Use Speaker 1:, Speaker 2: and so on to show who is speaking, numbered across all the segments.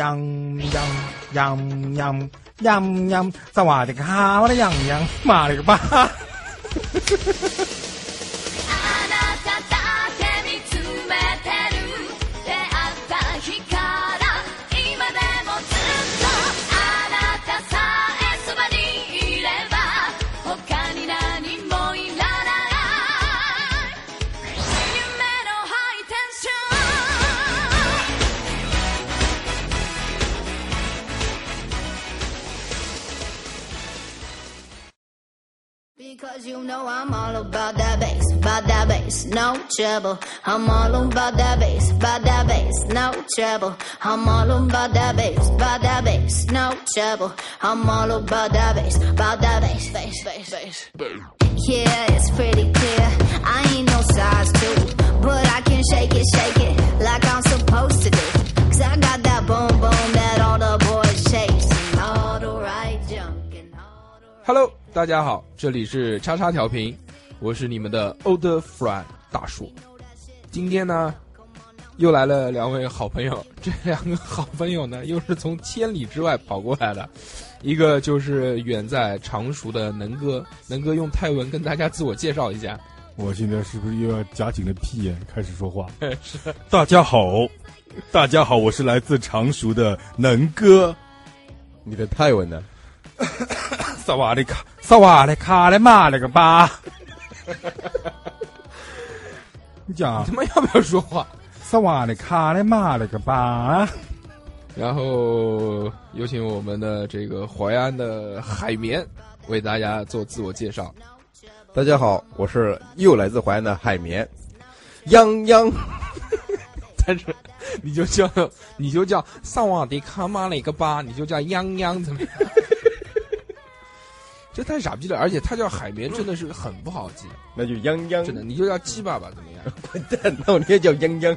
Speaker 1: ยำยำยำยำยำยำสวัสดีครับว่าได้ยังยังมาเลยป้า
Speaker 2: あなただけ見つめてる出会った日から今でもずっとあなたさえそばにいれば他に何もいらない夢のハイテンション
Speaker 3: Because you know I'm all about that bass, about that bass, no trouble. I'm all about that bass, about that bass, no trouble. I'm all about that bass, about that bass, no trouble. I'm all about that bass, about that bass, bass, bass, bass. Yeah, it's pretty clear. I ain't no size two, but I can shake it, shake it like I'm supposed to do. Cause I got that boom boom that all the boys chase. All the right junk and all the right.
Speaker 4: Hello，大家好，这里是叉叉调频，我是你们的 Old Friend 大叔。今天呢，又来了两位好朋友， 这两个好朋友呢，又是从千里之外跑过来的。一个就是远在常熟的能哥，能哥用泰文跟大家自我介绍一下。
Speaker 5: 我现在是不是又要夹紧了屁眼开始说话？
Speaker 4: 是
Speaker 5: 大家好，大家好，我是来自常熟的能哥。
Speaker 6: 你的泰文呢？
Speaker 5: 萨瓦迪卡，
Speaker 1: สวัสดีครับได้มาเลยป้า
Speaker 5: 你讲啊
Speaker 4: 他，妈要不要说话？
Speaker 1: สวัสดีครับได้มาเลยป้า
Speaker 4: 然后有请我们的这个淮安的海绵为大家做自我介绍。
Speaker 6: 大家好，我是又来自淮安的海绵，泱泱。
Speaker 4: 但是你就叫你就叫上瓦迪卡玛里个巴，你就叫泱泱怎么样？这太傻逼了，而且他叫海绵真的是很不好记，
Speaker 6: 那就泱泱，
Speaker 4: 真的，你就叫鸡爸爸怎么样？
Speaker 6: 那我直接叫泱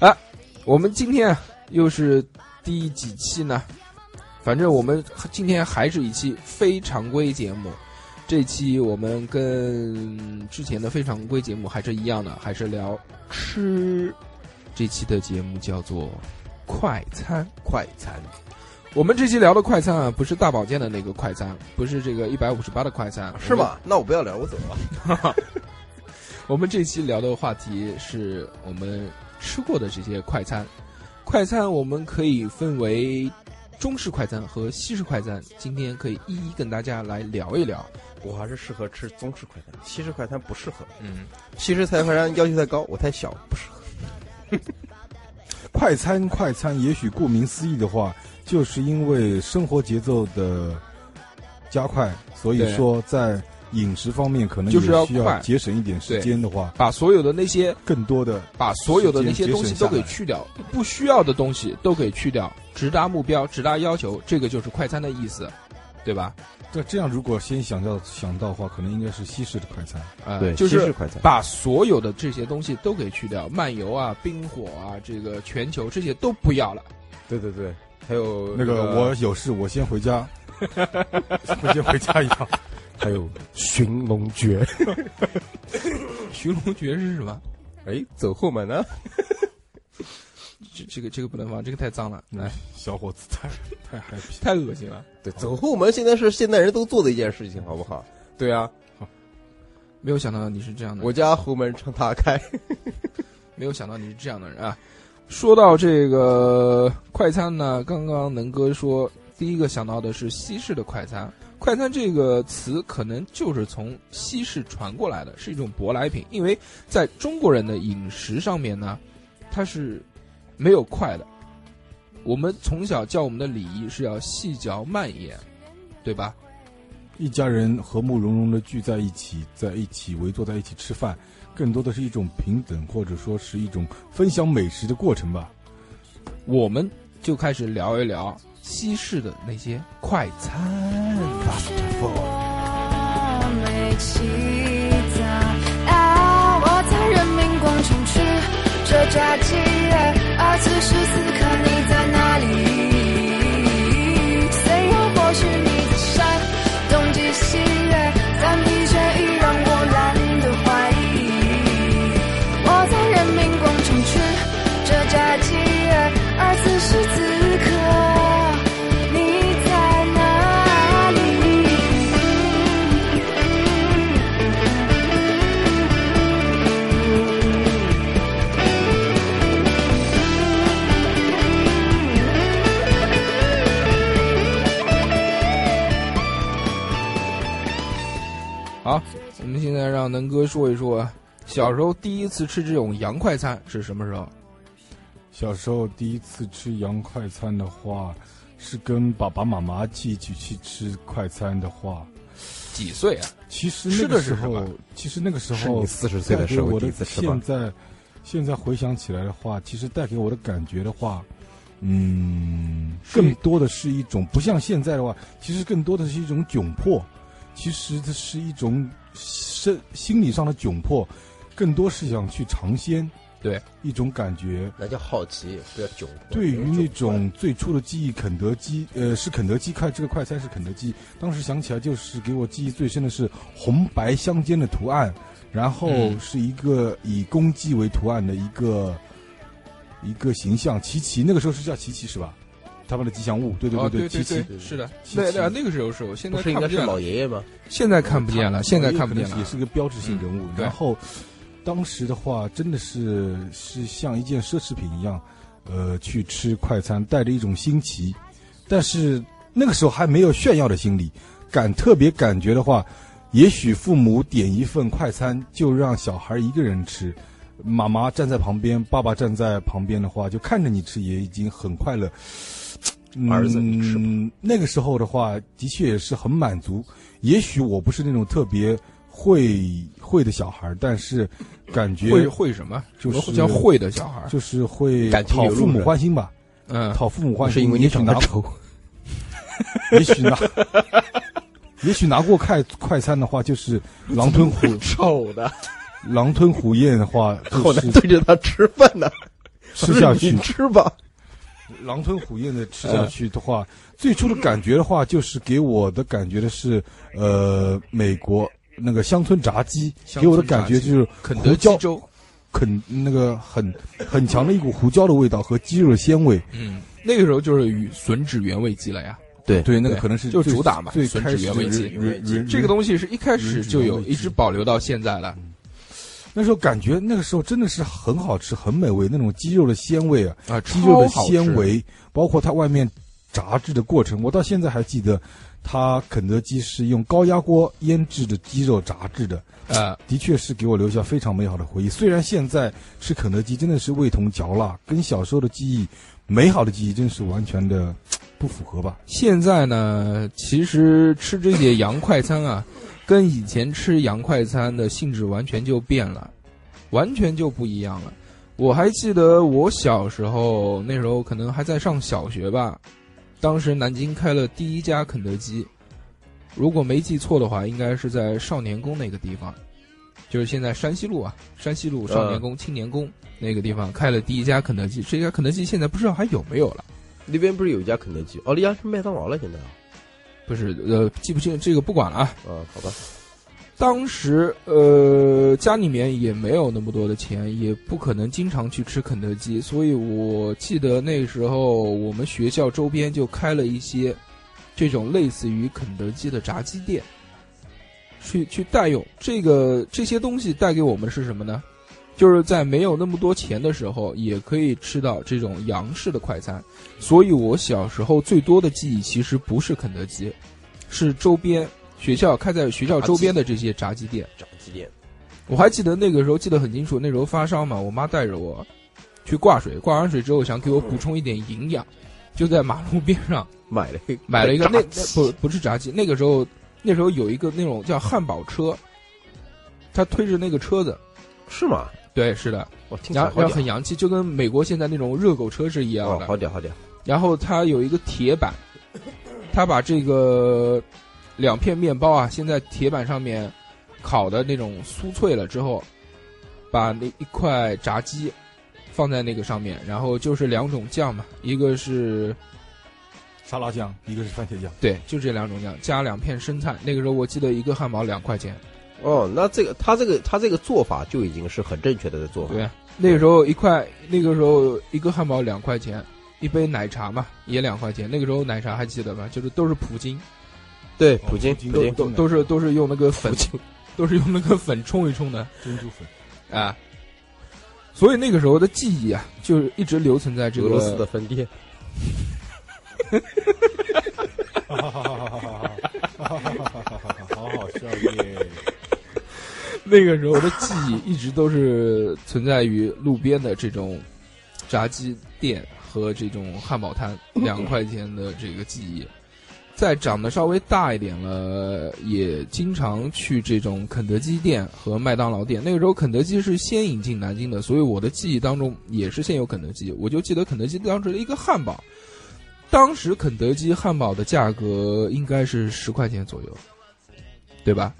Speaker 6: 泱。
Speaker 4: 我们今天啊又是第几期呢？反正我们今天还是一期非常规节目。这期我们跟之前的非常规节目还是一样的，还是聊吃。这期的节目叫做快餐。
Speaker 6: 快餐，
Speaker 4: 我们这期聊的快餐啊，不是大保健的那个快餐，不是这个一百五十八的快餐，
Speaker 6: 是？吗？那我不要聊，我走了。
Speaker 4: 我们这期聊的话题是我们吃过的这些快餐。快餐我们可以分为中式快餐和西式快餐，今天可以一一跟大家来聊一聊。
Speaker 6: 我还是适合吃中式快餐，西式快餐不适合。
Speaker 4: 嗯，
Speaker 6: 西式快餐要求太高，我太小，不适合。
Speaker 5: 快餐快餐，也许顾名思义的话，就是因为生活节奏的加快，所以
Speaker 4: 对
Speaker 5: 说在饮食方面可能
Speaker 4: 就是要
Speaker 5: 也需
Speaker 4: 快
Speaker 5: 要节省一点时间的话，
Speaker 4: 把所有的那些
Speaker 5: 更多的
Speaker 4: 把所有的那些
Speaker 5: 时间节省
Speaker 4: 东西都
Speaker 5: 下来
Speaker 4: 给去掉，不需要的东西都给去掉，直达目标，直达要求，这个就是快餐的意思，对吧？
Speaker 5: 对这样，如果先想到想到的话，可能应该是西式的快餐。
Speaker 4: 呃，就
Speaker 6: 就是是快餐。
Speaker 4: 把所有的这些东西都给去掉，漫游啊、冰火啊、这个全球这些都不要了。
Speaker 6: 对对对，
Speaker 4: 呃
Speaker 6: 还有
Speaker 5: 那个我有事，我先回 家，我先回家一趟。
Speaker 6: 还有寻龙诀。
Speaker 4: 寻龙诀是什么？
Speaker 6: 哎，走后门呢？
Speaker 4: 这这个这个不能放，这个太脏了，来，
Speaker 5: 小伙子太太 happy 了。
Speaker 4: 太恶心了。
Speaker 6: 对，走后门现在是现代人都做的一件事情，好不好？对啊，
Speaker 4: 没有想到你是这样的，
Speaker 6: 我家后门常打开。
Speaker 4: 没有想到你是这样的人啊！说到这个快餐呢，刚刚能哥说第一个想到的是西式的快餐。快餐这个词可能就是从西式传过来的，是一种舶来品。因为在中国人的饮食上面呢，它是没有快的。我们从小教我们的礼仪是要细嚼慢咽，对吧？
Speaker 5: 一家人和睦融融的聚在一起，在一起围坐在一起吃饭，更多的是一种平等，或者说是一种分享美食的过程吧。
Speaker 4: 我们就开始聊一聊西式的那些快餐。
Speaker 2: 我没期待啊！我在人民广场吃着炸鸡，而此时此刻你在哪里？虽然或许你在山东及西，但你却已让我懒得怀疑。我在人民广场吃着炸鸡，而此
Speaker 4: 我们现在让能哥说一说，小时候第一次吃这种洋快餐是什么时候？
Speaker 5: 小时候第一次吃洋快餐的话，是跟爸爸妈妈一起去吃快餐的话，
Speaker 4: 几岁啊？
Speaker 5: 其实
Speaker 4: 吃
Speaker 5: 那
Speaker 4: 的
Speaker 5: 个
Speaker 4: 是
Speaker 5: 时
Speaker 4: 什么
Speaker 5: 候，其实那个时
Speaker 6: 是
Speaker 5: 候
Speaker 6: 你四十岁的时
Speaker 5: 带给
Speaker 6: 候
Speaker 5: 我
Speaker 6: 第
Speaker 5: 的
Speaker 6: 一次吃吧
Speaker 5: 现？在现在回想起来的话，其实带给我的感觉的话，嗯，
Speaker 4: 是
Speaker 5: 更多的是一种不像现在的话，其实更多的是一种窘迫，其实这是一种身心理上的窘迫，更多是想去尝鲜，
Speaker 4: 对
Speaker 5: 一种感觉。
Speaker 6: 那叫好奇，不要窘迫。
Speaker 5: 对于那种最初的记忆，肯德基，呃，是肯德基快这个快餐是肯德基。当时想起来，就是给我记忆最深的是红白相间的图案，然后
Speaker 4: 嗯
Speaker 5: 是一个以公鸡为图案的一个一个形象，琪琪，那个时候是叫琪琪是吧？他们的吉祥物，对对
Speaker 4: 哦，对
Speaker 5: 对，琪
Speaker 4: 对
Speaker 5: 琪。
Speaker 4: 对，是的，
Speaker 5: 七七
Speaker 4: 那那那个时候是我现
Speaker 6: 不
Speaker 4: 在看
Speaker 6: 是应
Speaker 4: 不
Speaker 6: 该是
Speaker 4: 见
Speaker 6: 老
Speaker 4: 了，
Speaker 6: 爷爷 吗？
Speaker 4: 现在看不见了，现在看不
Speaker 5: 也
Speaker 4: 见
Speaker 5: 可能
Speaker 4: 了嗯
Speaker 5: 也。是个标志性人物。
Speaker 4: 对
Speaker 5: 然后，当时的话，真的是是像一件奢侈品一样，呃，去吃快餐，带着一种新奇，但是那个时候还没有炫耀的心理，感特别感觉的话，也许父母点一份快餐就让小孩一个人吃。妈妈站在旁边，爸爸站在旁边的话，就看着你吃也已经很快乐。嗯
Speaker 6: 儿子你吃吧
Speaker 5: 那个时候的话，的确也是很满足。也许我不是那种特别会会的小孩儿，但是感
Speaker 4: 会
Speaker 5: 觉
Speaker 4: 会什么？
Speaker 5: 就是
Speaker 4: 什么叫会的小孩儿。
Speaker 5: 就是会
Speaker 6: 感情
Speaker 5: 讨
Speaker 6: 流露
Speaker 5: 父母
Speaker 6: 着
Speaker 5: 欢心吧，
Speaker 4: 嗯，
Speaker 5: 讨父母
Speaker 6: 不
Speaker 5: 欢
Speaker 6: 是
Speaker 5: 心。
Speaker 6: 因为你
Speaker 5: 也许
Speaker 6: 长得
Speaker 5: 拿，
Speaker 6: 丑，
Speaker 5: 也许拿， 也许拿过快快餐的话，就是狼 吞虎
Speaker 6: 丑的，
Speaker 5: 狼吞虎咽的话，
Speaker 6: 后
Speaker 5: 就
Speaker 6: 来
Speaker 5: 是
Speaker 6: 对着他吃饭呢，
Speaker 5: 吃下去
Speaker 6: 你吃吧。
Speaker 5: 狼吞虎咽的吃下去的话，
Speaker 6: 嗯
Speaker 5: 最初的感觉的话，就是给我的感觉的是，呃，美国那个乡村炸鸡，
Speaker 4: 乡村炸鸡
Speaker 5: 给我的感觉就是
Speaker 4: 肯德
Speaker 5: 胡
Speaker 4: 基
Speaker 5: 椒
Speaker 4: 州。
Speaker 5: 肯那个很很强的一股胡椒的味道和鸡肉的鲜味。
Speaker 4: 嗯，那个时候就是与吮指原味鸡了呀。
Speaker 6: 对
Speaker 5: 对，那个
Speaker 4: 对
Speaker 5: 可能是
Speaker 4: 就
Speaker 5: 最
Speaker 4: 主打嘛
Speaker 5: 最
Speaker 4: 吮
Speaker 5: 开
Speaker 4: 指
Speaker 5: 始
Speaker 4: 原味鸡
Speaker 5: 原原
Speaker 4: 这个东西是一开始就有，一直保留到现在了。
Speaker 5: 那时候感觉那个时候真的是很好吃，很美味，那种鸡肉的鲜味啊，
Speaker 4: 啊，
Speaker 5: 鸡肉的
Speaker 4: 超好吃
Speaker 5: 纤，维，包括它外面炸制的过程，我到现在还记得，它肯德基是用高压锅腌制的鸡肉炸制的，
Speaker 4: 呃，
Speaker 5: 的确是给我留下非常美好的回忆。虽然现在吃肯德基真的是味同嚼蜡，跟小时候的记忆、美好的记忆真是完全的不符合吧？
Speaker 4: 现在呢，其实吃这些洋快餐啊， 跟以前吃洋快餐的性质完全就变了，完全就不一样了。我还记得我小时候，那时候可能还在上小学吧，当时南京开了第一家肯德基，如果没记错的话，应该是在少年宫那个地方，就是现在山西路啊，山西路少年宫、青年宫那个地方开了第一家肯德基。这家肯德基现在不知道还有没有了。
Speaker 6: 那边不是有一家肯德基？哦，那家是麦当劳了，现在啊，
Speaker 4: 不是，呃，记不清这个不管了啊。
Speaker 6: 啊，好吧，
Speaker 4: 当时呃，家里面也没有那么多的钱，也不可能经常去吃肯德基，所以我记得那时候我们学校周边就开了一些这种类似于肯德基的炸鸡店，去去代用这个这些东西带给我们是什么呢？就是在没有那么多钱的时候，也可以吃到这种洋式的快餐。所以我小时候最多的记忆其实不是肯德基，是周边学校开在学校周边的这些炸鸡店。
Speaker 6: 炸鸡店，
Speaker 4: 我还记得那个时候记得很清楚，那时候发烧嘛，我妈带着我去挂水，挂完水之后想给我补充一点营养，就在马路边上
Speaker 6: 买了一哎
Speaker 4: 买了一个那
Speaker 6: 炸
Speaker 4: 那不不是炸鸡，那个时候那时候有一个那种叫汉堡车，他推着那个车子，
Speaker 6: 是吗？
Speaker 4: 对，是的，
Speaker 6: 我听起
Speaker 4: 然
Speaker 6: 来
Speaker 4: 后
Speaker 6: 好
Speaker 4: 然
Speaker 6: 屌
Speaker 4: 后，很洋气，就跟美国现在那种热狗车是一样
Speaker 6: 哦，
Speaker 4: 的。
Speaker 6: 好屌，好屌，
Speaker 4: 然后它有一个铁板，它把这个两片面包啊，先在铁板上面烤的那种酥脆了之后，把那一块炸鸡放在那个上面，然后就是两种酱嘛，一个是
Speaker 5: 沙拉酱，一个是番茄酱，
Speaker 4: 对，就这两种酱，加两片生菜。那个时候我记得一个汉堡两块钱，
Speaker 6: 哦，那这个他这个他这个做法就已经是很正确的做法，
Speaker 4: 对，那个时候一块，那个时候一个汉堡两块钱，一杯奶茶嘛也两块钱。那个时候奶茶还记得吧？就是都是普京，
Speaker 6: 对，普
Speaker 4: 哦
Speaker 6: 京，普京，
Speaker 5: 都
Speaker 4: 都是都是用那个粉，都是用那个粉冲一冲的。
Speaker 5: 珍珠粉。
Speaker 4: 啊。所以那个时候的记忆啊，就是一直留存在这
Speaker 6: 俄
Speaker 4: 个
Speaker 6: 罗斯的分店，
Speaker 5: 哈哈哈哈哈哈！好好笑耶！
Speaker 4: 那个时候的记忆一直都是存在于路边的这种炸鸡店和这种汉堡摊两块钱的这个记忆。再长得稍微大一点了，也经常去这种肯德基店和麦当劳店。那个时候肯德基是先引进南京的，所以我的记忆当中也是先有肯德基。我就记得肯德基当时的一个汉堡，当时肯德基汉堡的价格应该是十块钱左右，对吧？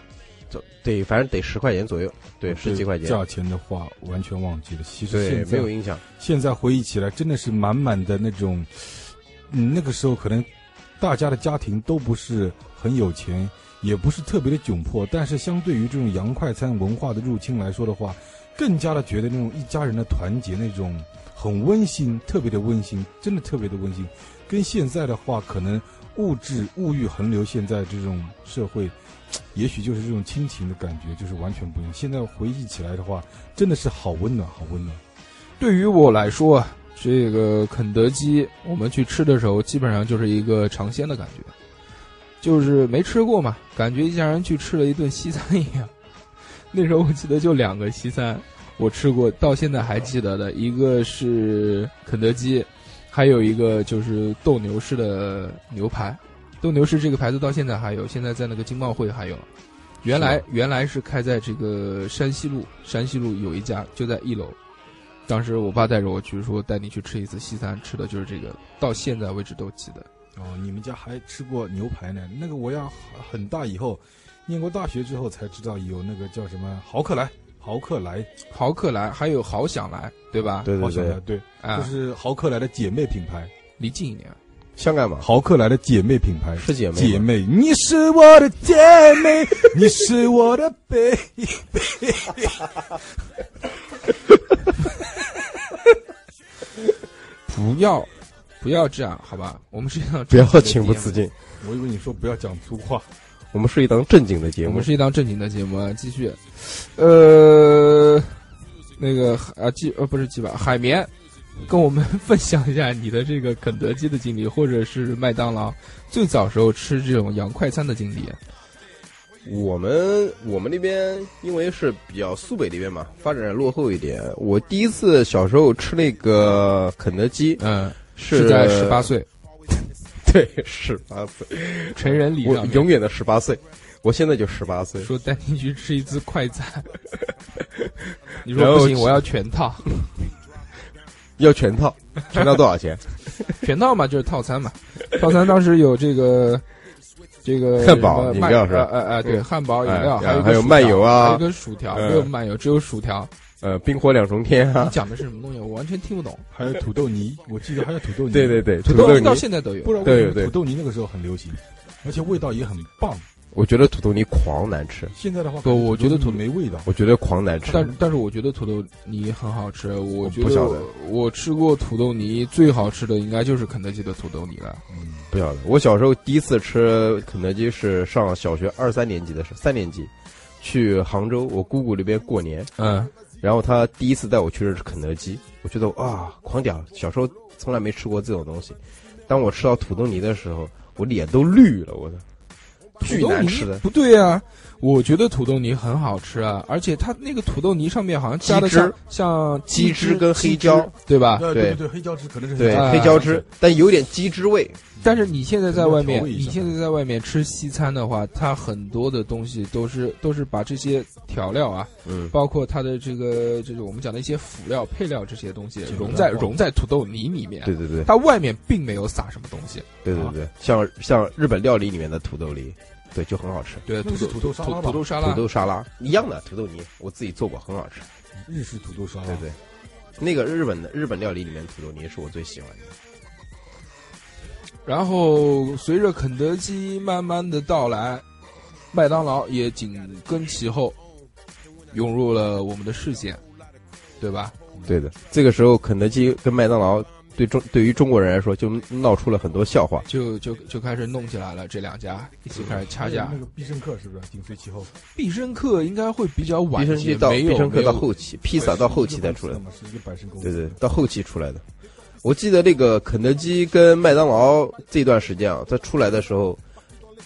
Speaker 6: 对，反正得十块钱左右，
Speaker 4: 哦
Speaker 6: 对，十几块钱，
Speaker 5: 价钱的话完全忘记了。其实
Speaker 6: 对
Speaker 5: 现，
Speaker 6: 没
Speaker 5: 在
Speaker 6: 有印象。
Speaker 5: 现在回忆起来，真的是满满的那种，嗯，那个时候可能大家的家庭都不是很有钱，也不是特别的窘迫，但是相对于这种洋快餐文化的入侵来说的话，更加的觉得那种一家人的团结，那种很温馨，特别的温馨，真的特别的温馨。跟现在的话，可能物质物欲横流，现在这种社会。 也许就是这种亲情的感觉，就是完全不一样。现在回忆起来的话，真的是好温暖，好温暖。
Speaker 4: 对于我来说啊，这个肯德基我们去吃的时候，基本上就是一个尝鲜的感觉，就是没吃过嘛，感觉一家人去吃了一顿西餐一样。那时候我记得就两个西餐，我吃过，到现在还记得的，一个是肯德基，还有一个就是斗牛士的牛排。斗牛士这个牌子到现在还有，现在在那个经贸会还有。原来原来是开在这个山西路，山西路有一家，就在一楼。当时我爸带着我去说带你去吃一次西餐，吃的就是这个，到现在为止都记得。
Speaker 5: 哦，你们家还吃过牛排呢？那个我要很大以后，念过大学之后才知道有那个叫什么豪客来，豪客来，
Speaker 4: 豪客来还有豪想来，对吧？
Speaker 6: 对
Speaker 5: 豪
Speaker 6: 对
Speaker 5: 想来，
Speaker 6: 对，
Speaker 5: 对，
Speaker 4: 啊，
Speaker 5: 就是豪客来的姐妹品牌，
Speaker 4: 离近一点。
Speaker 6: 香港嘛，
Speaker 5: 豪客来的姐妹品牌
Speaker 6: 是姐妹吗
Speaker 5: 姐妹，你是我的姐妹，你是我的 baby。
Speaker 4: 不要，不要这样，好吧？我们是一档
Speaker 6: 不要
Speaker 4: 正经
Speaker 6: 情
Speaker 4: 的
Speaker 6: 不
Speaker 4: 节
Speaker 6: 自
Speaker 4: 目，
Speaker 6: 禁。
Speaker 5: 我以为你说不要讲粗话，
Speaker 6: 我们是一档正经的节
Speaker 4: 我
Speaker 6: 目
Speaker 4: 们，是一档正经的节目。啊，继续，呃，那个啊鸡呃不是鸡吧，海绵，跟我们 分享一下你的这个肯德基的经历，或者是麦当劳最早时候吃这种洋快餐的经历。
Speaker 6: 我们我们那边因为是比较苏北那边嘛，发展落后一点。我第一次小时候吃那个肯德基
Speaker 4: 嗯，
Speaker 6: 是
Speaker 4: 是在十八，岁
Speaker 6: 对，十八 岁，
Speaker 4: 成人礼
Speaker 6: 我
Speaker 4: 上面。
Speaker 6: 永远的十八岁。我现在就十八岁，
Speaker 4: 说带你去吃一次快餐， 你
Speaker 6: 然
Speaker 4: 说
Speaker 6: 后
Speaker 4: 不行，
Speaker 6: 吃
Speaker 4: 我要全套，
Speaker 6: 要全套， 全套多少钱？
Speaker 4: 全套嘛就是套餐嘛，套餐当时有这个这个
Speaker 6: 汉堡
Speaker 4: 什么
Speaker 6: 饮
Speaker 4: 麦
Speaker 6: 料是吧
Speaker 4: 呃呃呃对，汉堡饮料，
Speaker 6: 哎
Speaker 4: 还有一个
Speaker 6: 还有
Speaker 4: 薯条
Speaker 6: 漫游啊
Speaker 4: 还有一个薯条，
Speaker 6: 嗯
Speaker 4: 没有漫游，只有薯条。
Speaker 6: 呃，冰火两重天
Speaker 4: 你
Speaker 6: 啊，
Speaker 4: 讲的是什么东西？我完全听不懂。
Speaker 5: 还有土豆泥，我记得还有土豆泥。
Speaker 6: 对对对，土
Speaker 4: 土
Speaker 6: 豆
Speaker 4: 豆
Speaker 6: 泥
Speaker 4: 到，现在都有
Speaker 5: 不，知道为什
Speaker 6: 对对
Speaker 5: 么土豆泥那个时候很流行，而且味道也很棒。
Speaker 6: 我觉得土豆泥狂难吃，
Speaker 5: 现在的话，
Speaker 4: 不我觉得土
Speaker 5: 土没味道。
Speaker 6: 我觉得狂难吃。
Speaker 4: 但但是我觉得土豆泥很好吃，我觉
Speaker 6: 不
Speaker 4: 得
Speaker 6: 晓得
Speaker 4: 我我吃过土豆泥最好吃的应该就是肯德基的土豆泥了。
Speaker 6: 不晓得，我小时候第一次吃肯德基是上小学二三年级的时候，三年级去杭州我姑姑那边过年，
Speaker 4: 嗯，
Speaker 6: 然后她第一次带我去吃肯德基，我觉得啊狂屌，小时候从来没吃过这种东西。当我吃到土豆泥的时候，我脸都绿了，我的
Speaker 4: 土
Speaker 6: 巨
Speaker 4: 豆
Speaker 6: 难
Speaker 4: 泥
Speaker 6: 吃的
Speaker 4: 不对啊，我觉得土豆泥很好吃啊，而且它那个土豆泥上面好像加的
Speaker 6: 鸡汁
Speaker 4: 像像
Speaker 6: 鸡汁
Speaker 4: 汁
Speaker 6: 跟黑椒，
Speaker 4: 对吧？
Speaker 5: 呃
Speaker 6: 啊对
Speaker 5: 对对，黑椒汁可能是
Speaker 6: 对、
Speaker 4: 啊
Speaker 6: 黑椒汁，但有点鸡汁味，
Speaker 4: 但是你现在在外面，
Speaker 5: 调味一
Speaker 4: 你
Speaker 5: 下
Speaker 4: 现在在外面吃西餐的话，它很多的东西都是都是把这些调料啊，
Speaker 6: 嗯，
Speaker 4: 包括它的这个就是我们讲的一些辅料、配料这些东西，
Speaker 5: 简单
Speaker 4: 融在
Speaker 5: 化
Speaker 4: 融在土豆泥里面。
Speaker 6: 对对对
Speaker 4: 它外面并没有撒什么东西，
Speaker 6: 对对
Speaker 4: 啊
Speaker 6: 对，像像日本料理里面的土豆泥，对就很好吃，
Speaker 4: 对，
Speaker 5: 那
Speaker 4: 土豆
Speaker 5: 个是土豆沙拉
Speaker 4: 土土
Speaker 5: 吧
Speaker 4: 豆沙
Speaker 6: 呃土
Speaker 4: 拉，
Speaker 6: 豆沙拉一样的土豆泥，我自己做过，很好吃。
Speaker 5: 日式土豆沙拉。
Speaker 6: 对
Speaker 4: 啊
Speaker 6: 对，那个日本的日本料理里面土豆泥是我最喜欢的。
Speaker 4: 然后随着肯德基慢慢的到来，麦当劳也紧跟其后，涌入了我们的视线，对吧？
Speaker 6: 对的，这个时候肯德基跟麦当劳对中对于中国人来说就闹出了很多笑话。
Speaker 4: 就就就开始弄起来了，这两家一起开始掐
Speaker 5: 还有
Speaker 4: 架
Speaker 6: 嗯
Speaker 5: 那。个必胜客是不是紧随其后？
Speaker 4: 必胜客应该会比较晚
Speaker 6: 必胜
Speaker 4: 一些，
Speaker 6: 客到
Speaker 4: 没有
Speaker 6: 必胜客到
Speaker 4: 没有
Speaker 6: 后期，披萨到后期才出来
Speaker 5: 是一个百事的。嘛，是一个百胜公司
Speaker 6: 对对，到后期出来的。我记得那个肯德基跟麦当劳这段时间啊，它出来的时候，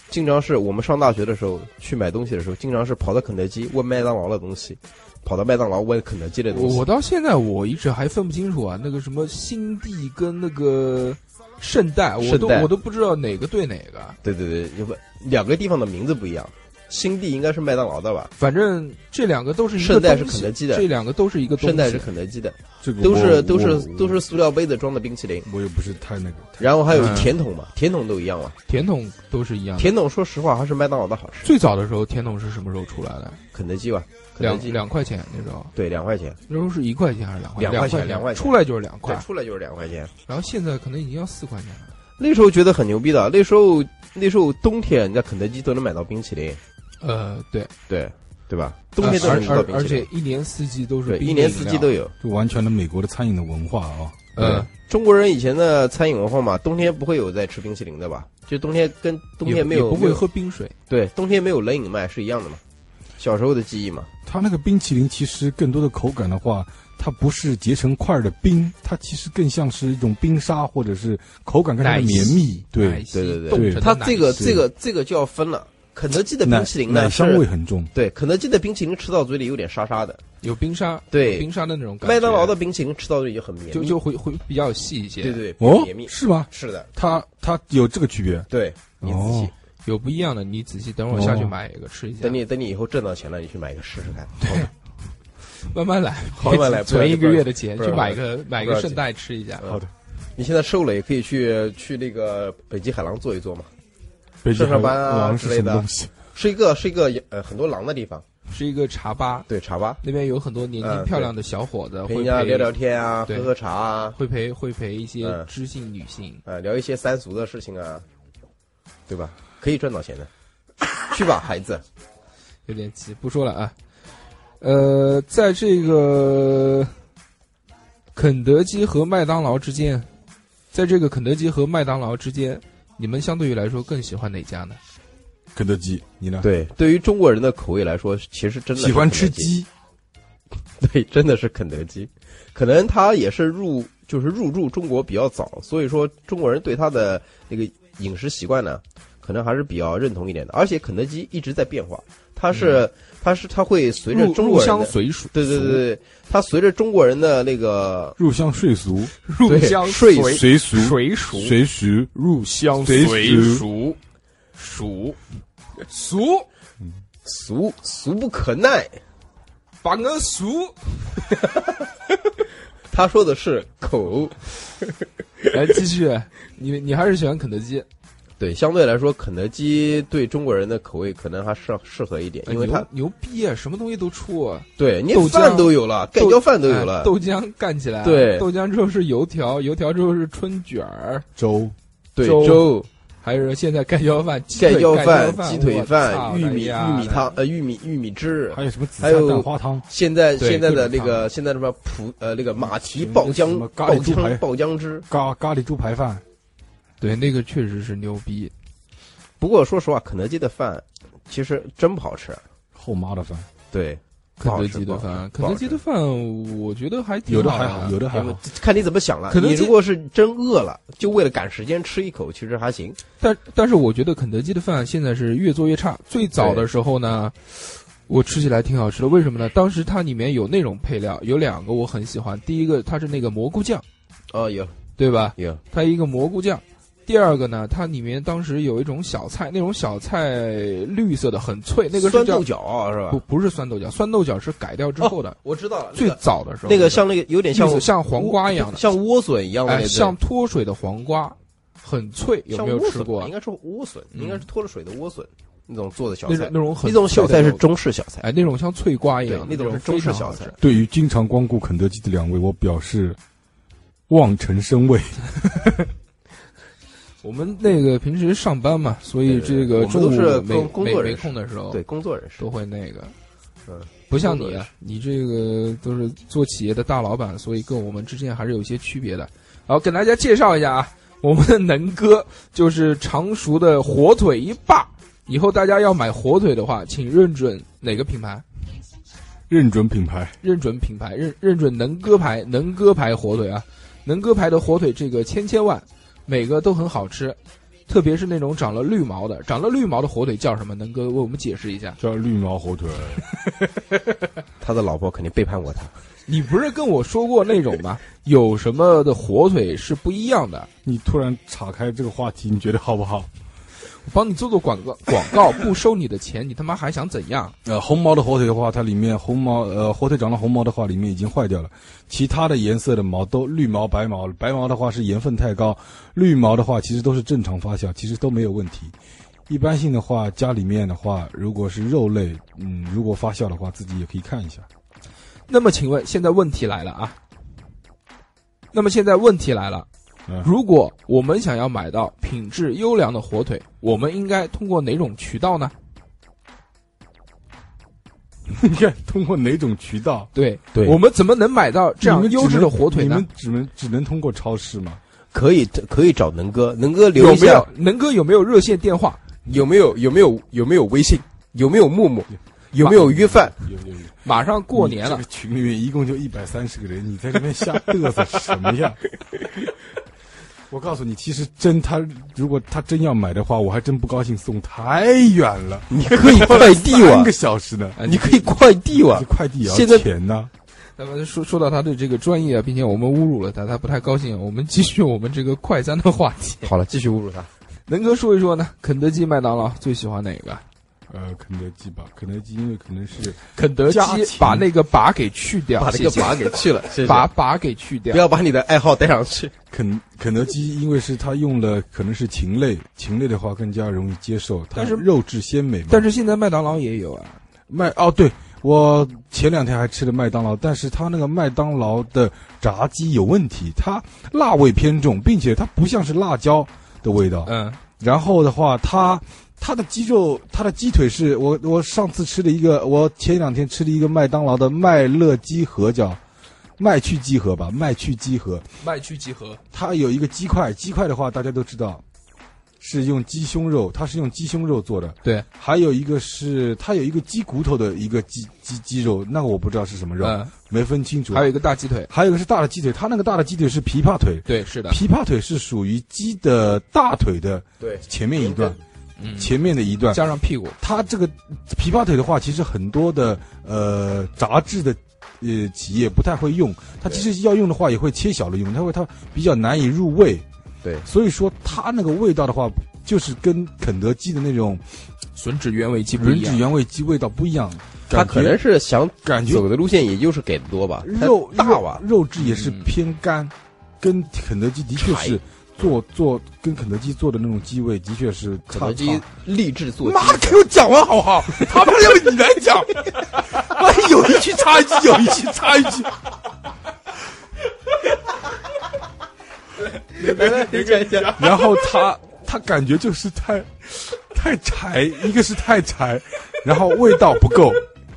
Speaker 6: 经常是我们上大学的时候去买东西的时候，经常是跑到肯德基问麦当劳的东西，跑到麦当劳问肯德基的
Speaker 4: 我
Speaker 6: 东西
Speaker 4: 我。到现在我一直还分不清楚啊，那个什么新帝跟那个圣代，我都
Speaker 6: 圣代
Speaker 4: 我都不知道哪个对哪个。
Speaker 6: 对对对，就问两个地方的名字不一样，新地应该是麦当劳的吧？
Speaker 4: 反正这两个都是一个
Speaker 6: 圣代
Speaker 4: 东西
Speaker 6: 是肯德基的
Speaker 4: 这两个都是一个东
Speaker 6: 圣代
Speaker 4: 西
Speaker 6: 是。肯德基的，
Speaker 5: 这个
Speaker 6: 都
Speaker 5: 我
Speaker 6: 是都是
Speaker 5: 我
Speaker 6: 都是塑料杯子装的冰淇淋。
Speaker 5: 我也不是太那个。太
Speaker 6: 然后还有
Speaker 4: 嗯
Speaker 6: 甜筒嘛，甜筒都一样嘛。
Speaker 4: 甜筒都是一样的。
Speaker 6: 甜筒说实话还是麦当劳的好吃，
Speaker 4: 最早的时候，甜筒是什么时候出来的？
Speaker 6: 肯德基吧，肯德
Speaker 4: 两
Speaker 6: 基
Speaker 4: 两块钱那时候，
Speaker 6: 对两块钱，
Speaker 4: 那时候是一块钱还是两块？
Speaker 6: 两
Speaker 4: 块
Speaker 6: 块钱
Speaker 4: 两
Speaker 6: 两块钱
Speaker 4: 出来就是两
Speaker 6: 对
Speaker 4: 块，，
Speaker 6: 出来就是两块钱。
Speaker 4: 然后现在可能已经要四块钱了。
Speaker 6: 那时候觉得很牛逼的，那时候那时候冬天人家肯德基都能买到冰淇淋，
Speaker 4: 呃，对，
Speaker 6: 对对吧？冬
Speaker 4: 而
Speaker 6: 天都能吃
Speaker 4: 而
Speaker 6: 到
Speaker 4: 而
Speaker 6: 冰
Speaker 4: 呃而
Speaker 6: 淇
Speaker 4: 且
Speaker 6: 淋，
Speaker 4: 一年四季都是
Speaker 6: 对，
Speaker 4: 冰
Speaker 6: 一年四季都
Speaker 4: 有。
Speaker 6: 嗯有。
Speaker 5: 就完全的美国的餐饮的文化啊，
Speaker 4: 呃，
Speaker 6: 中国人以前的餐饮文化嘛，冬天不会有在吃冰淇淋的吧？就冬天跟冬
Speaker 4: 也
Speaker 6: 天没有
Speaker 4: 也不
Speaker 6: 没
Speaker 4: 会
Speaker 6: 有
Speaker 4: 喝冰水。
Speaker 6: 对，冬天没有冷饮卖是一样的嘛。小时候的记忆嘛，
Speaker 5: 它那个冰淇淋其实更多的口感的话，它不是结成块儿的冰，它其实更像是一种冰沙，或者是口感更加
Speaker 4: 奶
Speaker 5: 的绵
Speaker 4: 昔
Speaker 5: 密。对
Speaker 4: 奶，昔
Speaker 6: 对对对
Speaker 4: 冻成的
Speaker 6: 它
Speaker 4: 奶
Speaker 6: 这个
Speaker 4: 昔
Speaker 6: 这个这个就要分了。肯德基的
Speaker 5: 奶
Speaker 6: 冰淇淋
Speaker 5: 奶
Speaker 6: 呢
Speaker 5: 香味
Speaker 6: 是，
Speaker 5: 很重。
Speaker 6: 对，肯德基的冰淇淋吃到嘴里有点沙沙的，
Speaker 4: 有冰沙，
Speaker 6: 对
Speaker 4: 有冰沙的那种感觉。
Speaker 6: 麦当劳的冰淇淋吃到嘴里就很绵密，
Speaker 4: 就就会会比较细一些，
Speaker 6: 对，对
Speaker 5: 哦
Speaker 6: 绵密，
Speaker 5: 是吗？
Speaker 6: 是的，
Speaker 5: 它它有这个区别。
Speaker 6: 对你仔细
Speaker 5: 哦，
Speaker 4: 有不一样的。你仔细等会儿下去买一个吃一下，
Speaker 6: 等你等你以后挣到钱了，你去买一个试试看。
Speaker 4: 慢慢来，
Speaker 6: 慢慢来
Speaker 4: 存一个月的钱
Speaker 6: 不
Speaker 4: 去
Speaker 6: 要
Speaker 4: 买个买
Speaker 6: 不
Speaker 4: 个
Speaker 6: 要
Speaker 4: 圣代吃一下。
Speaker 6: 好的，你现在瘦了也可以去去那个北极海狼坐一坐嘛，
Speaker 5: 北京
Speaker 6: 上上班啊
Speaker 5: 狼
Speaker 6: 之
Speaker 5: 是
Speaker 6: 类
Speaker 5: 什么
Speaker 6: 的
Speaker 5: 东西？
Speaker 6: 是一个是一个呃很多狼的地方，
Speaker 4: 是一个茶吧，
Speaker 6: 对茶吧，
Speaker 4: 那边有很多年轻
Speaker 6: 嗯
Speaker 4: 漂亮的小伙子，会
Speaker 6: 陪人家
Speaker 4: 陪
Speaker 6: 聊聊天啊，
Speaker 4: 对
Speaker 6: 喝喝茶啊，
Speaker 4: 会陪会陪一些
Speaker 6: 嗯
Speaker 4: 知性女性。
Speaker 6: 呃聊一些三俗的事情啊，对吧？可以赚到钱的，去吧，孩子。
Speaker 4: 有点急，不说了啊。呃，在这个肯德基和麦当劳之间，在这个肯德基和麦当劳之间，你们相对于来说更喜欢哪家呢？
Speaker 5: 肯德基，你呢？，
Speaker 6: 对，对于中国人的口味来说，其实真的是
Speaker 5: 喜
Speaker 6: 肯
Speaker 5: 欢
Speaker 6: 德
Speaker 5: 吃鸡，
Speaker 6: 对，真的是肯德基，可能它也是入就是入驻中国比较早，所以说中国人对它的那个饮食习惯呢，可能还是比较认同一点的。而且肯德基一直在变化，它是、它是它会随着
Speaker 4: 嗯入
Speaker 6: 中国
Speaker 4: 入
Speaker 6: 人
Speaker 4: 乡
Speaker 6: 的
Speaker 4: 随俗，
Speaker 6: 对对对对，它随着中国人的那个
Speaker 5: 入乡随俗，
Speaker 4: 入
Speaker 6: 对
Speaker 4: 乡
Speaker 6: 睡
Speaker 4: 随
Speaker 5: 随哎俗，
Speaker 4: 随俗
Speaker 5: 随俗，入乡
Speaker 4: 随
Speaker 5: 俗，
Speaker 4: 俗俗俗，
Speaker 6: 俗俗不可耐，
Speaker 4: 把我俗。
Speaker 6: 他说的是口。
Speaker 4: 来继续，你你还是喜欢肯德基？
Speaker 6: 对，相对来说，肯德基对中国人的口味可能还适适合一点，因为它
Speaker 4: 哎牛牛逼啊，什么东西都出啊，
Speaker 6: 对你
Speaker 4: 豆浆
Speaker 6: 饭都有了，盖
Speaker 4: 豆
Speaker 6: 浇饭都有
Speaker 4: 哎
Speaker 6: 了，
Speaker 4: 豆浆干起来，
Speaker 6: 对
Speaker 4: 豆浆之后是油条，油条之后是春卷儿，
Speaker 5: 粥，
Speaker 6: 对
Speaker 4: 粥
Speaker 6: 粥。
Speaker 4: 还有现在盖浇饭、鸡
Speaker 6: 盖
Speaker 4: 腿
Speaker 6: 浇
Speaker 4: 饭
Speaker 6: 饭、鸡腿饭、玉米、玉米，
Speaker 4: 我操哎
Speaker 6: 汤、呃，玉米玉米汁
Speaker 5: 还。有什么紫
Speaker 6: 还
Speaker 5: 菜
Speaker 6: 有
Speaker 5: 蛋花汤？
Speaker 6: 现在
Speaker 4: 对
Speaker 6: 现在
Speaker 4: 各
Speaker 6: 的
Speaker 4: 种
Speaker 6: 那个
Speaker 4: 汤
Speaker 6: 现在什么普呃那个马蹄爆
Speaker 5: 什
Speaker 6: 浆
Speaker 5: 么咖
Speaker 6: 爆
Speaker 5: 喱猪排
Speaker 6: 浆爆浆汁。
Speaker 5: 咖咖喱猪排饭，
Speaker 4: 对，那个确实是牛逼。
Speaker 6: 不过说实话，肯德基的饭其实真不好吃。
Speaker 5: 后妈的饭，
Speaker 6: 对，
Speaker 4: 肯德基的
Speaker 6: 不好
Speaker 4: 饭，
Speaker 6: 吃
Speaker 4: 肯德基的饭，我觉得还挺
Speaker 5: 有的
Speaker 4: 好
Speaker 5: 还好，有的还
Speaker 6: 因为
Speaker 5: 好。
Speaker 6: 看你怎么想了。
Speaker 4: 肯德基
Speaker 6: 你如果是真饿了，就为了赶时间吃一口，其实还行。
Speaker 4: 但但是我觉得肯德基的饭现在是越做越差。最早的时候呢，我吃起来挺好吃的，为什么呢？当时它里面有那种配料，有两个我很喜欢，第一个它是那个蘑菇酱，
Speaker 6: 哦，有
Speaker 4: 对吧？
Speaker 6: 有，
Speaker 4: 它一个蘑菇酱。第二个呢，它里面当时有一种小菜，那种小菜绿色的很脆，那个是
Speaker 6: 酸
Speaker 4: 叫
Speaker 6: 豆角啊是吧
Speaker 4: 不？不是酸豆角，酸豆角是改掉之后的，
Speaker 6: 我知道了，那
Speaker 4: 最
Speaker 6: 个
Speaker 4: 早的时候
Speaker 6: 那个像那个有点像
Speaker 4: 绿色像黄瓜一样的
Speaker 6: 像莴笋一样的那
Speaker 4: 哎
Speaker 6: 种，
Speaker 4: 像脱水的黄瓜，很脆，有
Speaker 6: 像
Speaker 4: 没有
Speaker 6: 莴
Speaker 4: 吃
Speaker 6: 笋吧
Speaker 4: 过
Speaker 6: 应？该是莴笋，
Speaker 4: 嗯
Speaker 6: 应该是脱了水的莴笋那种做的小
Speaker 4: 那种
Speaker 6: 菜。
Speaker 4: 那种很
Speaker 6: 那种小菜是
Speaker 4: 脆的
Speaker 6: 中式小菜，
Speaker 4: 哎，那种像脆瓜一
Speaker 6: 对
Speaker 4: 样，，
Speaker 6: 那种是中
Speaker 4: 非
Speaker 6: 式
Speaker 4: 常
Speaker 6: 小
Speaker 4: 好
Speaker 6: 菜
Speaker 4: 吃。。
Speaker 5: 对于经常光顾肯德基的两位，我表示望尘生畏。
Speaker 4: 我们那个平时上班嘛，所以这
Speaker 6: 对对
Speaker 4: 个
Speaker 6: 我们
Speaker 4: 中
Speaker 6: 都
Speaker 4: 午
Speaker 6: 是
Speaker 4: 没
Speaker 6: 工工
Speaker 4: 没
Speaker 6: 作
Speaker 4: 没
Speaker 6: 人士
Speaker 4: 空的时候，
Speaker 6: 对，工作人士
Speaker 4: 都，会那个。
Speaker 6: 嗯，
Speaker 4: 不像
Speaker 6: 工
Speaker 4: 你
Speaker 6: 作人
Speaker 4: 啊，你这个都是做企业的大老板，所以跟我们之间还是有一些区别的。好，跟大家介绍一下啊，我们的能哥就是常熟的火腿一霸。以后大家要买火腿的话，请认准哪个品牌？
Speaker 5: 认准品牌，
Speaker 4: 认准品牌，认认准能哥牌，能哥牌火腿啊，能哥牌的火腿这个千千万，每个都很好吃，特别是那种长了绿毛的，长了绿毛的火腿叫什么？能哥为我们解释一下？
Speaker 5: 叫绿毛火腿，
Speaker 6: 他的老婆肯定背叛过他。
Speaker 4: 你不是跟我说过那种吗？ 有什么的火腿是不一样的？
Speaker 5: 你突然岔开这个话题，你觉得好不好？
Speaker 4: 我帮你做做广告，广告不收你的钱，你他妈还想怎样？
Speaker 5: 呃，红毛的火腿的话，它里面红毛呃火腿长了红毛的话，里面已经坏掉了。其他的颜色的毛都绿毛、白毛，白毛的话是盐分太高，绿毛的话其实都是正常发酵，其实都没有问题。一般性的话，家里面的话，如果是肉类，嗯，如果发酵的话，自己也可以看一下。
Speaker 4: 那么，请问现在问题来了啊？那么现在问题来了，
Speaker 5: 嗯
Speaker 4: 如果我们想要买到品质优良的火腿，我们应该通过哪种渠道呢？
Speaker 5: 你看通过哪种渠道？
Speaker 4: 对，
Speaker 6: 对
Speaker 4: 我们怎么能买到这
Speaker 5: 你
Speaker 4: 样
Speaker 5: 们
Speaker 4: 优质
Speaker 5: 只
Speaker 4: 的
Speaker 5: 能
Speaker 4: 火腿
Speaker 5: 你
Speaker 4: 呢
Speaker 5: 们？只能只能通过超市吗？
Speaker 6: 可以可以找能哥，能哥留
Speaker 4: 有
Speaker 6: 一
Speaker 4: 没
Speaker 6: 下
Speaker 4: 有能哥有没有热线电话？
Speaker 6: 有没有有没有有没有微信，有没有陌陌，有没有约饭？
Speaker 5: 有有有。
Speaker 4: 马上过年了
Speaker 5: 你这，个群里面一共就一百三十个人，你在这边瞎嘚瑟什么呀？我告诉你，其实真他如果他真要买的话，我还真不高兴送太远了，
Speaker 6: 你可以快递
Speaker 5: 三
Speaker 6: 我
Speaker 5: 个，小时呢，
Speaker 4: 哎
Speaker 6: 你可以快递我
Speaker 5: 这。快递也
Speaker 6: 现
Speaker 5: 要
Speaker 6: 在
Speaker 5: 钱呢。
Speaker 4: 那么说说到他的这个专业啊，并且我们侮辱了他，他不太高兴。我们继续我们这个快餐的话题，
Speaker 6: 好了，继续侮辱他。
Speaker 4: 能哥说一说呢？肯德基、麦当劳最喜欢哪个？
Speaker 5: 呃，肯德基吧，肯德基因为可能是
Speaker 4: 肯德基
Speaker 5: 家禽
Speaker 4: 把那个“把”给去掉，
Speaker 6: 把这个
Speaker 4: 啊谢谢
Speaker 6: 把给去了，谢谢
Speaker 4: 把把给去掉
Speaker 6: 不。要把你的爱好带 上去。
Speaker 5: 肯肯德基，因为是他用了可能是禽类，禽类的话更加容易接受，它
Speaker 4: 但是
Speaker 5: 肉质鲜美嘛。
Speaker 4: 但是现在麦当劳也有啊，
Speaker 5: 麦哦，对我前两天还吃了麦当劳，但是它那个麦当劳的炸鸡有问题，它辣味偏重，并且它不像是辣椒的味道。
Speaker 4: 嗯，
Speaker 5: 然后的话，它它的鸡肉，它的鸡腿是我我上次吃的一个，我前两天吃的一个麦当劳的麦乐鸡盒叫麦趣鸡盒吧，麦趣鸡盒，
Speaker 4: 麦趣集合，
Speaker 5: 它有一个鸡块，鸡块的话大家都知道。是用鸡胸肉，它是用鸡胸肉做的，
Speaker 4: 对，
Speaker 5: 还有一个是它有一个鸡骨头的一个鸡鸡鸡肉，那个我不知道是什么肉，
Speaker 4: 嗯，
Speaker 5: 没分清楚。
Speaker 4: 还有一个大鸡腿，
Speaker 5: 还有一个是大的鸡腿，它那个大的鸡腿是琵琶腿，
Speaker 4: 对，是的，
Speaker 5: 琵琶腿是属于鸡的大腿的
Speaker 6: 对，
Speaker 5: 前面一段，
Speaker 4: 嗯，
Speaker 5: 前面的一段。
Speaker 4: 加上屁股，
Speaker 5: 它这个琵琶腿的话，其实很多的呃杂志的呃企业不太会用，它其实要用的话也会切小了用，它会它比较难以入味。
Speaker 6: 对
Speaker 5: 所以说它那个味道的话，就是跟肯德基的那种
Speaker 4: 吮指原味鸡不
Speaker 5: 原
Speaker 4: 一
Speaker 5: 汁
Speaker 4: 样。
Speaker 5: 原味鸡味道不一样，
Speaker 6: 他
Speaker 5: 感觉
Speaker 6: 可能是想
Speaker 5: 感觉
Speaker 6: 走的路线，也就是给的多吧，他
Speaker 5: 肉
Speaker 6: 大啊吧，
Speaker 5: 肉肉质也是
Speaker 4: 嗯
Speaker 5: 偏干，跟肯德基的确是做做跟肯德基做的那种鸡味的确是
Speaker 6: 肯
Speaker 5: 差
Speaker 6: 德基
Speaker 5: 差
Speaker 6: 立 志做
Speaker 5: 妈的，给我讲完好不 好？他们要你来讲，妈有一句插一句， 有一句插一句。
Speaker 6: 来来来讲一讲，
Speaker 5: 然后他他感觉就是太太柴，一个是太柴，然后味道不够，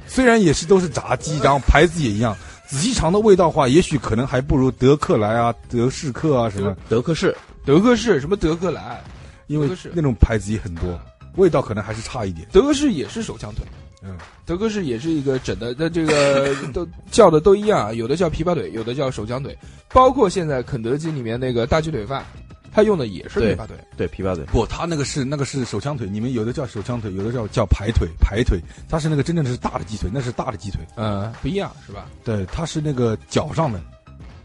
Speaker 5: 虽然也是都是炸鸡，然后牌子也一样。仔细尝的味道的话，也许可能还不如德克莱啊、德士克啊什么，
Speaker 6: 德克士
Speaker 4: 德克士什么德克兰，
Speaker 5: 因为
Speaker 4: 德克士
Speaker 5: 那种牌子也很多，味道可能还是差一点。
Speaker 4: 德克士也是手枪腿，
Speaker 5: 嗯，
Speaker 4: 德克士也是一个整的，那这 个都叫的都一样啊，有的叫琵琶腿，有的叫手枪腿，包括现在肯德基里面那个大鸡腿饭，他用的也是
Speaker 6: 对
Speaker 4: 琵琶腿，
Speaker 6: 对琵琶嘴，
Speaker 5: 不，他那个是那个是手枪腿，你们有的叫手枪腿，有的叫叫排腿排腿，他是那个真正的是大的鸡腿，那是大的鸡腿，
Speaker 4: 嗯，不一样是吧？
Speaker 5: 对，他是那个脚上的，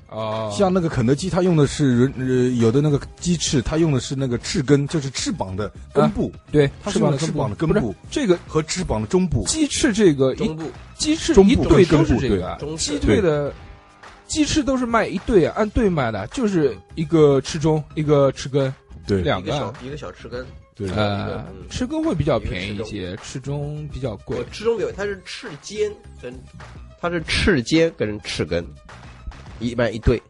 Speaker 4: 哦，
Speaker 5: 像那个肯德基，他用的是呃有的那个鸡翅，他用的是那个翅根，就是翅膀的根部、
Speaker 4: 对，
Speaker 5: 它
Speaker 4: 翅
Speaker 5: 是
Speaker 4: 膀
Speaker 5: 用
Speaker 4: 的
Speaker 5: 翅膀的根
Speaker 4: 不是
Speaker 5: 部
Speaker 4: 这个
Speaker 5: 和翅膀的中部，
Speaker 4: 鸡翅这个一
Speaker 6: 中部
Speaker 4: 鸡翅
Speaker 5: 中
Speaker 4: 一
Speaker 5: 部
Speaker 4: 对
Speaker 5: 中
Speaker 4: 都是
Speaker 5: 部
Speaker 4: 这
Speaker 5: 对
Speaker 4: 个啊，
Speaker 6: 中
Speaker 4: 鸡
Speaker 6: 式
Speaker 4: 对的鸡翅都是卖一对啊，按对卖的，就是一个翅中，一个翅根，
Speaker 5: 对
Speaker 4: 两个啊。
Speaker 6: 一个小翅根，
Speaker 5: 对，
Speaker 4: 呃
Speaker 6: 一个，嗯
Speaker 4: 翅根会比较便宜
Speaker 6: 一
Speaker 4: 一
Speaker 6: 个翅
Speaker 4: 些，翅中比较贵。
Speaker 6: 翅中有它是翅尖跟它是翅尖跟翅根，一般一对。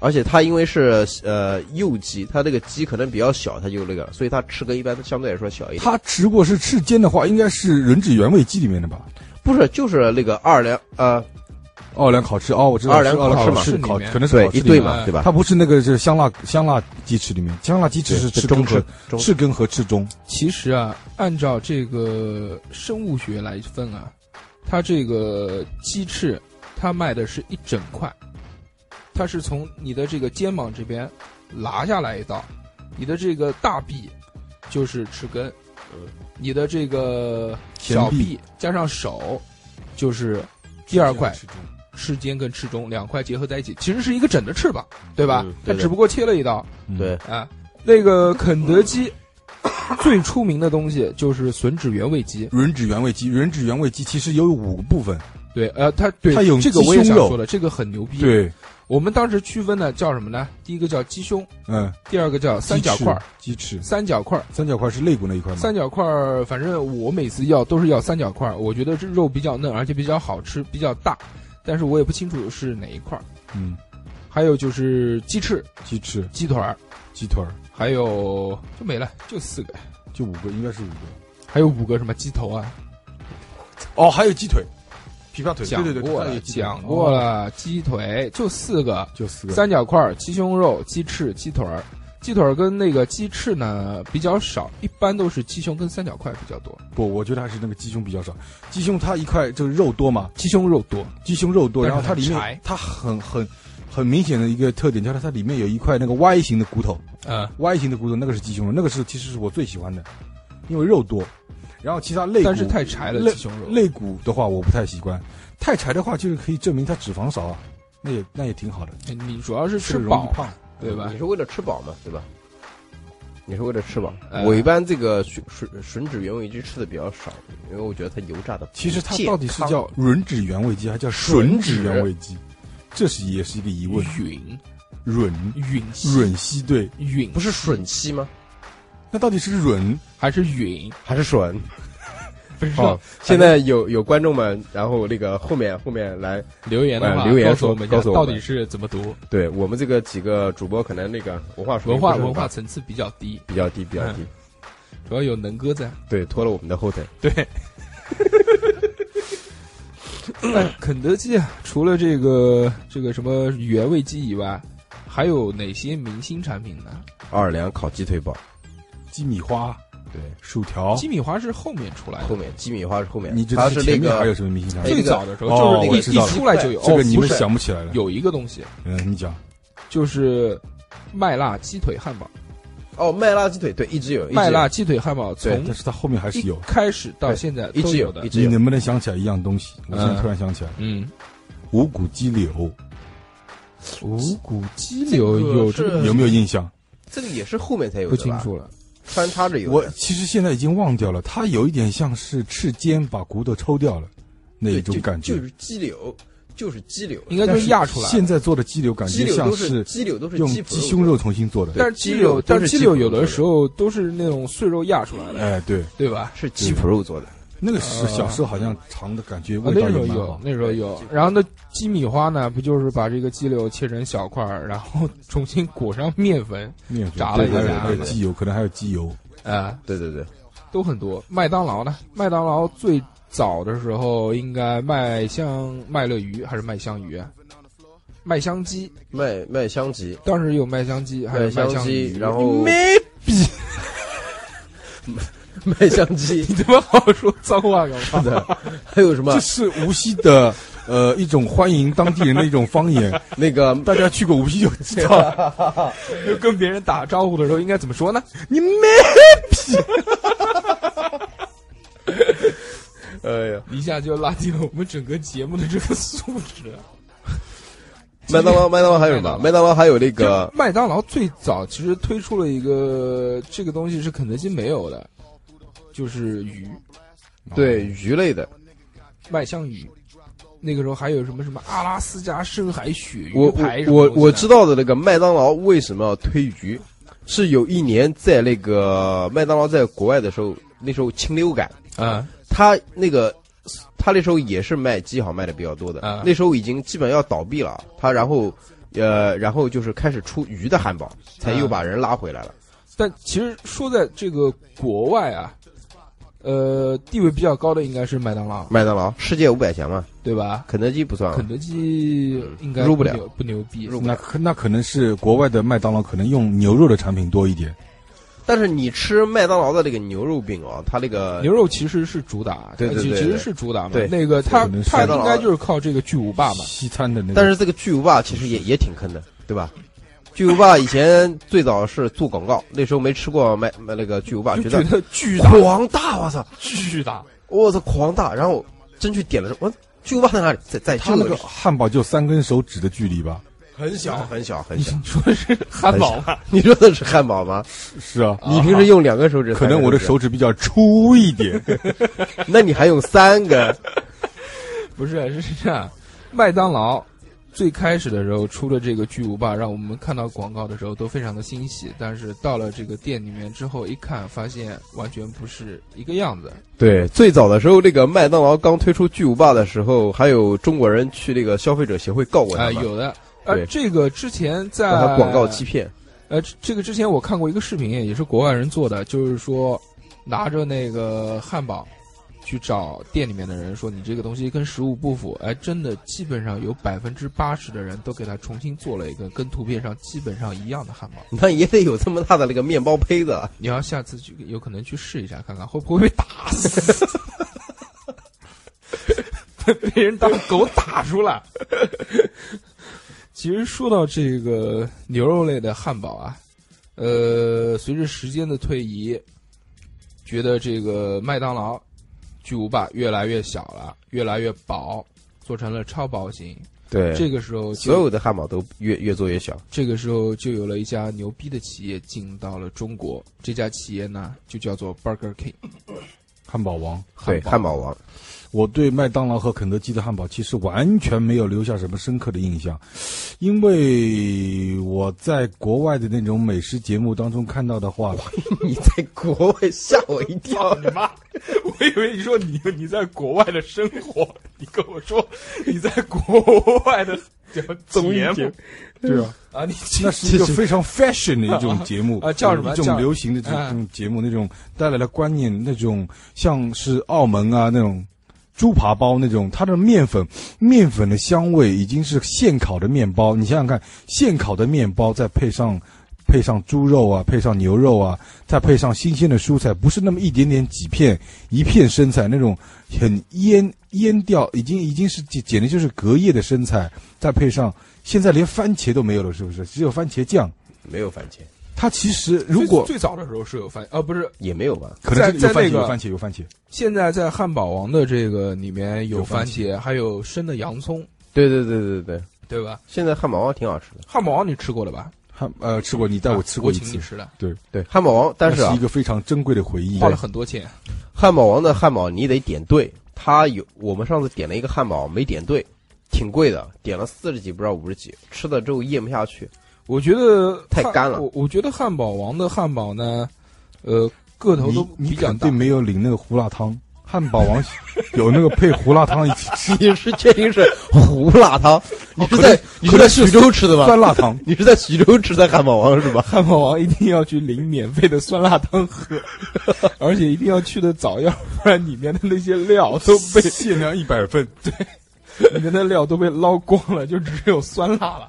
Speaker 6: 而且它因为是呃幼鸡，它这个鸡可能比较小，它就那个，所以它翅根一般相对来说小一点。
Speaker 5: 他如果是翅尖的话，应该是吮指原味鸡里面的吧？
Speaker 6: 不是，就是那个奥尔良呃，
Speaker 5: 奥尔良烤翅，哦，我知道
Speaker 6: 奥尔良
Speaker 5: 是奥尔良
Speaker 6: 烤
Speaker 5: 烤
Speaker 6: 翅
Speaker 5: 翅
Speaker 4: 嘛
Speaker 5: 烤
Speaker 4: 是里面
Speaker 5: 可能是
Speaker 6: 对
Speaker 5: 烤翅
Speaker 6: 一
Speaker 5: 里面
Speaker 6: 对嘛，对吧？
Speaker 5: 它不是那个是香辣香辣鸡翅里面，香辣鸡翅是
Speaker 6: 对
Speaker 5: 翅
Speaker 6: 中
Speaker 5: 根和
Speaker 6: 翅中
Speaker 5: 翅根和翅中，
Speaker 4: 其实啊，按照这个生物学来分啊，它这个鸡翅它卖的是一整块，它是从你的这个肩膀这边拿下来一道，你的这个大臂就是匙羹
Speaker 6: 嗯，
Speaker 4: 你的这个
Speaker 5: 前
Speaker 4: 小
Speaker 5: 臂
Speaker 4: 臂加上手就是第二
Speaker 6: 嗯
Speaker 4: 块
Speaker 5: 吃中
Speaker 4: 翅尖跟翅中两块结合在一起，其实是一个整的翅膀，对吧？
Speaker 6: 嗯
Speaker 4: 它
Speaker 6: 对的
Speaker 4: 只不过切了一刀
Speaker 5: 嗯
Speaker 6: 对，
Speaker 4: 啊。那个肯德基最出名的东西就是吮指原味鸡，
Speaker 5: 吮指原味鸡，吮指原味鸡其实有五个部分，
Speaker 4: 对，呃，它对
Speaker 5: 它有
Speaker 4: 这个我也
Speaker 5: 鸡胸
Speaker 4: 想
Speaker 5: 肉
Speaker 4: 说了，这个很牛逼。，
Speaker 5: 对，
Speaker 4: 我们当时区分的叫什么呢？第一个叫鸡胸，
Speaker 5: 嗯，
Speaker 4: 第二个叫三角块儿，
Speaker 5: 鸡翅，鸡翅
Speaker 4: 三角块儿，
Speaker 5: 三角块是肋骨那一块吗？
Speaker 4: 三角块儿，反正我每次要都是要三角块儿，我觉得这肉比较嫩，而且比较好吃，比较大，但是我也不清楚是哪一块儿。
Speaker 5: 嗯，
Speaker 4: 还有就是鸡翅、
Speaker 5: 鸡翅、
Speaker 4: 鸡腿儿，
Speaker 5: 鸡腿儿，
Speaker 4: 还有就没了，就四个，
Speaker 5: 就五个，应该是五个。
Speaker 4: 还有五个什么鸡头啊？
Speaker 5: 哦，还有鸡腿，琵琶腿，
Speaker 4: 讲
Speaker 5: 对对对，
Speaker 4: 过
Speaker 5: 还有
Speaker 4: 了，
Speaker 5: 鸡腿
Speaker 4: 讲过，
Speaker 5: 哦
Speaker 4: 了，鸡腿就四个，
Speaker 5: 就四个。
Speaker 4: 三角块儿、鸡胸肉、鸡翅、鸡腿儿。鸡腿儿跟那个鸡翅呢比较少，一般都是鸡胸跟三角块比较多，
Speaker 5: 不，我觉得还是那个鸡胸比较少，鸡胸它一块就是肉多嘛，
Speaker 4: 鸡胸肉多。
Speaker 5: 鸡胸肉多，
Speaker 4: 但
Speaker 5: 然
Speaker 4: 是
Speaker 5: 后它里
Speaker 4: 很柴
Speaker 5: 面它很很很明显的一个特点，就是它里面有一块那个 Y 型的骨头
Speaker 4: 嗯，
Speaker 5: ，Y 型的骨头那个是鸡胸肉，那个是其实是我最喜欢的，因为肉多。然后其他肋骨，
Speaker 4: 但是太柴了，
Speaker 5: 肋
Speaker 4: 鸡胸肉。
Speaker 5: 肋骨的话我不太习惯，太柴的话就是可以证明它脂肪少啊，那也那也挺好的，
Speaker 4: 你主要是吃
Speaker 5: 吃容易
Speaker 4: 饱，啊
Speaker 5: 胖。
Speaker 4: 对吧
Speaker 6: 你？是为了吃饱嘛，对吧？你是为了吃饱。
Speaker 4: 呃
Speaker 6: 我一般这个吮吮吮指原味鸡吃的比较少，因为我觉得它油炸的
Speaker 5: 其实它到底是叫吮指原味鸡，还叫
Speaker 6: 吮
Speaker 5: 吮
Speaker 6: 指
Speaker 5: 指原味鸡？这是也是一个疑问。
Speaker 4: 吮
Speaker 5: 吮
Speaker 4: 吮
Speaker 5: 吮吸对，
Speaker 4: 吮
Speaker 6: 不是吮吸吗？
Speaker 5: 那到底是吮
Speaker 4: 还是吮？
Speaker 6: 还是吮？
Speaker 4: 不知道
Speaker 6: 哦，现在有有观众们，然后那个后面后面来，
Speaker 4: 哎留言的话，
Speaker 6: 呃留言
Speaker 4: 告诉我们一下
Speaker 6: 告诉我
Speaker 4: 到
Speaker 6: 们
Speaker 4: 底是怎么读。
Speaker 6: 对我们这个几个主播可能那个文化水
Speaker 4: 文
Speaker 6: 平
Speaker 4: 化
Speaker 6: 不是很
Speaker 4: 文化
Speaker 6: 高
Speaker 4: 层次比较低，
Speaker 6: 比较低，比较低，
Speaker 5: 嗯
Speaker 4: 主要有能哥在。
Speaker 6: 对，拖了我们的后腿。
Speaker 4: 那肯德基啊，除了这个这个什么原味鸡以外，还有哪些明星产品呢？
Speaker 6: 奥尔良烤鸡腿堡，
Speaker 5: 鸡米花、
Speaker 6: 对，
Speaker 5: 薯条？
Speaker 4: 鸡米花是后面出来
Speaker 6: 后
Speaker 4: 的，
Speaker 6: 面鸡米花是后面，
Speaker 5: 你知
Speaker 6: 它
Speaker 5: 道
Speaker 6: 是那
Speaker 5: 前面还有
Speaker 6: 个
Speaker 5: 什么明星产
Speaker 6: 还有
Speaker 5: 品？
Speaker 4: 最
Speaker 6: 那个
Speaker 4: 早的时
Speaker 5: 哦
Speaker 4: 候
Speaker 5: 我
Speaker 4: 就是
Speaker 5: 知
Speaker 4: 一一
Speaker 5: 道了
Speaker 4: 出来就有。
Speaker 5: 这
Speaker 4: 哦
Speaker 5: 个你
Speaker 4: 不
Speaker 5: 们
Speaker 4: 是
Speaker 5: 想不起来了？
Speaker 4: 有一个东西，
Speaker 5: 嗯，你讲
Speaker 4: 就是麦辣鸡腿汉堡。
Speaker 6: 哦麦辣鸡腿，对，一直有，一直有
Speaker 4: 麦辣鸡腿汉堡
Speaker 6: 对
Speaker 4: 从
Speaker 5: 但是它后面还是
Speaker 4: 一
Speaker 5: 有。
Speaker 4: 开始到现在
Speaker 6: 一
Speaker 4: 都
Speaker 6: 直有
Speaker 4: 的
Speaker 6: 一，直
Speaker 5: 你
Speaker 6: 有，
Speaker 5: 能不能想起来一样东西？我现
Speaker 4: 嗯
Speaker 5: 在突然想起来，
Speaker 4: 嗯，
Speaker 5: 五谷鸡柳
Speaker 4: 五谷鸡柳有这个
Speaker 6: 呃
Speaker 5: 有没有印象？
Speaker 6: 这个也是后面才有
Speaker 4: 不
Speaker 6: 的吧，
Speaker 4: 清楚了。
Speaker 6: 穿插着有的。
Speaker 5: 我其实现在已经忘掉了，它有一点像是翅尖把骨头抽掉了那
Speaker 6: 对
Speaker 5: 一种
Speaker 6: 就
Speaker 5: 感觉
Speaker 6: 就。是鸡柳，就是鸡柳，
Speaker 4: 应该就是压出来
Speaker 5: 现在做的鸡柳感
Speaker 6: 鸡
Speaker 5: 觉
Speaker 6: 柳
Speaker 5: 像
Speaker 6: 都鸡柳都是
Speaker 5: 用
Speaker 6: 鸡
Speaker 5: 鸡胸肉重新做的。
Speaker 4: 但是鸡
Speaker 6: 鸡柳
Speaker 4: 柳，
Speaker 6: 都
Speaker 4: 但
Speaker 6: 是
Speaker 4: 鸡
Speaker 6: 鸡
Speaker 4: 柳
Speaker 6: 腿
Speaker 4: 有的
Speaker 6: 做
Speaker 4: 时候都是那种碎肉压出来的，
Speaker 5: 哎，对，
Speaker 4: 对吧？
Speaker 6: 是鸡脯肉做的，
Speaker 5: 那个是小时候好像尝的感觉，
Speaker 4: 啊，
Speaker 5: 味
Speaker 4: 那
Speaker 5: 道
Speaker 4: 时
Speaker 5: 也
Speaker 4: 候
Speaker 5: 蛮
Speaker 4: 有
Speaker 5: 好，。
Speaker 4: 那时候有。然后呢，鸡米花呢，不就是把这个鸡柳切成小块儿，然后 重新裹上面粉
Speaker 5: 面粉
Speaker 4: 炸
Speaker 5: 对
Speaker 4: 了一
Speaker 5: 还有
Speaker 4: 下
Speaker 5: 还有鸡油，可能还有鸡油。
Speaker 4: 啊、
Speaker 6: 对对对，
Speaker 4: 都很多。麦当劳呢，麦当劳最早的时候应该卖香麦乐鱼还是麦香鱼啊？麦香鸡，
Speaker 6: 麦麦香鸡，
Speaker 4: 当时有麦香鸡，还有
Speaker 6: 麦香
Speaker 4: 香
Speaker 6: 鸡，
Speaker 4: 鱼
Speaker 6: 然后
Speaker 4: 没
Speaker 6: 麦香 鸡，
Speaker 4: 你他妈好说脏话干嘛？
Speaker 6: 还有什么
Speaker 5: 这是无锡的呃一种欢迎当地人的一种方言。
Speaker 6: 那 个
Speaker 5: 大家去过无锡就知道了。
Speaker 4: 就跟别人打招呼的时候应该怎么说呢？
Speaker 5: 你妹！
Speaker 6: 哎呀，
Speaker 4: 一下就拉低了我们整个节目的这个素质。
Speaker 6: 麦当劳麦当劳还有什么？麦当劳还有那个
Speaker 4: 就麦当劳最早其实推出了一个这个东西是肯德基没有的，就是鱼，
Speaker 6: 对鱼类的，
Speaker 4: 麦香鱼。那个时候还有什么什么阿拉斯加深海鳕鱼
Speaker 6: 我
Speaker 4: 排
Speaker 6: 我我我知
Speaker 4: 道
Speaker 6: 道的那个麦当劳为什么要推鱼，是有一年在那个麦当劳在国外的时候，那时候禽流感，
Speaker 4: 啊，
Speaker 6: 他那个他那时候也是卖鸡好卖的比较多的，
Speaker 4: 啊
Speaker 6: 那时候已经基本要倒闭了，他然后呃然后就是开始出鱼的汉堡，才又把人拉回来了。
Speaker 4: 但其实说在这个国外啊，呃，地位比较高的应该是麦当劳，
Speaker 6: 麦当劳世界五百强嘛，
Speaker 4: 对吧？
Speaker 6: 肯德基不算啊
Speaker 4: 肯德基应该
Speaker 6: 入不
Speaker 4: 牛不牛逼，
Speaker 5: 那可那可能是国外的麦当劳可能用牛肉的产品多一点。
Speaker 6: 但是你吃麦当劳的那个牛肉饼哦，它那个
Speaker 4: 牛肉其实是主打，
Speaker 6: 对对
Speaker 4: 其
Speaker 6: 对
Speaker 4: 其实
Speaker 6: 对
Speaker 4: 是主打嘛。
Speaker 6: 对
Speaker 4: 那个他
Speaker 5: 可能是
Speaker 4: 他
Speaker 6: 麦当
Speaker 4: 应
Speaker 6: 劳
Speaker 4: 该就是靠这个巨无霸嘛。
Speaker 5: 西餐的那个，
Speaker 6: 但是这个巨无霸其实也也挺坑的，对吧？巨无霸以前最早是做广告，那时候没吃过麦麦那个巨无霸，
Speaker 4: 就
Speaker 6: 觉
Speaker 4: 觉
Speaker 6: 得
Speaker 4: 得巨大
Speaker 6: 狂大，我操，
Speaker 4: 巨大，
Speaker 6: 我操狂大！然后真去点了之后，我巨无霸在哪里？在在
Speaker 5: 他
Speaker 6: 这
Speaker 5: 那个
Speaker 6: 里，
Speaker 5: 汉堡就三根手指的距离吧？
Speaker 6: 很小很小很
Speaker 4: 你
Speaker 6: 小。
Speaker 4: 说是汉堡吧？
Speaker 6: 你说的是汉堡吗？
Speaker 5: 是啊，
Speaker 6: 你平时用两个手指，
Speaker 5: 可能我的手，指比较粗一 点。
Speaker 6: 那你还用三个？
Speaker 4: 不是，是这样，麦当劳最开始的时候出了这个巨无霸，让我们看到广告的时候都非常的欣喜，但是到了这个店里面之后一看，发现完全不是一个样子。
Speaker 6: 对，最早的时候，那个麦当劳刚推出巨无霸的时候，还有中国人去那个消费者协会告过
Speaker 4: 啊、
Speaker 6: 他们，
Speaker 4: 有的。呃，
Speaker 6: 对
Speaker 4: 这个之前在
Speaker 6: 让他广告欺 骗。
Speaker 4: 呃，这这个之前我看过一个视频，也是国外人做的，就是说拿着那个汉堡去找店里面的人说你这个东西跟实物不符，哎，真的基本上有百分之八十的人都给他重新做了一个跟图片上基本上一样的汉堡。
Speaker 6: 那也得有这么大的那个面包胚子，啊
Speaker 4: 你要下次去有可能去试一下，看看会不会被打 死，被人当狗打出 来。其实说到这个牛肉类的汉堡啊，呃，随着时间的推移，觉得这个麦当劳巨无霸越来越小了，越来越薄，做成了超薄型。
Speaker 6: 对
Speaker 4: 这个时候就，
Speaker 6: 所有的汉堡都越越做越小。
Speaker 4: 这个时候就有了一家牛逼的企业进到了中国，这家企业呢就叫做 Burger King
Speaker 5: 汉堡王，
Speaker 6: 对，汉堡王，
Speaker 5: 我对麦当劳和肯德基的汉堡其实完全没有留下什么深刻的印象，因为我在国外的那种美食节目当中看到的 话，
Speaker 6: 你在国外吓我一 跳，
Speaker 4: 你妈！我以为你说你你在国外的生活，你跟我说你在国外的什么节目
Speaker 5: 对啊，
Speaker 4: 啊？你
Speaker 5: 那是一个非常 fashion 的一种节目
Speaker 4: 啊叫什么
Speaker 5: 一种
Speaker 4: 叫
Speaker 5: 流行的这
Speaker 4: 啊
Speaker 5: 这种节目，那种带来了观念，那种像是澳门啊那种猪扒包那种，它的面粉面粉的香味已经是现烤的面包，你想想看，现烤的面包再配上。配上猪肉啊，配上牛肉啊，再配上新鲜的蔬菜，不是那么一点点几片一片生菜那种很腌腌掉，已经已经是简简直就是隔夜的生菜，再配上现在连番茄都没有了，是不是？只有番茄酱。
Speaker 6: 没有番茄，
Speaker 5: 它其实如果
Speaker 4: 最早的时候是有番啊，不是
Speaker 6: 也没有吧？
Speaker 5: 可能是
Speaker 4: 在
Speaker 5: 有番
Speaker 4: 在那
Speaker 5: 茄，
Speaker 4: 个
Speaker 5: 有番茄，有番茄，
Speaker 4: 现在在汉堡王的这个里面有
Speaker 5: 有番
Speaker 4: 番茄，还有生的洋葱，
Speaker 6: 对对对对对，
Speaker 4: 对吧？
Speaker 6: 现在汉堡王挺好吃的。
Speaker 4: 汉堡王你吃过了吧？
Speaker 5: 汉呃吃过，你带我吃过一
Speaker 4: 我
Speaker 5: 次
Speaker 4: 请你，吃了，
Speaker 6: 对，汉堡王，但是
Speaker 5: 那
Speaker 6: 啊
Speaker 5: 是一，个非常珍贵的回忆
Speaker 4: 花。了很多钱。
Speaker 6: 汉堡王的汉堡你得点对，它有我们上次点了一个汉堡没点对，挺贵的，点了四十几不知道五十几，吃了之后咽不下去。
Speaker 4: 我觉得
Speaker 6: 太
Speaker 4: 汉
Speaker 6: 干了
Speaker 4: 我我觉得汉堡王的汉堡呢，呃，个头都
Speaker 5: 你你
Speaker 4: 比较
Speaker 5: 肯
Speaker 4: 大
Speaker 5: 定。没有领那个胡辣汤，汉堡王 有那个配胡辣汤一起 吃
Speaker 6: 你是确定是胡辣汤？你是在你哦是在 徐州吃的
Speaker 5: 酸
Speaker 6: 吗？。
Speaker 5: 辣 汤
Speaker 6: 你是在徐州吃的汉堡王是吧？
Speaker 4: 汉堡王一定要去领免费的酸辣汤喝， 而且一定要去的早，要不然里面的那些料都 被
Speaker 5: 限量一百份，
Speaker 4: 里面的料都被捞光了，就只有酸辣了。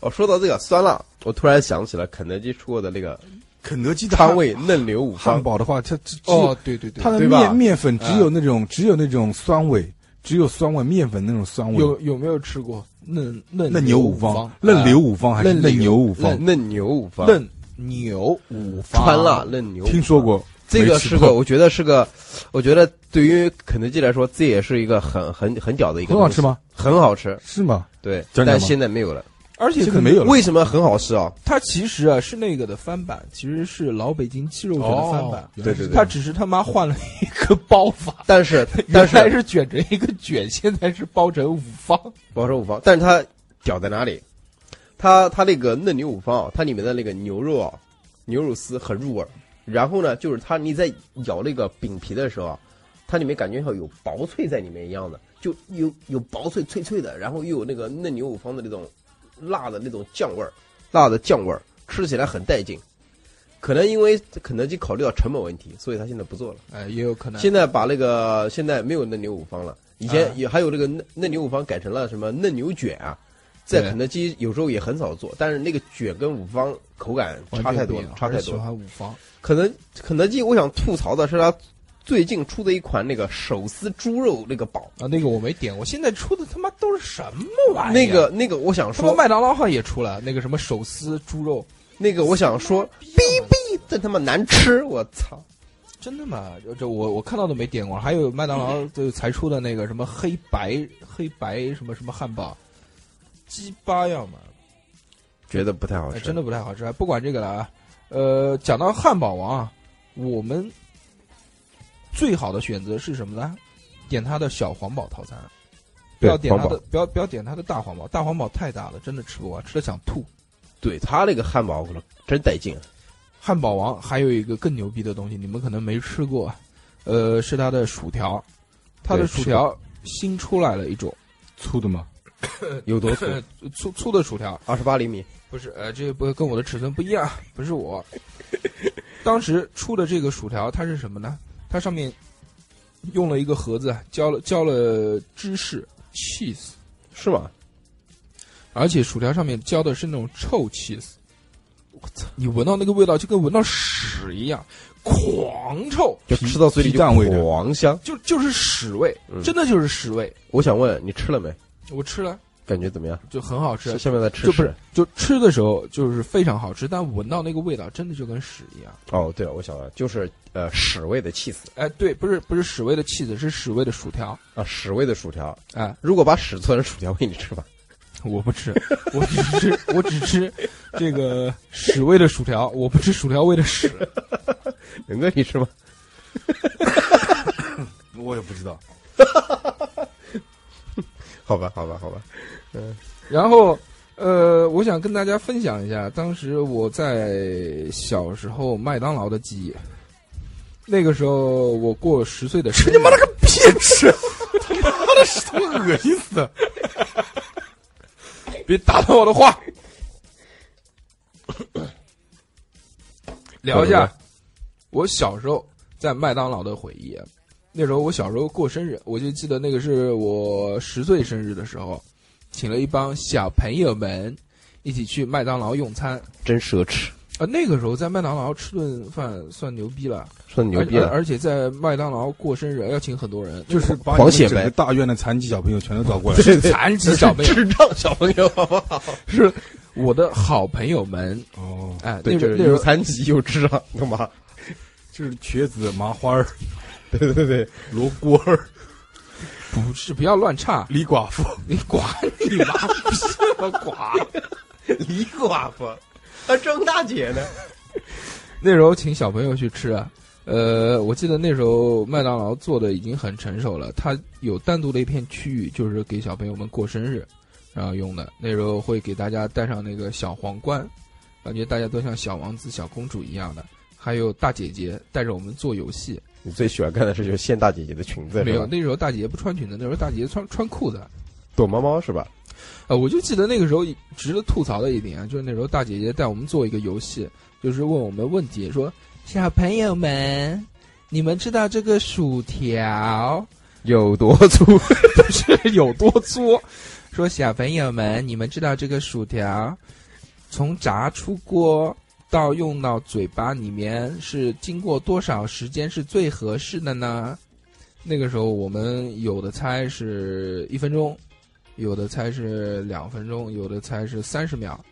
Speaker 6: 哦，说到这个酸辣，我突然想起了肯德基出过的那 个
Speaker 5: 肯德基的汉
Speaker 6: 川味嫩牛五
Speaker 5: 汉
Speaker 6: 方，
Speaker 5: 堡的话，它只只
Speaker 4: 哦
Speaker 5: 有，
Speaker 4: 对对对
Speaker 5: 它，的
Speaker 6: 对吧
Speaker 5: 面面粉只有那种只有那种酸味，只有酸味面粉那种酸味。
Speaker 4: 有有没有吃过嫩嫩
Speaker 5: 嫩牛
Speaker 4: 牛
Speaker 5: 五
Speaker 4: 方
Speaker 5: 方，？嫩牛
Speaker 4: 啊
Speaker 5: 五方还是
Speaker 4: 嫩
Speaker 5: 嫩
Speaker 4: 牛
Speaker 5: 牛五方？
Speaker 6: 嫩牛五方，
Speaker 4: 嫩牛五方
Speaker 6: 川辣嫩牛五方，
Speaker 5: 听说过
Speaker 6: 这个
Speaker 5: 没吃
Speaker 6: 是
Speaker 5: 过
Speaker 6: 个，我觉得是个，我觉得对于肯德基来说，这也是一个很很很屌的一个，
Speaker 5: 很好吃？吗？
Speaker 6: 很好吃，
Speaker 5: 是吗？
Speaker 6: 对，
Speaker 5: 讲讲
Speaker 6: 但
Speaker 5: 吧
Speaker 6: 现在没有了。
Speaker 4: 而且
Speaker 5: 现
Speaker 4: 可能
Speaker 5: 在没有了。
Speaker 6: 为什么很好吃啊？
Speaker 4: 它其实啊是那个的翻版，其实是老北京鸡肉卷的翻版。
Speaker 5: 哦对
Speaker 6: 对对对
Speaker 4: 它只是他妈换了一个包法，
Speaker 6: 但 是但
Speaker 4: 原来
Speaker 6: 是
Speaker 4: 是卷成一个卷，现在是包成五方。
Speaker 6: 保守五方，但是它屌在哪里？它它那个嫩牛五方啊，它里面的那个牛肉啊，牛肉丝很入味儿。然后呢，就是它你在咬那个饼皮的时候啊，它里面感觉像有薄脆在里面一样的，就有有薄脆脆脆的，然后又有那个嫩牛五方的那种辣的那种酱味儿，辣的酱味儿，吃起来很带劲。可能因为肯德基考虑到成本问题，所以他现在不做了。
Speaker 4: 呃，也有可能。
Speaker 6: 现在把那个现在没有嫩牛五方了，以前
Speaker 4: 啊
Speaker 6: 也还有这个嫩嫩牛五方改成了什么嫩牛卷啊，在
Speaker 4: 对
Speaker 6: 肯德基有时候也很少做，但是那个卷跟五方口感差太多了，差
Speaker 4: 还
Speaker 6: 太
Speaker 4: 是喜
Speaker 6: 多了。
Speaker 4: 欢五方。
Speaker 6: 可能肯德基我想吐槽的是它最近出的一款那个手撕猪肉那个堡，
Speaker 4: 啊，那个我没点，我现在出的他妈都是什么玩意儿？啊
Speaker 6: 那个那个，我想
Speaker 4: 哎他妈
Speaker 6: 说，
Speaker 4: 麦当劳好像也出了那个什么手撕猪肉，
Speaker 6: 那个我想说，
Speaker 4: 逼
Speaker 6: 哔，真他妈难吃，我操！
Speaker 4: 真的吗？这这我我看到都没点过，还有麦当劳就才出的那个什么黑白黑白什么什么汉堡，鸡巴样嘛，
Speaker 6: 觉得不太好
Speaker 4: 哎
Speaker 6: 吃，
Speaker 4: 真的不太好吃。不管这个了啊，呃，讲到汉堡王啊，我们最好的选择是什么呢？点它的小黄堡套餐，不
Speaker 6: 对
Speaker 4: 要点它
Speaker 6: 黄
Speaker 4: 的
Speaker 6: 堡，
Speaker 4: 不要不要点它的大黄堡，大黄堡太大了，真的吃不完，吃的想吐。
Speaker 6: 对他那个汉堡真带劲，啊
Speaker 4: 汉堡王还有一个更牛逼的东西，你们可能没吃过，呃，是它的薯条，它的
Speaker 6: 对
Speaker 4: 薯条新出来了一 种，
Speaker 5: 粗的吗？
Speaker 6: 有多 粗？
Speaker 4: 呃，粗粗的薯条，
Speaker 6: 二十八厘米，
Speaker 4: 不是，呃，这不跟我的尺寸不一样，不是 我。当时出的这个薯条，它是什么呢？它上面用了一个盒子，浇了浇了芝士 cheese，
Speaker 6: 是吗？
Speaker 4: 而且薯条上面浇的是那种臭 cheese，我操！你闻到那个味道就跟闻到屎一样，狂臭。
Speaker 6: 就吃到嘴里
Speaker 5: 鸡
Speaker 6: 就
Speaker 5: 蛋味的
Speaker 6: 黄香。
Speaker 4: 就就是屎味，
Speaker 6: 嗯
Speaker 4: 真的就是屎味。
Speaker 6: 我想问你吃了没？
Speaker 4: 我吃了
Speaker 6: 感觉怎么样？
Speaker 4: 就很好吃
Speaker 6: 吃，下面再吃
Speaker 4: 就不是
Speaker 6: 屎
Speaker 4: 就吃的时候就是非常好吃，但闻到那个味道真的就跟屎一样。
Speaker 6: 哦，对了，我想了，就是呃屎味的气死
Speaker 4: 哎，对，不是不是屎味的气子，是屎味的薯条。
Speaker 6: 啊，屎味的薯条。
Speaker 4: 哎，
Speaker 6: 如果把屎做成薯条喂你吃吧，
Speaker 4: 我不吃，我只吃我只吃这个屎味的薯条，我不吃薯条味的屎。
Speaker 6: 能哥你吃吗？
Speaker 5: 我也不知道。
Speaker 6: 好吧，好吧，好吧。
Speaker 4: 然后，呃，我想跟大家分享一下，当时我在小时候麦当劳的记忆。那个时候我过十岁的生日，你妈了个
Speaker 5: 屁吃，他妈的，是他妈恶心死了！
Speaker 4: 别打断我的话。 聊一
Speaker 6: 对对
Speaker 4: 下我小时候在麦当劳的回忆。啊那时候我小时候过生日，我就记得那个是我十岁生日的时候，请了一帮小朋友们一起去麦当劳用餐。
Speaker 6: 真奢侈，
Speaker 4: 啊，那个时候在麦当劳吃顿饭算牛逼了，
Speaker 6: 说你牛逼
Speaker 4: 而
Speaker 6: 了。
Speaker 4: 而且在麦当劳过生日要请很多人，
Speaker 5: 就是把你
Speaker 6: 狂
Speaker 5: 们
Speaker 6: 显
Speaker 5: 整
Speaker 6: 摆
Speaker 5: 个大院的残疾小朋友全都找过来。
Speaker 6: 对对，
Speaker 4: 残疾小 朋友
Speaker 6: 智障小朋友，好不好？
Speaker 4: 是我的好朋友们。
Speaker 5: 哦，
Speaker 4: 哎，那
Speaker 6: 对，
Speaker 4: 时
Speaker 6: 就
Speaker 4: 候
Speaker 6: 是
Speaker 4: 那时
Speaker 6: 有
Speaker 4: 候
Speaker 6: 残疾又智障， 干嘛？
Speaker 5: 就是瘸子、麻花儿、
Speaker 6: 对对对，
Speaker 5: 罗锅儿、
Speaker 4: 不是不要乱差，
Speaker 5: 李寡妇，
Speaker 4: 你管你妈逼什么 管？
Speaker 6: 李寡妇，啊，张大姐呢？
Speaker 4: 那时候请小朋友去吃，呃，我记得那时候麦当劳做的已经很成熟了，它有单独的一片区域，就是给小朋友们过生日然后用的。那时候会给大家戴上那个小皇冠，感觉大家都像小王子、小公主一样的。还有大姐姐带着我们做游戏，
Speaker 6: 你最喜欢干的事就是掀大姐姐的裙子，
Speaker 4: 没
Speaker 6: 是
Speaker 4: 有
Speaker 6: 吧？
Speaker 4: 那时候大姐姐不穿裙子，那时候大姐姐穿穿裤子。
Speaker 6: 躲猫猫是吧？
Speaker 4: 呃，我就记得那个时候值得吐槽的一点啊，就是那时候大姐姐带我们做一个游戏，就是问我们问题，说小朋友们，你们知道这个薯条
Speaker 6: 有多 粗？
Speaker 4: 是有多粗？说小朋友们，你们知道这个薯条从炸出锅到用到嘴巴里面是经过多少时间是最合适的呢？那个时候我们有的猜是一分钟，有的猜是两分钟，有的猜是三十秒。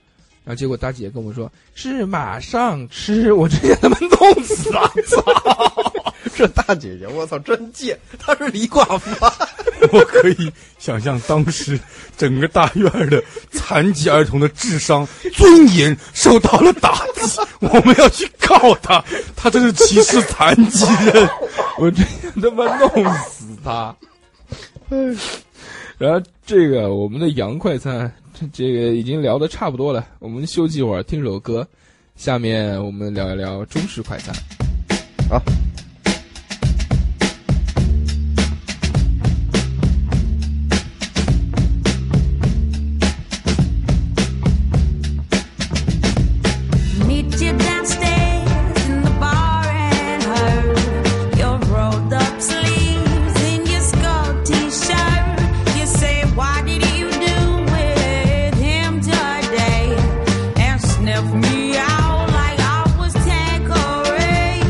Speaker 4: 然后结果大姐跟我们说是马上吃，我直接他妈弄死了！
Speaker 6: 这大姐姐，我操，真贱！她是李寡妇啊，
Speaker 5: 我可以想象当时整个大院儿的残疾儿童的智商、尊严受到了打击。我们要去告他，他这是歧视残疾人。
Speaker 4: 我真想他妈弄死他。然后这个我们的洋快餐，这这个已经聊的差不多了，我们休息一会儿，听首歌。下面我们聊一聊中式快餐。
Speaker 6: 好。
Speaker 7: Meet you downstairs in the bar and her. Your rolled up sleeves in your skull t-shirt. You say, why did you do with him today? And sniff me out like I was Tanqueray.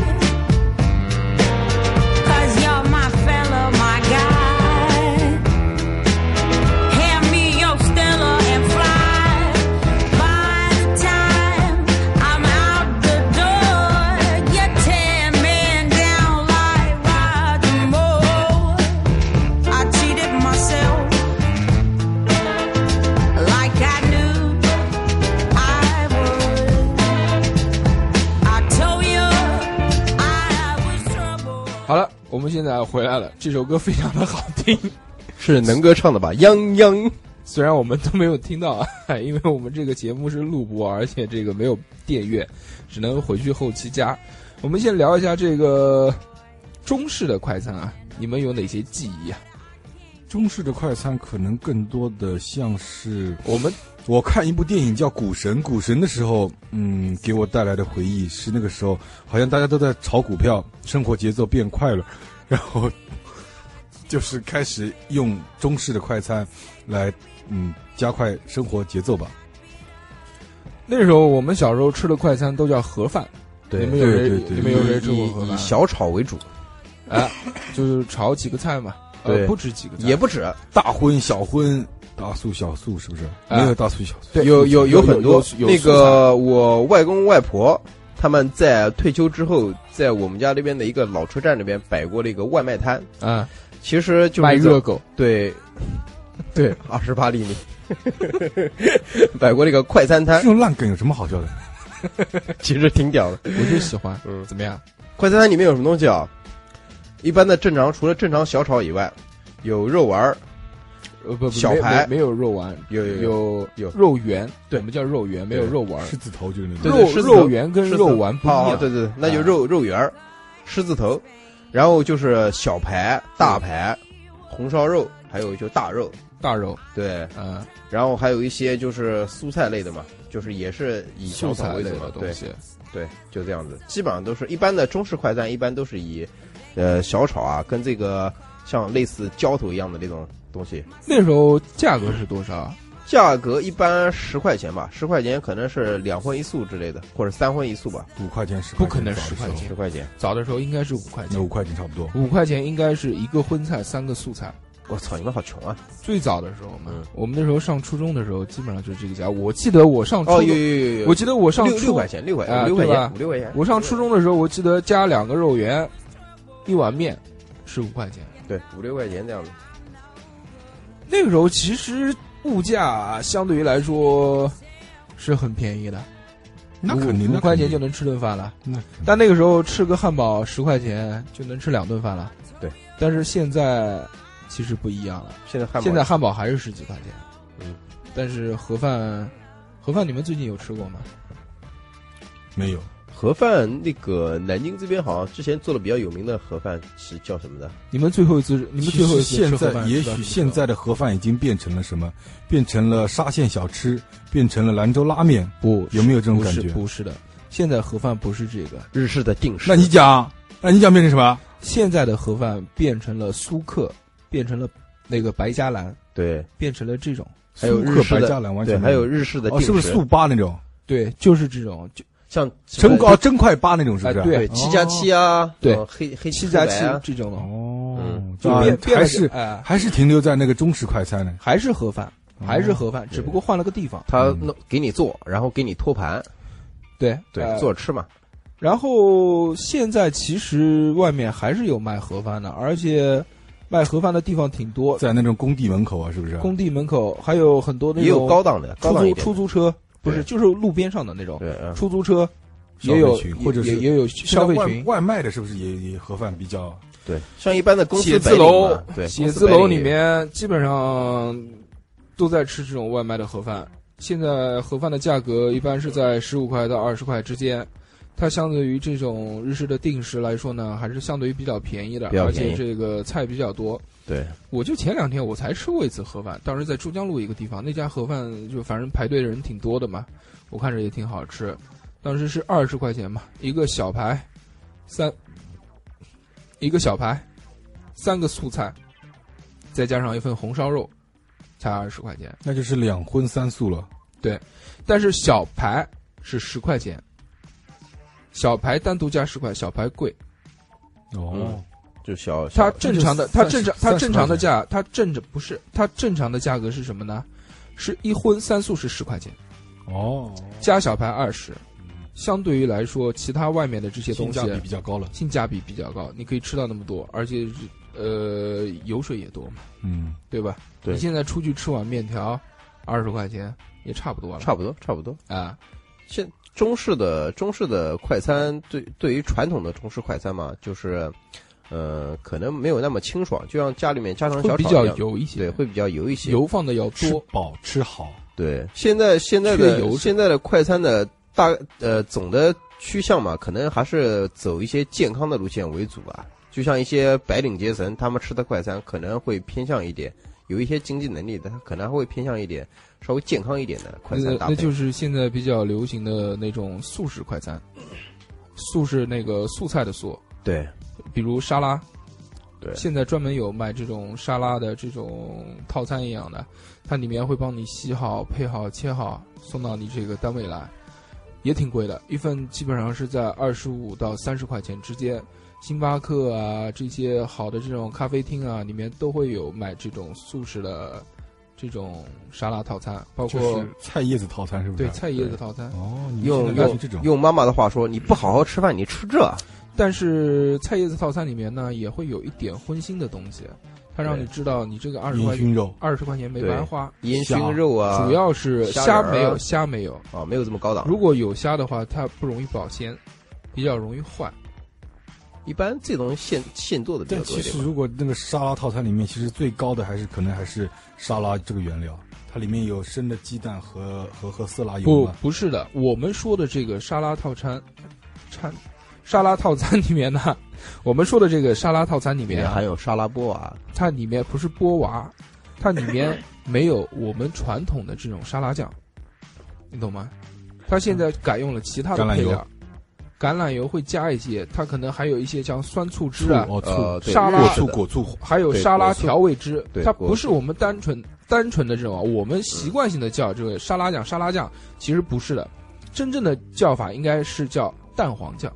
Speaker 4: 我们现在回来了，这首歌非常的好听，
Speaker 6: 是能哥唱的吧？泱泱，
Speaker 4: 虽然我们都没有听到， 因为我们这个节目是录播，而且这个没有电乐，只能回去后期加。我们先聊一下这个中式的快餐啊，你们有哪些记忆啊？
Speaker 5: 中式的快餐可能更多的像是
Speaker 4: 我们
Speaker 5: 我看一部电影叫《股神》，《股神》的时候，嗯，给我带来的回忆是那个时候好像大家都在炒股票，生活节奏变快了，然后就是开始用中式的快餐来嗯加快生活节奏吧。
Speaker 4: 那时候我们小时候吃的快餐都叫盒饭，你们有
Speaker 5: 对
Speaker 4: 谁
Speaker 5: 对对
Speaker 4: 你们有谁吃过盒
Speaker 6: 以以
Speaker 4: 饭？
Speaker 6: 小炒为主，
Speaker 4: 啊，就是炒几个菜嘛，呃，
Speaker 6: 对
Speaker 4: 不止几个菜，
Speaker 6: 也不止，
Speaker 5: 大荤小荤，大素小素是不是？
Speaker 4: 啊
Speaker 5: 没有大素小素，
Speaker 6: 有有
Speaker 4: 有
Speaker 6: 很多
Speaker 4: 有有
Speaker 6: 那
Speaker 4: 素
Speaker 6: 个我外公外婆他们在退休之后，在我们家那边的一个老车站那边摆过那个外卖摊，
Speaker 4: 啊，
Speaker 6: 其实就是
Speaker 4: 卖
Speaker 6: 在
Speaker 4: 热 狗，
Speaker 6: 对对 二十八厘米，摆过那个快餐
Speaker 5: 这
Speaker 6: 摊，
Speaker 5: 种烂梗有什么好笑的？
Speaker 6: 其实挺屌的。
Speaker 4: 我就喜欢，
Speaker 6: 嗯
Speaker 4: 怎么样？
Speaker 6: 快餐摊里面有什么东西啊？一般的正常除了正常小炒以外，有肉丸儿，
Speaker 4: 呃，不，不
Speaker 6: 小
Speaker 4: 没没
Speaker 6: 排
Speaker 4: 没有肉丸，
Speaker 6: 有有
Speaker 4: 有
Speaker 6: 有
Speaker 4: 肉圆，
Speaker 6: 对
Speaker 4: 我们叫肉圆，没有肉丸。
Speaker 5: 狮子头就是那
Speaker 6: 对
Speaker 5: 种。
Speaker 4: 肉
Speaker 6: 狮子头
Speaker 4: 肉圆跟
Speaker 6: 狮子
Speaker 4: 肉丸不一
Speaker 6: 哦
Speaker 4: 样，啊
Speaker 6: 对对，对那就肉肉圆儿、狮子头，然后就是小排、大排、红烧肉，还有就大肉，
Speaker 4: 大肉，
Speaker 6: 对，
Speaker 4: 嗯，
Speaker 6: 然后还有一些就是蔬菜类的嘛，就是也是以小
Speaker 4: 素
Speaker 6: 炒
Speaker 4: 菜
Speaker 6: 为
Speaker 4: 类
Speaker 6: 主
Speaker 4: 的
Speaker 6: 嘛，对
Speaker 4: 东西。
Speaker 6: 对，就这样子，基本上都是一般的中式快餐，一般都是以呃小炒啊，跟这个像类似浇头一样的那种东西，
Speaker 4: 那时候价格是多少啊？
Speaker 6: 价格一般十块钱吧，十块钱可能是两荤一素之类的，或者三荤一素吧，
Speaker 5: 五块钱十
Speaker 4: 不
Speaker 5: 块钱，
Speaker 4: 可能
Speaker 5: 早的
Speaker 4: 10块
Speaker 5: 时候
Speaker 4: 钱
Speaker 6: 十块钱，
Speaker 4: 早的时候应该是五块
Speaker 5: 那
Speaker 6: 嗯
Speaker 4: 钱
Speaker 5: 五，块钱差不多。
Speaker 4: 五块钱应该是一个荤菜三个素菜。
Speaker 6: 我操，你们好穷啊！
Speaker 4: 最早的时候嘛
Speaker 6: 嗯，
Speaker 4: 我们那时候上初中的时候，基本上就是这个价。我记得我上初
Speaker 6: 哦，
Speaker 4: 中，
Speaker 6: 有有有有，
Speaker 4: 我记得我上
Speaker 6: 六
Speaker 4: 初
Speaker 6: 六块钱，六块
Speaker 4: 啊
Speaker 6: 五六块
Speaker 4: 对吧
Speaker 6: 钱，五六块钱。
Speaker 4: 我上初中的时候，我记得加两个肉圆，一碗面，十五块钱。
Speaker 6: 对五六块钱这样子，
Speaker 4: 那个时候其实物价相对于来说是很便宜的，
Speaker 5: 那肯定，
Speaker 4: 五
Speaker 5: 那
Speaker 4: 五块钱
Speaker 5: 肯
Speaker 4: 就
Speaker 5: 定
Speaker 4: 能吃顿饭了。
Speaker 5: 那
Speaker 4: 但那个时候吃个汉堡十块钱就能吃两顿饭了。
Speaker 6: 对，
Speaker 4: 但是现在其实不一样了，
Speaker 6: 现在汉堡
Speaker 4: 现在汉堡还是十几块钱。
Speaker 6: 嗯，
Speaker 4: 但是盒饭，盒饭你们最近有吃过吗？
Speaker 5: 没有。
Speaker 6: 盒饭那个南京这边好像之前做的比较有名的盒饭是叫什么的？
Speaker 4: 你们最后一次，你们
Speaker 5: 其
Speaker 4: 最后
Speaker 5: 实
Speaker 4: 一次吃
Speaker 5: 现
Speaker 4: 盒
Speaker 5: 在，
Speaker 4: 饭
Speaker 5: 也
Speaker 4: 是到什
Speaker 5: 许
Speaker 4: 么时
Speaker 5: 现
Speaker 4: 候
Speaker 5: 在的盒饭已经变成了什么？变成了沙县小吃，变成了兰州拉面。
Speaker 4: 不
Speaker 5: 有没有这种
Speaker 4: 不
Speaker 5: 感
Speaker 4: 是
Speaker 5: 觉
Speaker 4: 不是的，现在盒饭不是这个，
Speaker 6: 日式的定食。
Speaker 5: 那你讲，那你讲变成什么？
Speaker 4: 现在的盒饭变成了苏克，变成了那个白加兰，
Speaker 6: 对
Speaker 4: 变成了这种。
Speaker 6: 还有
Speaker 5: 苏
Speaker 6: 日
Speaker 5: 克
Speaker 6: 式
Speaker 5: 白
Speaker 6: 的
Speaker 5: 加兰完
Speaker 6: 对，
Speaker 5: 全
Speaker 6: 还有
Speaker 5: 没
Speaker 6: 日式的定
Speaker 5: 哦，
Speaker 6: 食，
Speaker 5: 是不是速八那种？
Speaker 4: 对，就是这种，就
Speaker 6: 像
Speaker 5: 真
Speaker 6: 高
Speaker 5: 哦真快八那种是不啊是？
Speaker 4: 哎对
Speaker 6: 对七加七啊，
Speaker 4: 哦对
Speaker 6: 呃黑黑
Speaker 4: 七加
Speaker 6: 黑
Speaker 4: 七
Speaker 6: 白啊
Speaker 4: 这种的，
Speaker 5: 哦
Speaker 6: 嗯，
Speaker 5: 就
Speaker 4: 就变变
Speaker 5: 还
Speaker 4: 了
Speaker 5: 是
Speaker 4: 哎，
Speaker 5: 还是停留在那个中式快餐呢。哦
Speaker 4: 还是盒饭，还
Speaker 6: 哦
Speaker 4: 是盒饭，只不过换了个地方。
Speaker 6: 他弄给你做，然后给你托盘，
Speaker 4: 对
Speaker 6: 对，
Speaker 4: 呃
Speaker 6: 做着吃嘛。
Speaker 4: 然后现在其实外面还是有卖盒饭的，而且卖盒饭的地方挺多，
Speaker 5: 在那种工地门口啊，是不是？
Speaker 4: 工地门口还有很多那
Speaker 6: 也有
Speaker 4: 种
Speaker 6: 高档的，高
Speaker 4: 出
Speaker 6: 档一
Speaker 4: 租
Speaker 6: 点
Speaker 4: 出
Speaker 6: 的。
Speaker 4: 租车，不是
Speaker 6: 对
Speaker 4: 就是路边上的那种
Speaker 6: 对，嗯
Speaker 4: 出租车，
Speaker 5: 消
Speaker 4: 也有
Speaker 5: 费群
Speaker 4: 也
Speaker 5: 或者是
Speaker 4: 也也有
Speaker 5: 现在
Speaker 4: 消费
Speaker 5: 外
Speaker 4: 群。
Speaker 5: 外卖的，是不是也也盒饭比较？
Speaker 6: 对，像一般的公司
Speaker 4: 写字
Speaker 6: 白领
Speaker 4: 楼
Speaker 6: 嘛对，
Speaker 4: 写
Speaker 6: 公司
Speaker 4: 字
Speaker 6: 白
Speaker 4: 楼
Speaker 6: 领
Speaker 4: 里面基本上都在吃这种外卖的盒饭。现在盒饭的价格一般是在十五块到二十块之间，它相对于这种日式的定食来说呢，还是相对于比较便宜的，
Speaker 6: 比较
Speaker 4: 而
Speaker 6: 便宜
Speaker 4: 且这个菜比较多。
Speaker 6: 对，
Speaker 4: 我就前两天我才吃过一次盒饭，当时在珠江路一个地方，那家盒饭就反正排队的人挺多的嘛，我看着也挺好吃。当时是二十块钱嘛，一个小排，三一个小排，三个素菜，再加上一份红烧肉，才二十块钱。
Speaker 5: 那就是两荤三素了。
Speaker 4: 但是小排是十块钱，小排单独加十块，小排贵。
Speaker 5: 哦
Speaker 6: 嗯，就小
Speaker 4: 它
Speaker 6: 小
Speaker 4: 正常的，它
Speaker 5: 那就
Speaker 4: 正常，
Speaker 5: 30
Speaker 4: 它正常的价，它正着不是，它正常的价格是什么呢？是一荤三素是十块钱，
Speaker 5: 哦，
Speaker 4: 加小排二十，相对于来说，其他外面的这些
Speaker 5: 性
Speaker 4: 东西
Speaker 5: 价比比较高了。
Speaker 4: 性价比比较高，你可以吃到那么多，而且是呃油水也多嘛，
Speaker 5: 嗯，
Speaker 4: 对吧？
Speaker 6: 对
Speaker 4: 你现在出去吃碗面条，二十块钱也差不多了，
Speaker 6: 差不多，差不多。
Speaker 4: 啊，
Speaker 6: 现中式的中式的快餐，对对于传统的中式快餐嘛，就是呃，可能没有那么清爽，就像家里面家常
Speaker 4: 会
Speaker 6: 小
Speaker 4: 比
Speaker 6: 炒
Speaker 4: 较
Speaker 6: 一样，
Speaker 4: 油一些，
Speaker 6: 对，会比较油一些。
Speaker 4: 油放的要
Speaker 5: 吃
Speaker 4: 多。
Speaker 5: 饱吃好，
Speaker 6: 对，现在现在
Speaker 4: 缺油
Speaker 6: 的
Speaker 4: 脂
Speaker 6: 现在的快餐的大呃总的趋向嘛，可能还是走一些健康的路线为主吧。就像一些白领阶层，他们吃的快餐可能会偏向一点，有一些经济能力的，他可能还会偏向一点稍微健康一点的快
Speaker 4: 那
Speaker 6: 餐搭
Speaker 4: 那
Speaker 6: 配。
Speaker 4: 就是现在比较流行的那种素食快餐，素是那个素菜的素，
Speaker 6: 对
Speaker 4: 比如沙拉，
Speaker 6: 对
Speaker 4: 现在专门有卖这种沙拉的这种套餐一样的，它里面会帮你洗好、配好、切好，送到你这个单位来，也挺贵的，一份基本上是在二十五到三十块钱之间。星巴克啊，这些好的这种咖啡厅啊，里面都会有卖这种素食的这种沙拉套餐，包
Speaker 5: 就
Speaker 4: 括、
Speaker 5: 是菜叶子套餐是不是？
Speaker 4: 对菜叶子套餐。
Speaker 5: 哦，你
Speaker 6: 用
Speaker 5: 现在卖
Speaker 6: 用
Speaker 5: 出这种
Speaker 6: 用妈妈的话说，你不好好吃饭，你吃这
Speaker 4: 但是菜叶子套餐里面呢，也会有一点荤腥的东西，它让你知道你这个二十块
Speaker 5: 烟
Speaker 4: 钱
Speaker 5: 熏肉，
Speaker 4: 二十块钱没白花。
Speaker 6: 烟熏肉啊，
Speaker 4: 主要是
Speaker 6: 虾
Speaker 4: 虾
Speaker 6: 仁儿
Speaker 4: 没有，虾没有。
Speaker 6: 啊没有这么高档。
Speaker 4: 如果有虾的话，它不容易保鲜，比较容易坏。
Speaker 6: 一般这种现现做的比较
Speaker 5: 但
Speaker 6: 多
Speaker 5: 其
Speaker 6: 一点
Speaker 5: 实
Speaker 6: 吧。
Speaker 5: 如果那个沙拉套餐里面，其实最高的还是可能还是沙拉这个原料，它里面有生的鸡蛋和和和色拉油
Speaker 4: 不
Speaker 5: 嘛，，
Speaker 4: 不是的，我们说的这个沙拉套餐，餐沙拉套餐里面呢，我们说的这个沙拉套餐里
Speaker 6: 里
Speaker 4: 面
Speaker 6: 面
Speaker 4: 啊
Speaker 6: 含有沙拉波啊，
Speaker 4: 它里面不是波娃，它里面没有我们传统的这种沙拉酱，你懂吗？它现在改用了其他的
Speaker 5: 橄榄
Speaker 4: 配
Speaker 5: 油
Speaker 4: 料，橄榄油会加一些，它可能还有一些像酸醋汁
Speaker 5: 醋
Speaker 4: 啊，
Speaker 5: 哦
Speaker 6: 呃，
Speaker 5: 醋，
Speaker 6: 对
Speaker 4: 沙拉
Speaker 5: 果
Speaker 6: 日式
Speaker 5: 醋
Speaker 6: 的
Speaker 5: 果醋
Speaker 4: 还有
Speaker 6: 对
Speaker 4: 沙拉
Speaker 6: 果醋
Speaker 4: 调味汁，
Speaker 6: 对
Speaker 4: 它
Speaker 6: 果
Speaker 4: 不是
Speaker 6: 醋
Speaker 4: 我们单纯单纯的这种啊，我们习惯性的叫这个沙拉酱沙拉酱，其实不是的，真正的叫法应该是叫蛋黄酱，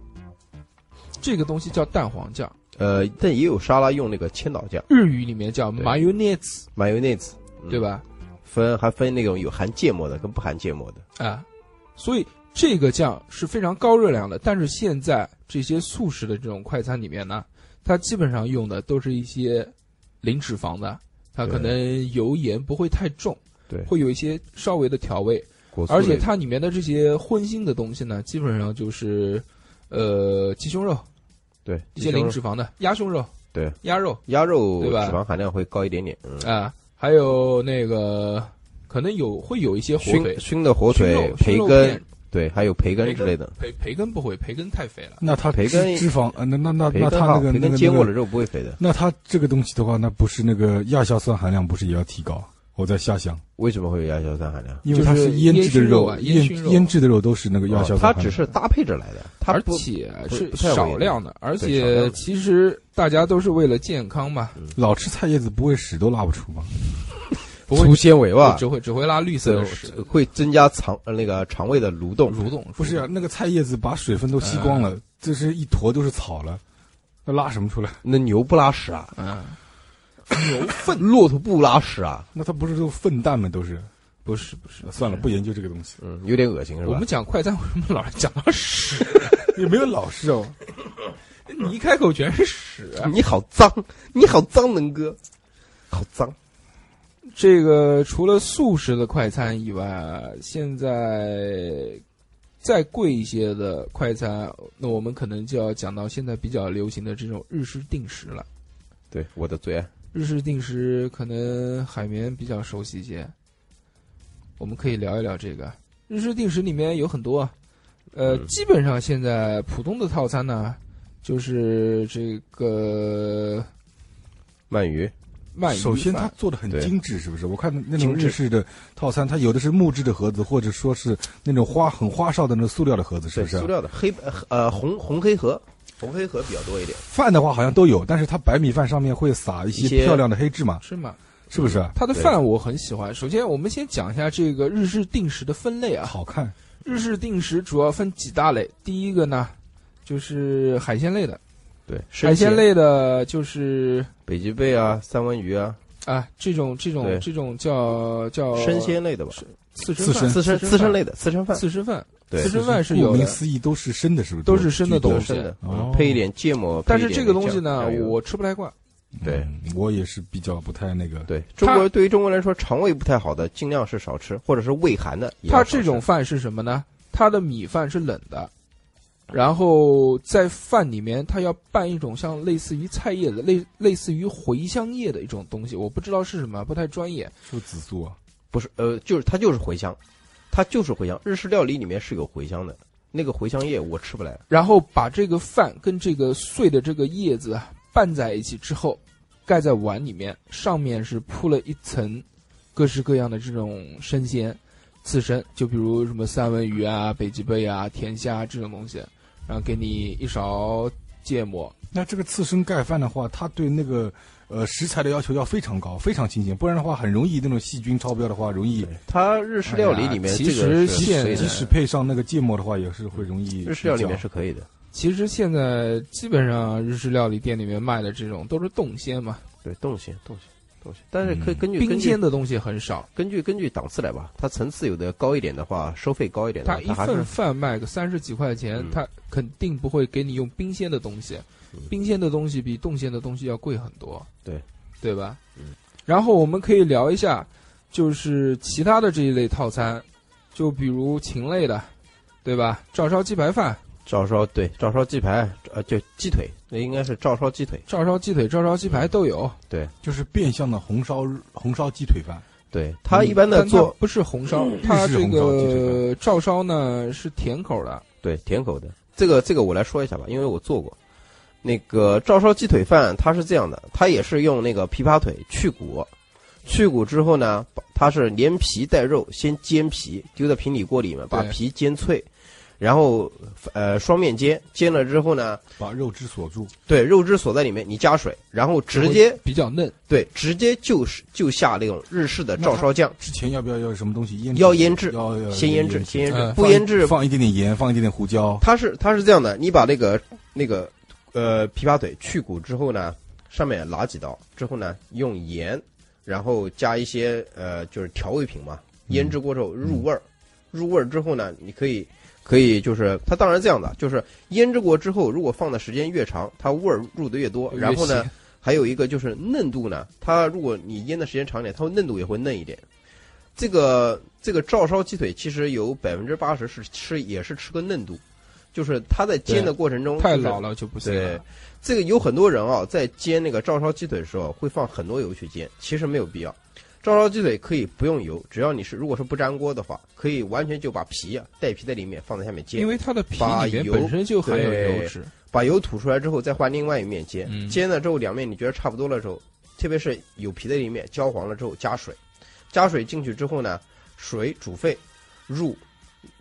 Speaker 4: 这个东西叫蛋黄酱，
Speaker 6: 呃，但也有沙拉用那个千岛酱
Speaker 4: 日语里面叫
Speaker 6: 对
Speaker 4: mayonnaise，
Speaker 6: （mayonnaise），嗯
Speaker 4: 对？吧？
Speaker 6: 分还分那种有含芥末的跟不含芥末的。
Speaker 4: 啊，所以这个酱是非常高热量的。但是现在这些素食的这种快餐里面呢，它基本上用的都是一些零脂肪的，它可
Speaker 6: 对
Speaker 4: 能油盐不会太重，
Speaker 6: 对
Speaker 4: 会有一些稍微的调味，
Speaker 6: 果
Speaker 4: 而且它里面的这些荤腥的东西呢，基本上就是呃鸡胸肉、
Speaker 6: 对
Speaker 4: 一些零脂肪的鸭胸肉、
Speaker 6: 对
Speaker 4: 鸭肉
Speaker 6: 鸭肉
Speaker 4: 对
Speaker 6: 脂
Speaker 4: 吧
Speaker 6: 肪含量会高一点点。嗯，
Speaker 4: 啊，还有那个可能有会有一些火腿
Speaker 6: 熏、熏的火
Speaker 4: 熏
Speaker 6: 腿
Speaker 4: 肉、熏
Speaker 6: 培
Speaker 4: 肉
Speaker 6: 根
Speaker 4: 片，
Speaker 6: 对，还有培
Speaker 4: 培
Speaker 6: 根之
Speaker 4: 根
Speaker 6: 类的。
Speaker 4: 培培根不会，培根太肥了。
Speaker 5: 那它
Speaker 6: 培
Speaker 5: 脂
Speaker 6: 根
Speaker 5: 脂肪，呃，那那那
Speaker 6: 培
Speaker 5: 那
Speaker 6: 根
Speaker 4: 啊
Speaker 5: 它
Speaker 6: 好，
Speaker 5: 那个
Speaker 6: 培
Speaker 5: 那
Speaker 6: 根
Speaker 5: 个
Speaker 6: 煎
Speaker 5: 那
Speaker 6: 过了
Speaker 5: 个，
Speaker 6: 肉不会肥的。
Speaker 5: 那它这个东西的话，那不是那个亚硝酸含量不是也要提高？我在瞎想，
Speaker 6: 为什么会有亚硝酸含量？
Speaker 5: 因
Speaker 4: 就
Speaker 5: 为它
Speaker 4: 是烟
Speaker 5: 腌制的
Speaker 4: 熏肉啊烟
Speaker 5: 腌
Speaker 4: 熏肉
Speaker 5: 腌制的肉都啊是那个亚
Speaker 6: 哦
Speaker 5: 硝酸
Speaker 6: 它
Speaker 5: 含量。
Speaker 6: 只是搭配着来的，它
Speaker 4: 而
Speaker 6: 不
Speaker 4: 且
Speaker 6: 不
Speaker 4: 是
Speaker 6: 不太
Speaker 4: 少
Speaker 6: 会
Speaker 4: 量的，而
Speaker 6: 对少量
Speaker 4: 且
Speaker 6: 的
Speaker 4: 其实大家都是为了健康嘛，
Speaker 5: 老吃菜叶子不会屎都拉不出吗？
Speaker 4: 不会
Speaker 6: 粗纤维吧
Speaker 4: 只？会只会拉绿色
Speaker 6: 这
Speaker 4: 的屎，
Speaker 6: 会增加肠呃那个肠胃的蠕动。
Speaker 4: 蠕动
Speaker 5: 不是啊，那个菜叶子把水分都吸光了，这是一坨都是草了，那拉什么出来？
Speaker 6: 那牛不拉屎啊？
Speaker 4: 嗯，
Speaker 6: 牛粪？骆驼不拉屎啊？
Speaker 5: 那它不是都粪蛋吗？都是。
Speaker 4: 不是不是。
Speaker 5: 啊算了，不研究这个东西，
Speaker 6: 嗯，有点恶心是吧？
Speaker 4: 我们讲快餐为什么老是讲到 屎？
Speaker 5: 也没有老 师哦。
Speaker 4: 你一开口全是屎。啊
Speaker 6: 你好脏，你好脏，能哥，好脏。
Speaker 4: 这个除了素食的快餐以外，啊现在再贵一些的快餐，那我们可能就要讲到现在比较流行的这种日式定食了。
Speaker 6: 对，我的最爱。
Speaker 4: 日式定食可能海绵比较熟悉一些，我们可以聊一聊这个。日式定食里面有很多啊，呃，
Speaker 6: 嗯
Speaker 4: 基本上现在普通的套餐呢，就是这个
Speaker 6: 鳗鱼，
Speaker 4: 鳗鱼饭。
Speaker 5: 首先，它做的很
Speaker 6: 对
Speaker 5: 精致，是不是？我看那种
Speaker 6: 精致
Speaker 5: 日式的套餐，它有的是木质的盒子，或者说是那种花很花哨的那种塑料的盒子，是
Speaker 6: 对，
Speaker 5: 不是
Speaker 6: 塑？料的黑呃红红黑盒，红黑盒比较多一点。
Speaker 5: 饭的话好像都有，但是它白米饭上面会撒一
Speaker 6: 一些
Speaker 5: 些漂亮的黑芝麻，
Speaker 4: 是吗？
Speaker 5: 是不是？啊
Speaker 4: 它的
Speaker 6: 对
Speaker 4: 饭我很喜欢。首先，我们先讲一下这个日式定食的分类啊。
Speaker 5: 好看，
Speaker 4: 日式定食主要分几大类，第一个呢就是海鲜类的，
Speaker 6: 对，
Speaker 4: 海
Speaker 6: 生
Speaker 4: 鲜
Speaker 6: 鲜
Speaker 4: 类的就是
Speaker 6: 北极贝啊，三文鱼啊，
Speaker 4: 啊这种这种
Speaker 6: 对
Speaker 4: 这种叫叫
Speaker 6: 生鲜类的吧，
Speaker 4: 刺身
Speaker 5: 刺
Speaker 4: 饭
Speaker 5: 身
Speaker 6: 哦刺身
Speaker 4: 刺
Speaker 6: 刺身
Speaker 4: 饭
Speaker 6: 类的刺身饭，
Speaker 4: 刺身饭，
Speaker 6: 对
Speaker 4: 刺身饭是
Speaker 5: 顾
Speaker 4: 有
Speaker 5: 名
Speaker 4: 的，
Speaker 5: 思义都是生的，是不是？
Speaker 4: 都是生的
Speaker 5: 都
Speaker 4: 东
Speaker 6: 都
Speaker 4: 西啊
Speaker 6: 是生的，嗯
Speaker 5: 哦
Speaker 6: 配一点芥末。
Speaker 4: 但是
Speaker 6: 配一
Speaker 4: 这
Speaker 6: 点
Speaker 4: 个东西呢
Speaker 6: 酱油，
Speaker 4: 我吃不太惯。
Speaker 6: 对
Speaker 5: 嗯我也是比较不太那个。
Speaker 6: 对中国对于中国人来说，肠胃不太好的，尽量是少吃，或者是胃寒的。也要
Speaker 4: 它
Speaker 6: 少吃
Speaker 4: 这种饭是什么呢？它的米饭是冷的，然后在饭里面，它要拌一种像类似于菜叶子、类类似于茴香叶的一种东西，我不知道是什么，不太专业。
Speaker 5: 是紫苏啊，
Speaker 6: 不是，呃，就是它就是茴香，它就是茴香。日式料理里面是有茴香的，那个茴香叶我吃不来。
Speaker 4: 然后把这个饭跟这个碎的这个叶子啊拌在一起之后，盖在碗里面，上面是铺了一层各式各样的这种生鲜刺身，就比如什么三文鱼啊、北极贝啊、甜虾这种东西，然后给你一勺芥末，
Speaker 5: 那这个刺身盖饭的话，它对那个呃食材的要求要非常高，非常新鲜，不然的话很容易那种细菌超标的话，容易
Speaker 6: 它日式料理里面
Speaker 4: 哎呀
Speaker 6: 这个
Speaker 4: 其实
Speaker 6: 是
Speaker 5: 即
Speaker 4: 现
Speaker 5: 使
Speaker 6: 随
Speaker 4: 在
Speaker 5: 即
Speaker 6: 的，
Speaker 5: 使配上那个芥末的话，也是会容易
Speaker 6: 日式料理里面
Speaker 5: 比较
Speaker 6: 是可以的。
Speaker 4: 其实现在基本上日式料理店里面卖的这种都是冻鲜嘛，
Speaker 6: 对，冻鲜，冻鲜，冻鲜。但是可以
Speaker 5: 嗯
Speaker 6: 根据
Speaker 4: 冰
Speaker 6: 根据
Speaker 4: 鲜的东西很少。
Speaker 6: 根据根据档次来吧，它层次有的高一点的话，收费高一点的
Speaker 4: 他
Speaker 6: 话，
Speaker 4: 一
Speaker 6: 它还
Speaker 4: 份
Speaker 6: 是
Speaker 4: 饭卖个三十几块钱，
Speaker 6: 嗯
Speaker 4: 他肯定不会给你用冰鲜的东西，冰鲜的东西比冻鲜的东西要贵很多，
Speaker 6: 对嗯
Speaker 4: 对吧？然后我们可以聊一下，就是其他的这一类套餐，就比如禽类的，对吧？照烧鸡排饭、
Speaker 6: 照烧对照烧鸡排，呃，就鸡腿，那应该是照烧鸡腿。
Speaker 4: 照烧鸡腿、照烧鸡排都有。
Speaker 6: 对
Speaker 5: 就是变相的红烧红烧鸡腿饭。
Speaker 6: 对，它
Speaker 4: 嗯
Speaker 6: 一般的
Speaker 4: 但它
Speaker 6: 做
Speaker 4: 不是红烧，它
Speaker 5: 日式
Speaker 4: 这
Speaker 5: 红烧鸡腿
Speaker 4: 个照烧呢是甜口的，
Speaker 6: 对，甜口的。这个这个我来说一下吧，因为我做过。那个照烧鸡腿饭，它是这样的，它也是用那个琵琶腿去骨，去骨之后呢，把它是连皮带肉，先煎皮，丢在平底锅里面，把
Speaker 4: 对
Speaker 6: 皮煎脆，然后呃双面煎，煎了之后呢，
Speaker 5: 把肉汁锁住，
Speaker 6: 对肉汁锁在里面，你加水，然后直接
Speaker 4: 比较嫩。
Speaker 6: 对直接就是就下那种日式的
Speaker 5: 那
Speaker 6: 照
Speaker 5: 它呃
Speaker 6: 烧酱，
Speaker 5: 之前要不要要什么东西腌制？
Speaker 6: 要腌制
Speaker 5: 要要
Speaker 6: 先腌制，先腌制
Speaker 4: 嗯，
Speaker 6: 不腌制
Speaker 5: 放一点点盐，放一点点胡椒，
Speaker 6: 它是它是这样的，你把那个那个呃琵琶腿去骨之后呢，上面拿几刀之后呢，用盐，然后加一些呃就是调味品嘛，腌制过之后入味儿，入味儿之后呢，你可以可以就是它当然这样的，就是腌制过之后，如果放的时间越长，它味儿入的越多，然后
Speaker 4: 越
Speaker 6: 呢
Speaker 4: 咸，
Speaker 6: 还有一个就是嫩度呢，它如果你腌的时间长一点，它会嫩度也会嫩一点。这个这个照烧鸡腿其实有百分之八十是吃也是吃个嫩度，就是它在煎的过程中
Speaker 4: 太
Speaker 6: 就是
Speaker 4: 老了就不行
Speaker 6: 对
Speaker 4: 了。，
Speaker 6: 这个有很多人啊，在煎那个照烧鸡腿的时候会放很多油去煎，其实没有必要。照烧鸡腿可以不用油，只要你是如果是不粘锅的话，可以完全就把皮啊带皮在里面放在下面煎，
Speaker 4: 因为它的皮
Speaker 6: 把
Speaker 4: 里面
Speaker 6: 油
Speaker 4: 本身就含有
Speaker 6: 对
Speaker 4: 油脂，
Speaker 6: 把油吐出来之后，再换另外一面煎，
Speaker 4: 嗯
Speaker 6: 煎了之后两面你觉得差不多了之后，特别是有皮的一面焦黄了之后加水，加水进去之后呢，水煮沸，入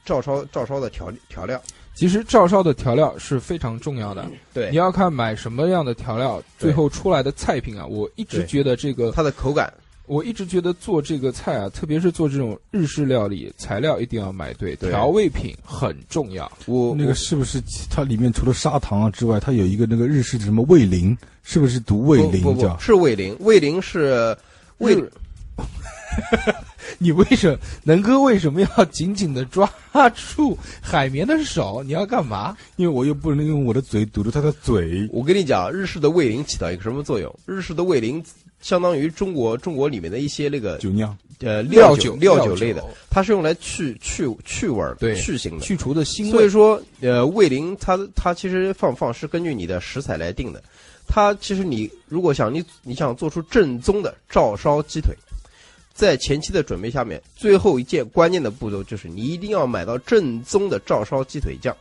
Speaker 6: 照烧照烧的调调料，
Speaker 4: 其实照烧的调料是非常重要的，
Speaker 6: 嗯对
Speaker 4: 你要看买什么样的调料，
Speaker 6: 对
Speaker 4: 最后出来的菜品啊，我一直
Speaker 6: 对
Speaker 4: 觉得这个，
Speaker 6: 它的口感，
Speaker 4: 我一直觉得做这个菜啊，特别是做这种日式料理，材料一定要买对，
Speaker 6: 对
Speaker 4: 调味品很重要。
Speaker 6: 我
Speaker 5: 那个是不是它里面除了砂糖啊之外，它有一个那个日式的什么味淋，是不是读味
Speaker 6: 不
Speaker 5: 淋
Speaker 6: 不不
Speaker 5: 叫？
Speaker 6: 是味淋，味淋是味
Speaker 4: 日你为什么能哥为什么要紧紧的抓住海绵的手？你要干嘛？
Speaker 5: 因为我又不能用我的嘴堵住它的嘴，
Speaker 6: 我跟你讲，日式的味淋起到一个什么作用？日式的味淋相当于中国中国里面的一些那个
Speaker 5: 酒酿。
Speaker 6: 呃料
Speaker 4: 酒
Speaker 6: 料
Speaker 4: 料
Speaker 6: 酒类
Speaker 4: 酒
Speaker 6: 的，它是用来去去去味儿的，
Speaker 4: 对
Speaker 6: 去腥的。
Speaker 4: 去除的腥
Speaker 6: 所以
Speaker 4: 味，
Speaker 6: 说，呃，味淋它它其实放放是根据你的食材来定的。它其实你如果想你你想做出正宗的照烧鸡腿，在前期的准备下面，最后一件关键的步骤就是你一定要买到正宗的照烧鸡腿酱，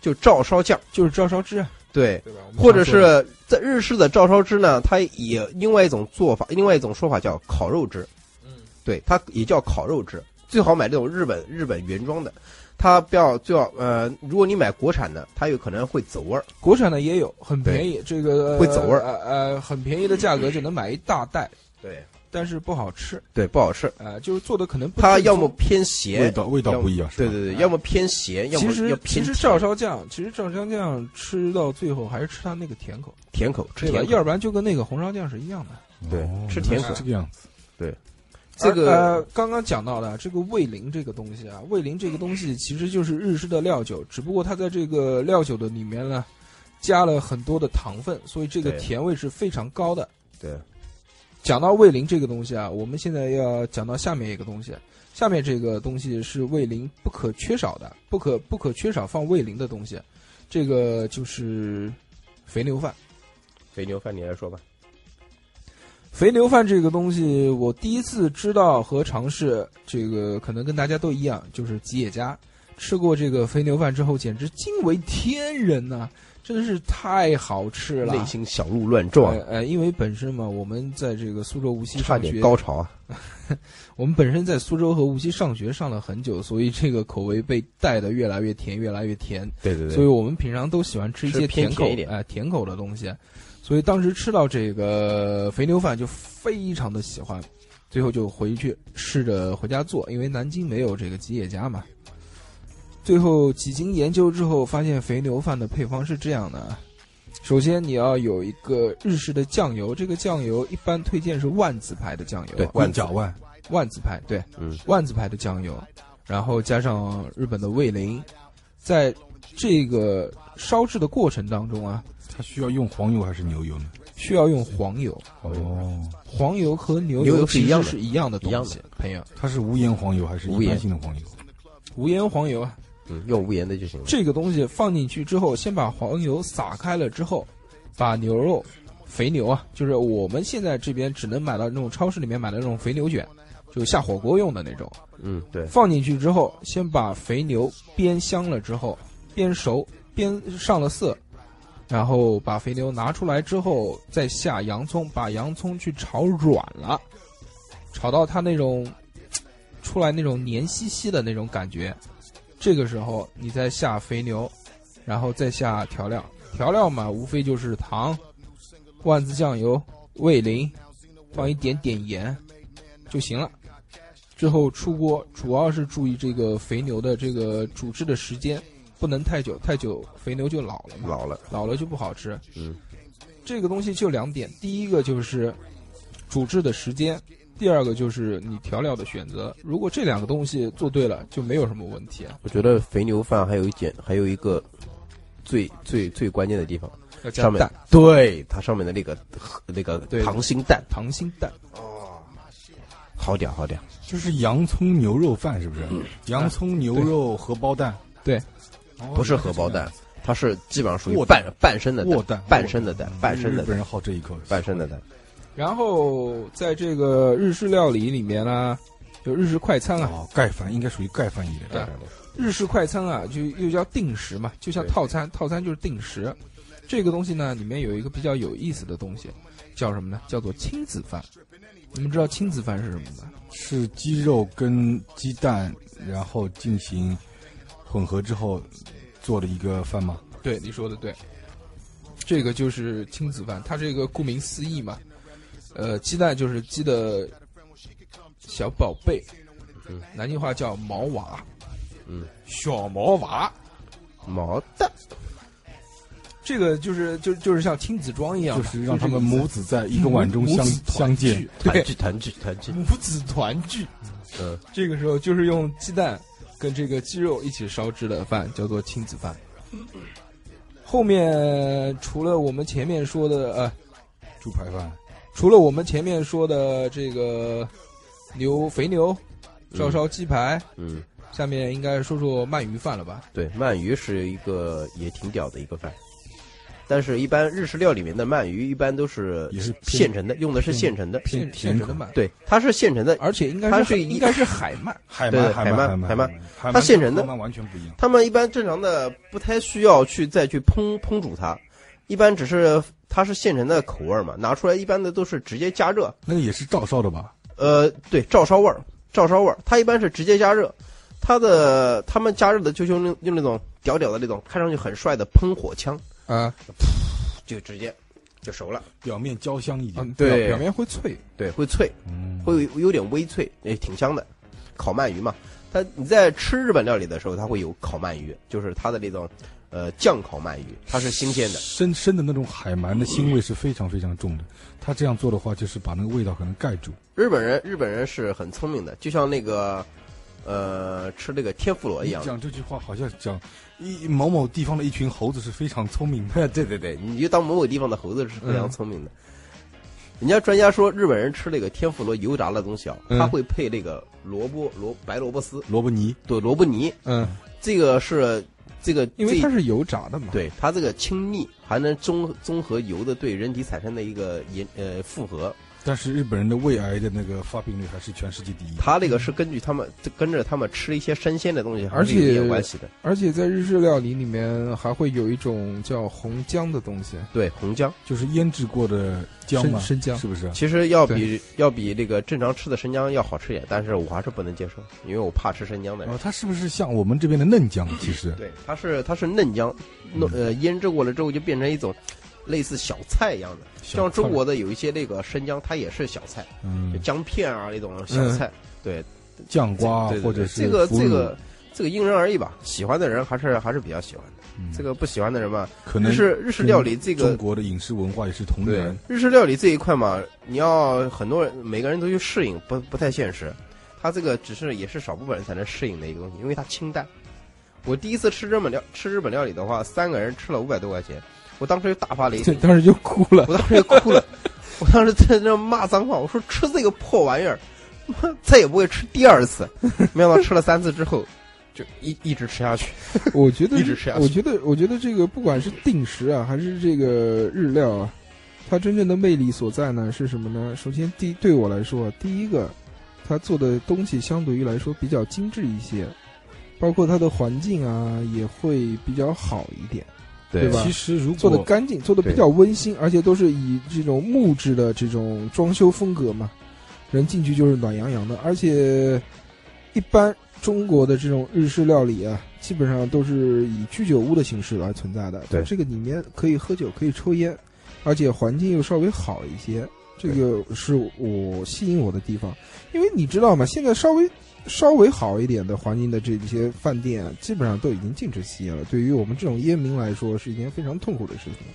Speaker 6: 就照烧酱，
Speaker 4: 就是照烧汁啊，
Speaker 6: 对，
Speaker 4: 对吧？我们
Speaker 6: 或者
Speaker 4: 常说的
Speaker 6: 是在日式的照烧汁呢，它也另外一种做法，另外一种说法叫烤肉汁，嗯，对，它也叫烤肉汁，最好买这种日本日本原装的，它不要最好呃，如果你买国产的，它有可能会走味儿，
Speaker 4: 国产的也有，很便宜，这个
Speaker 6: 会走味儿
Speaker 4: 呃呃，很便宜的价格就能买一大袋，
Speaker 6: 对
Speaker 4: 但是不好吃。
Speaker 6: 对，不好吃，
Speaker 4: 呃，就是做的可能不
Speaker 6: 它
Speaker 4: 正
Speaker 6: 要
Speaker 4: 宗
Speaker 6: 么偏
Speaker 5: 味
Speaker 6: 咸，
Speaker 5: 道味道不一样，是
Speaker 6: 对
Speaker 5: 吧？
Speaker 6: 对对，要么偏咸，要么
Speaker 4: 其实
Speaker 6: 要
Speaker 4: 其
Speaker 6: 偏
Speaker 4: 实照烧酱，其实照烧酱吃到最后还是吃它那个甜口，
Speaker 6: 甜口，吃
Speaker 4: 对吧
Speaker 6: 甜？口，
Speaker 4: 要不然就跟那个红烧酱是一样的。
Speaker 6: 对
Speaker 5: 哦
Speaker 6: 吃甜口
Speaker 5: 是这个样子。
Speaker 6: 这
Speaker 4: 而
Speaker 6: 个
Speaker 4: 呃，刚刚讲到的这个味淋这个东西啊，味淋这个东西其实就是日式的料酒，只不过它在这个料酒的里面呢，加了很多的糖分，所以这个
Speaker 6: 对
Speaker 4: 甜味是非常高的。
Speaker 6: 对
Speaker 4: 讲到味淋这个东西啊，我们现在要讲到下面一个东西，下面这个东西是味淋不可缺少的，不可不可缺少放味淋的东西，这个就是肥牛饭。
Speaker 6: 肥牛饭你来说吧，
Speaker 4: 肥牛饭这个东西，我第一次知道和尝试，这个可能跟大家都一样，就是吉野家吃过这个肥牛饭之后，简直惊为天人呐、真是太好吃了。
Speaker 6: 内心小鹿乱撞
Speaker 4: 呃，呃，因为本身嘛，我们在这个苏州无锡
Speaker 6: 差
Speaker 4: 上
Speaker 6: 点
Speaker 4: 学，
Speaker 6: 高潮啊！
Speaker 4: 我们本身在苏州和无锡上学上了很久，所以这个口味被带的越来越甜，越来越甜。
Speaker 6: 对对
Speaker 4: 所以，我们平常都喜欢吃一些
Speaker 6: 吃偏
Speaker 4: 甜口
Speaker 6: 甜一点
Speaker 4: 哎、甜口的东西，所以当时吃到这个肥牛饭就非常的喜欢，最后就回去试着回家做，因为南京没有这个吉野家嘛。最后几经研究之后，发现肥牛饭的配方是这样的：首先你要有一个日式的酱油，这个酱油一般推荐是万字牌的酱油，
Speaker 6: 对
Speaker 5: 万角万，
Speaker 4: 万字牌，对，
Speaker 6: 嗯，
Speaker 4: 万字牌的酱油，然后加上日本的味淋，在这个烧制的过程当中啊，
Speaker 5: 它需要用黄油还是牛油呢？
Speaker 4: 需要用黄油，
Speaker 5: 哦，
Speaker 4: 黄油和牛
Speaker 6: 牛油是
Speaker 4: 其
Speaker 6: 一样
Speaker 4: 实是
Speaker 6: 的
Speaker 4: 一样的
Speaker 6: 一样
Speaker 4: 东
Speaker 6: 的
Speaker 4: 西，朋友，
Speaker 5: 它是无盐黄油还是
Speaker 6: 无
Speaker 5: 一
Speaker 6: 盐
Speaker 5: 般性的黄油？
Speaker 4: 无盐黄油啊，
Speaker 6: 嗯，用无盐的就行了。
Speaker 4: 这个东西放进去之后，先把黄油撒开了之后，把牛肉。肥牛啊，就是我们现在这边只能买到那种超市里面买的那种肥牛卷，就下火锅用的那种。
Speaker 6: 嗯，对，
Speaker 4: 放进去之后，先把肥牛煸香了之后，煸熟，煸上了色，然后把肥牛拿出来之后，再下洋葱，把洋葱去炒软了，炒到它那种嘖出来那种黏兮兮的那种感觉。这个时候你再下肥牛，然后再下调料，调料嘛，无非就是糖、万字酱油、味淋，放一点点盐就行了。最后出锅主要是注意这个肥牛的这个煮制的时间，不能太久，太久肥牛就老了嘛，
Speaker 6: 老了，
Speaker 4: 老了就不好吃。
Speaker 6: 嗯，
Speaker 4: 这个东西就两点，第一个就是煮制的时间，第二个就是你调料的选择。如果这两个东西做对了，就没有什么问题。啊
Speaker 6: 我觉得肥牛饭还有一点，还有一个最最最关键的地方，
Speaker 4: 要加
Speaker 6: 上面
Speaker 4: 蛋，
Speaker 6: 对它上面的那个那个
Speaker 4: 对
Speaker 6: 溏心蛋，
Speaker 4: 溏心蛋，
Speaker 6: 好屌好屌，
Speaker 5: 就是洋葱牛肉饭是不是？
Speaker 6: 嗯
Speaker 5: 洋葱牛肉荷包蛋，
Speaker 4: 对，
Speaker 5: 哦
Speaker 6: 不是荷包蛋，，它是基本上属于
Speaker 5: 卧
Speaker 6: 半
Speaker 5: 蛋
Speaker 6: 半生的
Speaker 5: 那是这样卧
Speaker 6: 蛋
Speaker 5: 蛋，，
Speaker 6: 半生的蛋
Speaker 5: 嗯，
Speaker 6: 半生的
Speaker 5: 日本
Speaker 6: 蛋，
Speaker 5: 人好这一口，
Speaker 6: 半生的蛋，
Speaker 4: 然后在这个日式料理里面呢，就日式快餐啊，
Speaker 5: 哦，盖饭应该属于盖饭一类
Speaker 4: 对
Speaker 6: 半
Speaker 5: 的。
Speaker 6: 生的
Speaker 4: 日式快餐啊，就又叫定时嘛，就像
Speaker 6: 对
Speaker 4: 套餐，套餐就是定时。这个东西呢，里面有一个比较有意思的东西，叫什么呢？叫做亲子饭。你们知道亲子饭是什么吗？
Speaker 5: 是鸡肉跟鸡蛋，然后进行混合之后做的一个饭吗？
Speaker 4: 对，你说的对，这个就是亲子饭，它这个顾名思义嘛，呃，鸡蛋就是鸡的小宝贝，
Speaker 6: 嗯
Speaker 4: 南京话叫毛娃，
Speaker 6: 嗯，
Speaker 4: 小毛娃，
Speaker 6: 毛蛋，
Speaker 4: 这个就是就就是像亲子装一样
Speaker 5: 就
Speaker 4: 嘛，
Speaker 5: 是让他
Speaker 4: 这个
Speaker 5: 们
Speaker 4: 意思
Speaker 5: 母子在一个碗中
Speaker 4: 母
Speaker 5: 相
Speaker 4: 子团
Speaker 5: 相见
Speaker 4: 聚，
Speaker 6: 团
Speaker 4: 对，
Speaker 6: 聚团聚团聚，
Speaker 4: 母子团聚。
Speaker 6: 嗯，
Speaker 4: 这个时候就是用鸡蛋跟这个鸡肉一起烧制的饭，叫做亲子饭。后面除了我们前面说的呃，
Speaker 5: 猪排饭。
Speaker 4: 除了我们前面说的这个牛肥牛、照烧鸡排，
Speaker 6: 嗯，
Speaker 4: 下面应该说说鳗鱼饭了吧？
Speaker 6: 对，鳗鱼是一个也挺屌的一个饭。但是，一般日式料里面的鳗鱼一般都是
Speaker 5: 也是偏
Speaker 6: 现成的，用的是现成的，
Speaker 5: 偏
Speaker 4: 现现成的鳗，
Speaker 6: 对，它是现成的，
Speaker 4: 而且应
Speaker 6: 它
Speaker 4: 该
Speaker 6: 是
Speaker 4: 是
Speaker 6: 一
Speaker 4: 应该是海鳗，
Speaker 5: 海
Speaker 6: 对
Speaker 5: 海
Speaker 6: 海鳗
Speaker 5: 鳗，
Speaker 6: 海
Speaker 5: 海
Speaker 6: 鳗
Speaker 5: 海鳗
Speaker 6: 它现成的
Speaker 5: 跟河鳗完全不一样。
Speaker 6: 他们一般正常的不太需要去再去烹烹煮它，一般只是它是现成的口味儿嘛，拿出来一般的都是直接加热，
Speaker 5: 那个也是照烧的吧？
Speaker 6: 呃，对，照烧味儿，照烧味儿，它一般是直接加热，它的他们加热的就是用那用那种屌屌的那种看上去很帅的喷火枪，
Speaker 4: 啊，
Speaker 6: 就直接就熟了，
Speaker 5: 表面焦香一点。
Speaker 4: 嗯，
Speaker 6: 对
Speaker 4: 表表面会脆，
Speaker 6: 对，会脆，
Speaker 5: 嗯，
Speaker 6: 会有有点微脆，也挺香的，烤鳗鱼嘛。它你在吃日本料理的时候，它会有烤鳗鱼，就是它的那种，呃，酱烤鳗鱼，它是新鲜的。
Speaker 5: 生生的那种海鳗的腥味是非常非常重的。它这样做的话，就是把那个味道可能盖住。
Speaker 6: 日本人日本人是很聪明的，就像那个，呃，吃那个天妇罗一
Speaker 5: 你
Speaker 6: 样。
Speaker 5: 讲这句话好像讲一某某地方的一群猴子是非常聪明的。
Speaker 6: 对对对，你就当某某地方的猴子是非常聪明的。
Speaker 4: 嗯
Speaker 6: 人家专家说，日本人吃那个天妇罗油炸的东西啊，
Speaker 4: 嗯
Speaker 6: 他会配那个萝卜萝白萝卜丝，
Speaker 5: 萝卜泥
Speaker 6: 对萝卜泥，
Speaker 4: 嗯，
Speaker 6: 这个是这个
Speaker 4: 因为它
Speaker 6: 这
Speaker 4: 是油炸的嘛。，
Speaker 6: 对它这个清腻还能综综合油的对人体产生的一个盐呃复合，
Speaker 5: 但是日本人的胃癌的那个发病率还是全世界第一。
Speaker 6: 它这个是根据他们跟着他们吃一些生鲜的东西，
Speaker 4: 而且
Speaker 6: 还是有点关系的。
Speaker 4: 而且在日式料理里面还会有一种叫红姜的东西，
Speaker 6: 对红姜，
Speaker 5: 就是腌制过的姜
Speaker 4: 生
Speaker 5: 嘛，
Speaker 4: 生 姜。
Speaker 5: 是不是？
Speaker 6: 其实要比要比这个正常吃的生姜要好吃一点，但是我还是不能接受，因为我怕吃生姜的人
Speaker 5: 哦，。它是不是像我们这边的嫩姜？其实
Speaker 6: 对，它是它是嫩姜，弄
Speaker 5: 嗯
Speaker 6: 呃腌制过了之后就变成一种类似小菜一样的，
Speaker 5: 小
Speaker 6: 像中
Speaker 5: 块
Speaker 6: 国的有一些那个生姜，它也是小菜，就
Speaker 5: 嗯
Speaker 6: 姜片啊那种小菜。对，
Speaker 5: 酱瓜
Speaker 6: 对对对
Speaker 5: 或者是
Speaker 6: 这个
Speaker 5: 腐乳
Speaker 6: 这个这个因人而异吧，喜欢的人还是还是比较喜欢的，
Speaker 5: 嗯
Speaker 6: 这个不喜欢的人嘛，
Speaker 5: 可能
Speaker 6: 日式日式料理这
Speaker 5: 中
Speaker 6: 个。
Speaker 5: 国的饮食文化也是同
Speaker 6: 对
Speaker 5: 源。
Speaker 6: 日式料理这一块嘛，你要很多人每个人都去适应，不不太现实。它这个只是也是少部分人才能适应的一个东西，因为它清淡。我第一次吃日本料吃日本料理的话，三个人吃了五百多块钱，我当时就大发雷 霆
Speaker 4: 这，当时就哭了。
Speaker 6: 我当时就哭了，我当时在那骂脏话，我说吃这个破玩意儿，妈再也不会吃第二次。没想到吃了三次之后，就一一直吃下去。
Speaker 4: 我觉得
Speaker 6: 一直吃啊下去
Speaker 4: 我觉得我觉得这个不管是定时啊，还是这个日料啊，它真正的魅力所在呢是什么呢？首先第对我来说，第一个，它做的东西相对于来说比较精致一些，包括它的环境啊也会比较好一点，对吧
Speaker 5: 其实如
Speaker 4: 做
Speaker 5: 果
Speaker 4: 的干净，做的比较温馨，而且都是以这种木质的这种装修风格嘛，人进去就是暖洋洋的，而且一般中国的这种日式料理啊，基本上都是以居酒屋的形式来存在的。
Speaker 6: 对
Speaker 4: 这个里面可以喝酒，可以抽烟，而且环境又稍微好一些，这个是我吸引我的地方。因为你知道吗？现在稍微稍微好一点的环境的这些饭店啊，基本上都已经禁止吸烟了。对于我们这种烟民来说，是一件非常痛苦的事情。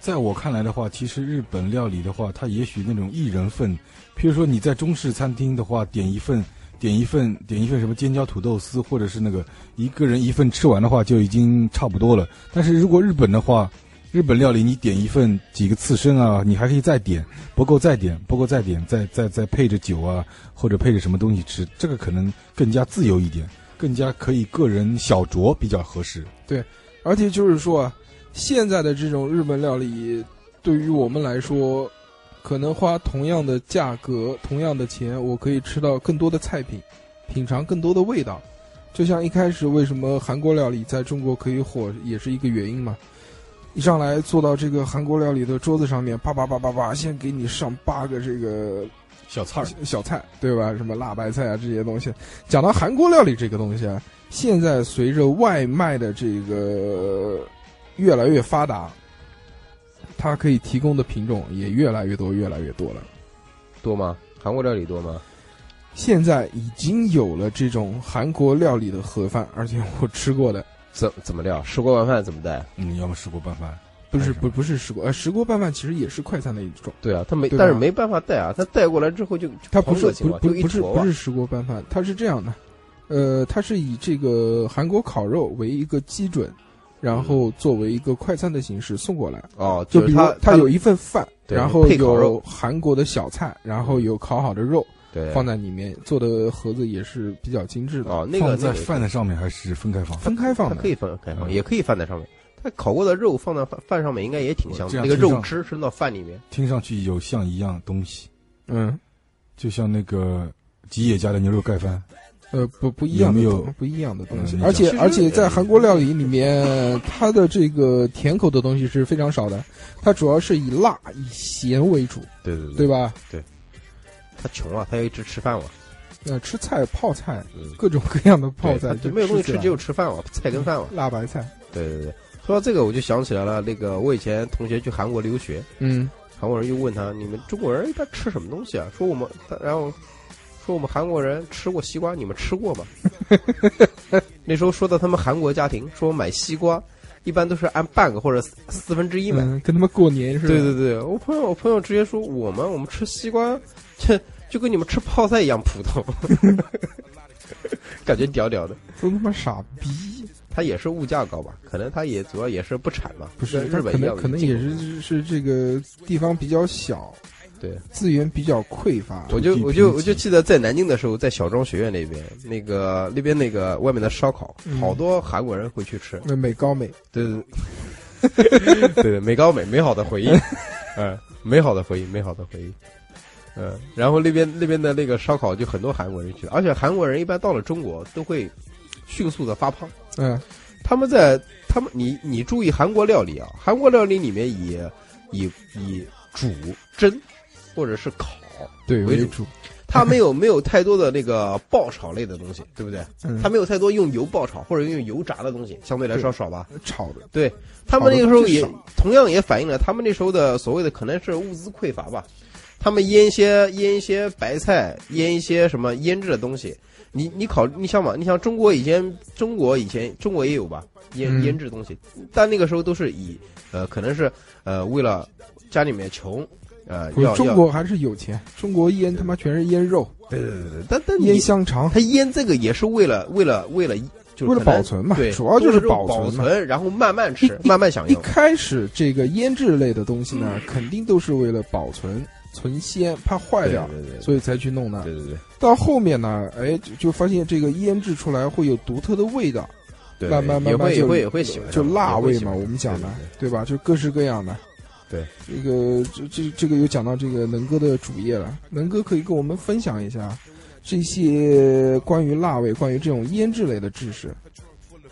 Speaker 5: 在我看来的话，其实日本料理的话，它也许那种一人份，譬如说你在中式餐厅的话，点一份，点一份，点一份什么尖椒土豆丝，或者是那个一个人一份吃完的话，就已经差不多了。但是如果日本的话，日本料理你点一份几个刺身啊，你还可以再点，不够再点，不够再点，再再再配着酒啊，或者配着什么东西吃，这个可能更加自由一点，更加可以个人小酌比较合适。
Speaker 4: 而且就是说啊，现在的这种日本料理，对于我们来说，可能花同样的价格、同样的钱，我可以吃到更多的菜品，品尝更多的味道。就像一开始为什么韩国料理在中国可以火，也是一个原因嘛。一上来坐到这个韩国料理的桌子上面，叭叭叭叭叭，先给你上八个这个
Speaker 5: 小菜儿
Speaker 4: 小菜，对吧？什么辣白菜啊这些东西。讲到韩国料理这个东西啊，现在随着外卖的这个越来越发达，它可以提供的品种也越来越多，越来越多了。
Speaker 6: 多吗？韩国料理多吗？
Speaker 4: 现在已经有了这种韩国料理的盒饭，而且我吃过的
Speaker 6: 怎怎么料？吃锅拌饭怎么带？
Speaker 5: 嗯，要么吃过拌饭。
Speaker 4: 不是
Speaker 5: 还是
Speaker 4: 不不是石锅，呃，石锅拌饭其实也是快餐的一种，
Speaker 6: 对啊，他没，
Speaker 4: 对吧
Speaker 6: 但是没办法带啊，他带过来之后就
Speaker 4: 它不是
Speaker 6: 狂热情
Speaker 4: 不
Speaker 6: 嘛
Speaker 4: 不
Speaker 6: 就一
Speaker 4: 不是
Speaker 6: 坨啊
Speaker 4: 不是石锅拌饭，它是这样的，呃，它是以这个韩国烤肉为一个基准，然后
Speaker 6: 嗯
Speaker 4: 作为一个快餐的形式送过来。
Speaker 6: 哦，
Speaker 4: 就是比如
Speaker 6: 他
Speaker 4: 它有一份饭，
Speaker 6: 对
Speaker 4: 然后
Speaker 6: 配烤
Speaker 4: 有
Speaker 6: 肉嗯
Speaker 4: 韩国的小菜，然后有烤好的肉
Speaker 6: 对
Speaker 4: 放在里面，做的盒子也是比较精致的，
Speaker 6: 哦那个
Speaker 5: 放在
Speaker 6: 那个
Speaker 5: 饭的上面还是分开放？
Speaker 4: 分开放
Speaker 6: 它可
Speaker 4: 的。
Speaker 6: 以放开放，
Speaker 5: 嗯
Speaker 6: 也可以放在上面。它烤过的肉放到饭饭上面，应该也挺香
Speaker 5: 这
Speaker 6: 的。那
Speaker 5: 样
Speaker 6: 个
Speaker 5: 吃
Speaker 6: 肉
Speaker 5: 上
Speaker 6: 汁渗到饭里面，
Speaker 5: 听上去有像一样东西，
Speaker 4: 嗯，
Speaker 5: 就像那个吉野家的牛肉盖饭，
Speaker 4: 呃，不不一样的
Speaker 5: 有没有
Speaker 4: 东不一样的东西
Speaker 5: 嗯，你
Speaker 4: 而且
Speaker 6: 讲
Speaker 4: 而且在韩国料理里面，它的这个甜口的东西是非常少的，它主要是以辣以咸为主，
Speaker 6: 对对
Speaker 4: 对，吧？
Speaker 6: 他穷啊，他要一直吃饭嘛，
Speaker 4: 呃，吃菜泡菜
Speaker 6: 嗯，
Speaker 4: 各种各样的泡
Speaker 6: 对
Speaker 4: 菜
Speaker 6: 他，
Speaker 4: 就
Speaker 6: 没有东西
Speaker 4: 起
Speaker 6: 吃，
Speaker 4: 来
Speaker 6: 只有吃饭嘛，菜跟饭嘛。
Speaker 4: 辣白菜。
Speaker 6: 对对对，说到这个我就想起来了，那个我以前同学去韩国留学，
Speaker 4: 嗯，
Speaker 6: 韩国人就问他，你们中国人一般吃什么东西啊？说我们，他然后说我们韩国人吃过西瓜，你们吃过吗？ 那时候说到他们韩国家庭，说买西瓜一般都是按半个或者四四分之一买。
Speaker 4: 嗯，跟他们过年似的。
Speaker 6: 对对对，我朋友我朋友直接说我们我们吃西瓜， 这就跟你们吃泡菜一样普通， 感觉屌屌的。
Speaker 4: 都他妈傻逼！
Speaker 6: 他也是物价高吧？可能他也主要也是不产吧，
Speaker 4: 不是，
Speaker 6: 跟
Speaker 4: 他
Speaker 6: 日本
Speaker 4: 可
Speaker 6: 一样
Speaker 4: 能
Speaker 6: 的
Speaker 4: 可能
Speaker 6: 进
Speaker 4: 也
Speaker 6: 口
Speaker 4: 是是这个地方比较小，
Speaker 6: 对，
Speaker 4: 资源比较匮乏。
Speaker 6: 我就我就我就记得在南京的时候，在小庄学院那边，那个那边那个外面的烧烤，好多韩国人会去吃。
Speaker 4: 那呃美高美，
Speaker 6: 对 对对对对，美高美，美好的回忆，嗯，美好的回忆，美好的回忆。嗯，然后那边那边的那个烧烤就很多韩国人去，而且韩国人一般到了中国都会迅速的发胖。
Speaker 4: 嗯，
Speaker 6: 他们在他们你你注意韩国料理啊，韩国料理里面以以以煮、蒸或者是烤，
Speaker 4: 对
Speaker 6: 为
Speaker 4: 为
Speaker 6: 主
Speaker 4: 主，
Speaker 6: 它没有没有太多的那个爆炒类的 东西，对不对？
Speaker 4: 嗯
Speaker 6: 它，没有太多用油爆炒或者用油炸的东西，相对来说少吧。
Speaker 4: 炒的
Speaker 6: 对他们那个时
Speaker 4: 炒
Speaker 6: 候
Speaker 4: 得
Speaker 6: 也
Speaker 4: 不少
Speaker 6: 同样也反映了他们那时候的所谓的可能是物资匮乏吧，他们腌一些腌一些白菜，腌一些什么腌制的东西。你你考你想嘛？你想中国以前中国以前中国也有吧腌、
Speaker 4: 嗯
Speaker 6: 腌制东西，但那个时候都是以呃可能是呃为了家里面穷呃
Speaker 4: 不是
Speaker 6: 要
Speaker 4: 中
Speaker 6: 要
Speaker 4: 国还是有钱，中国腌他妈全是腌肉、
Speaker 6: 对对对对，但但你
Speaker 4: 腌香肠，
Speaker 6: 他腌这个也是为了为了为了就是
Speaker 4: 为了
Speaker 6: 可能
Speaker 4: 保存嘛
Speaker 6: 对，
Speaker 4: 主要就是
Speaker 6: 为了保
Speaker 4: 保存嘛
Speaker 6: 然后慢慢吃，
Speaker 4: 一
Speaker 6: 慢慢享
Speaker 4: 一
Speaker 6: 用。
Speaker 4: 开始这个腌制类的东西呢，肯定都是为了保存、存鲜，怕坏掉，
Speaker 6: 对对
Speaker 4: 所以才去弄的。
Speaker 6: 对对对
Speaker 4: 到后面呢，哎，就就发现这个腌制出来会有独特的味道，
Speaker 6: 对，
Speaker 4: 慢慢慢
Speaker 6: 也
Speaker 4: 慢
Speaker 6: 会也
Speaker 4: 就
Speaker 6: 会也会喜欢
Speaker 4: 就
Speaker 6: 上的
Speaker 4: 辣
Speaker 6: 也会
Speaker 4: 味
Speaker 6: 喜
Speaker 4: 嘛，
Speaker 6: 欢
Speaker 4: 我们讲的
Speaker 6: 上，
Speaker 4: 对吧？就各式各样的。
Speaker 6: 对，
Speaker 4: 这个这这这个又讲到这个能哥的主业了，能哥可以跟我们分享一下这些关于辣味、关于这种腌制类的知识。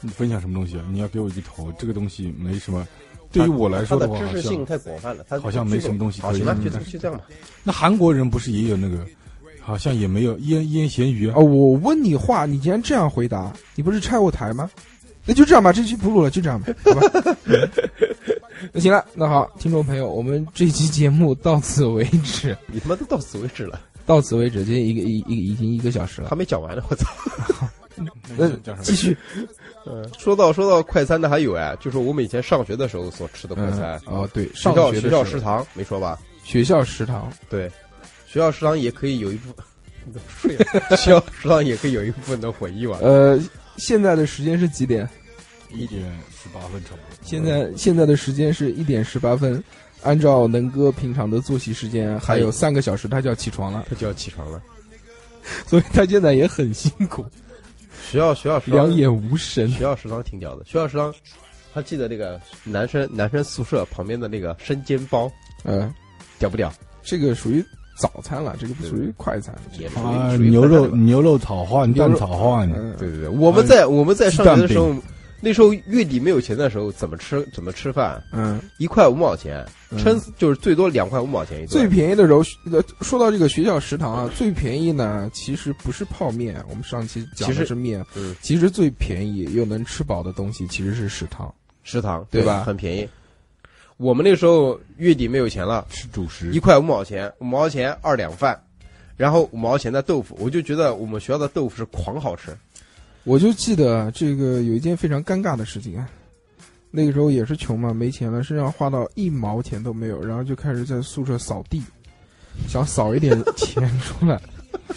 Speaker 5: 你分享什么东西啊？你要给我一个头，这个东西没什么。对于我来
Speaker 6: 对
Speaker 5: 说
Speaker 6: 对对
Speaker 5: 话，
Speaker 6: 它的
Speaker 5: 好
Speaker 6: 知识性
Speaker 5: 像
Speaker 6: 太广泛了，它
Speaker 5: 好像没什么东西
Speaker 6: 好，
Speaker 5: 可以
Speaker 6: 行吧，
Speaker 5: 嗯
Speaker 6: 就这就 这样吧。
Speaker 5: 那韩国人不是也有那个，好像也没有腌腌咸鱼啊
Speaker 4: 啊、。
Speaker 6: 哦
Speaker 4: 我问你话，你竟然这样回答，你不是拆我台吗？那就这样吧，这期不录了，就这样吧，好吧。 那行了，那好，听众朋友，我们这期节目到此为止，
Speaker 6: 你他妈都到此为止了，
Speaker 4: 到此为止，这一个一一已经一个小时
Speaker 6: 还
Speaker 4: 了，
Speaker 6: 没讲完呢，我操！
Speaker 5: 那你讲什
Speaker 4: 继
Speaker 5: 么？
Speaker 4: 续。
Speaker 6: 说到说到快餐的还有哎，就是我们以前上学的时候所吃的快
Speaker 4: 嗯
Speaker 6: 餐，，
Speaker 4: 哦，对，
Speaker 6: 学
Speaker 4: 上
Speaker 6: 校
Speaker 4: 学
Speaker 6: 学
Speaker 4: 的
Speaker 6: 校
Speaker 4: 时
Speaker 6: 食
Speaker 4: 候
Speaker 6: 堂没说吧？
Speaker 4: 学校食堂，
Speaker 6: 对，学校食堂也可以有一部分。 你怎么睡了？学校食堂也可以有一部分的回忆吧。
Speaker 4: 呃，现在的时间是几点？
Speaker 5: 一点十八分差不多。
Speaker 4: 现
Speaker 6: 嗯
Speaker 4: 在现在的时间是一点十八分。按照能哥平常的作息时间，还
Speaker 6: 哎
Speaker 4: 有三个小时他就要起床了，
Speaker 6: 他就要起床了。
Speaker 4: 所以他现在也很辛苦，
Speaker 6: 学校学校食堂
Speaker 4: 两，眼无神。
Speaker 6: 学校食堂挺屌的。学校食堂，他记得那个男生男生宿舍旁边的那个生煎包，
Speaker 4: 呃，
Speaker 6: 屌不屌？
Speaker 4: 这个属于早餐了，这个不属于快餐。
Speaker 6: 也属
Speaker 5: 啊，
Speaker 6: 于属于
Speaker 5: 牛肉
Speaker 6: 快餐吧
Speaker 5: 牛肉炒饭、
Speaker 4: 牛肉
Speaker 5: 蛋炒饭，
Speaker 4: 嗯，
Speaker 6: 对对对，我们在我们在上学的时候
Speaker 5: 鸡，
Speaker 6: 那时候月底没有钱的时候，怎么吃怎么吃饭？
Speaker 4: 嗯，
Speaker 6: 一块五毛钱，
Speaker 4: 嗯
Speaker 6: 撑死就是最多两块五毛钱一
Speaker 4: 最
Speaker 6: 顿。
Speaker 4: 便宜的时候，呃，说到这个学校食堂啊，最便宜呢，其实不是泡面，我们上期讲
Speaker 6: 其实
Speaker 4: 的是面，
Speaker 6: 嗯，
Speaker 4: 其实最便宜又能吃饱的东西其实是食堂。
Speaker 6: 食堂
Speaker 4: 对吧
Speaker 6: 很便宜。我们那时候月底没有钱了，
Speaker 5: 吃主食
Speaker 4: 嗯
Speaker 6: 一。块五毛钱，五毛钱二两饭，然后五毛钱的豆腐，我就觉得我们学校的豆腐是狂好吃。
Speaker 4: 我就记得这个有一件非常尴尬的事情啊，那个时候也是穷嘛，没钱了，身上花到一毛钱都没有，然后就开始在宿舍扫地，想扫一点钱出来。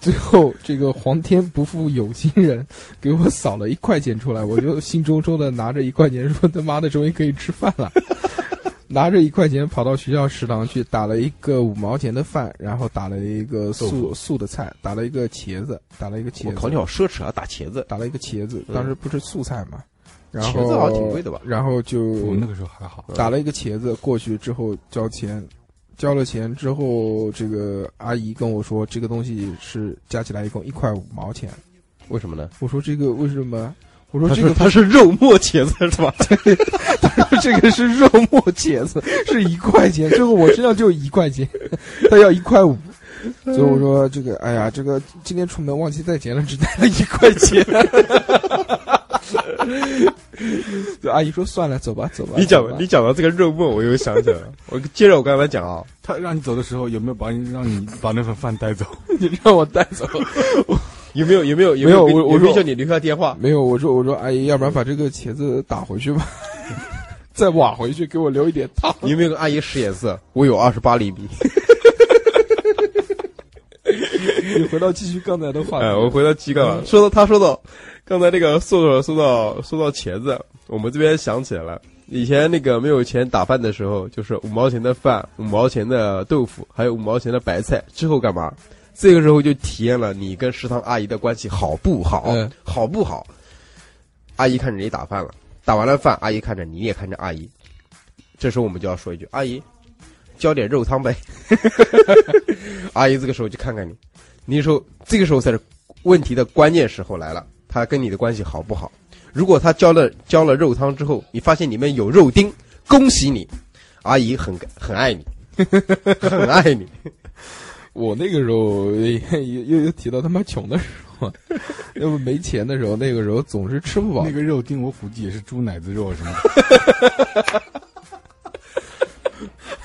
Speaker 4: 最后，这个皇天不负有心人，给我扫了一块钱出来，我就兴冲冲的拿着一块钱说：“他妈的，终于可以吃饭了！” 拿着一块钱跑到学校食堂去打了一个五毛钱的饭，然后打了一个素素的菜，打了一个茄子，打了一个茄子。
Speaker 6: 我靠，你好奢侈啊！打茄子，
Speaker 4: 打了一个茄子，
Speaker 6: 嗯
Speaker 4: 当时不是素菜嘛，然后
Speaker 6: 茄子好像挺贵的吧
Speaker 4: 然后就
Speaker 6: 嗯
Speaker 5: 我那个时候还好，
Speaker 4: 打了一个茄子过去之后交钱，交了钱之后，这个阿姨跟我说这个东西是加起来一共一块五毛钱，
Speaker 6: 为什么呢？
Speaker 4: 我说这个为什么？我说
Speaker 6: 他
Speaker 4: 这
Speaker 6: 说
Speaker 4: 个
Speaker 6: 他是肉末茄子 是吧？
Speaker 4: 这个是肉末茄子，是一块钱，最后我身上就一块钱，他要一块五，所以我说这个，哎呀，这个今天出门忘记带钱了，只带了一块钱。 就阿姨说算了，走吧，走吧。
Speaker 6: 你讲
Speaker 4: 走吧
Speaker 6: 你讲到这个肉末，我又想起来 了。我接着我刚才讲啊，
Speaker 5: 他让你走的时候有没有把你让你把那份饭带走？
Speaker 4: 你 让我带走。
Speaker 6: 有没有有没有有
Speaker 4: 没有
Speaker 6: 给
Speaker 4: 我我
Speaker 6: 有没
Speaker 4: 说
Speaker 6: 有叫你留下电 话？
Speaker 4: 没有，我说我说阿姨，要不然把这个茄子打回去吧， 再挖回去，给我留一点汤。
Speaker 6: 你有没有跟阿姨使眼色？我有二十八厘米。
Speaker 4: 你回到继续刚才的话题。
Speaker 6: 哎，我回到机干了。说到他说到刚才那个说到说到说到茄子，我们这边想起来了，以前那个没有钱打饭的时候，就是五毛钱的饭、五毛钱的豆腐，还有五毛钱的白菜。之后干嘛？这个时候就体验了你跟食堂阿姨的关系好不好？
Speaker 4: 嗯
Speaker 6: 好不好？阿姨看着你打饭了，打完了饭，阿姨看着你也看着阿姨。这时候我们就要说一句：“阿姨，浇点肉汤呗。” 阿姨这个时候就看看你，你说这个时候才是问题的关键时候来了，她跟你的关系好不好？如果她浇了浇了肉汤之后，你发现里面有肉丁，恭喜你，阿姨很很爱 你，很爱你。
Speaker 4: 我那个时候也也又又提到他妈穷的时 候，要不没钱的时候，那个时候总是吃不饱
Speaker 5: 那。个肉丁我估计也是猪奶子肉什么的。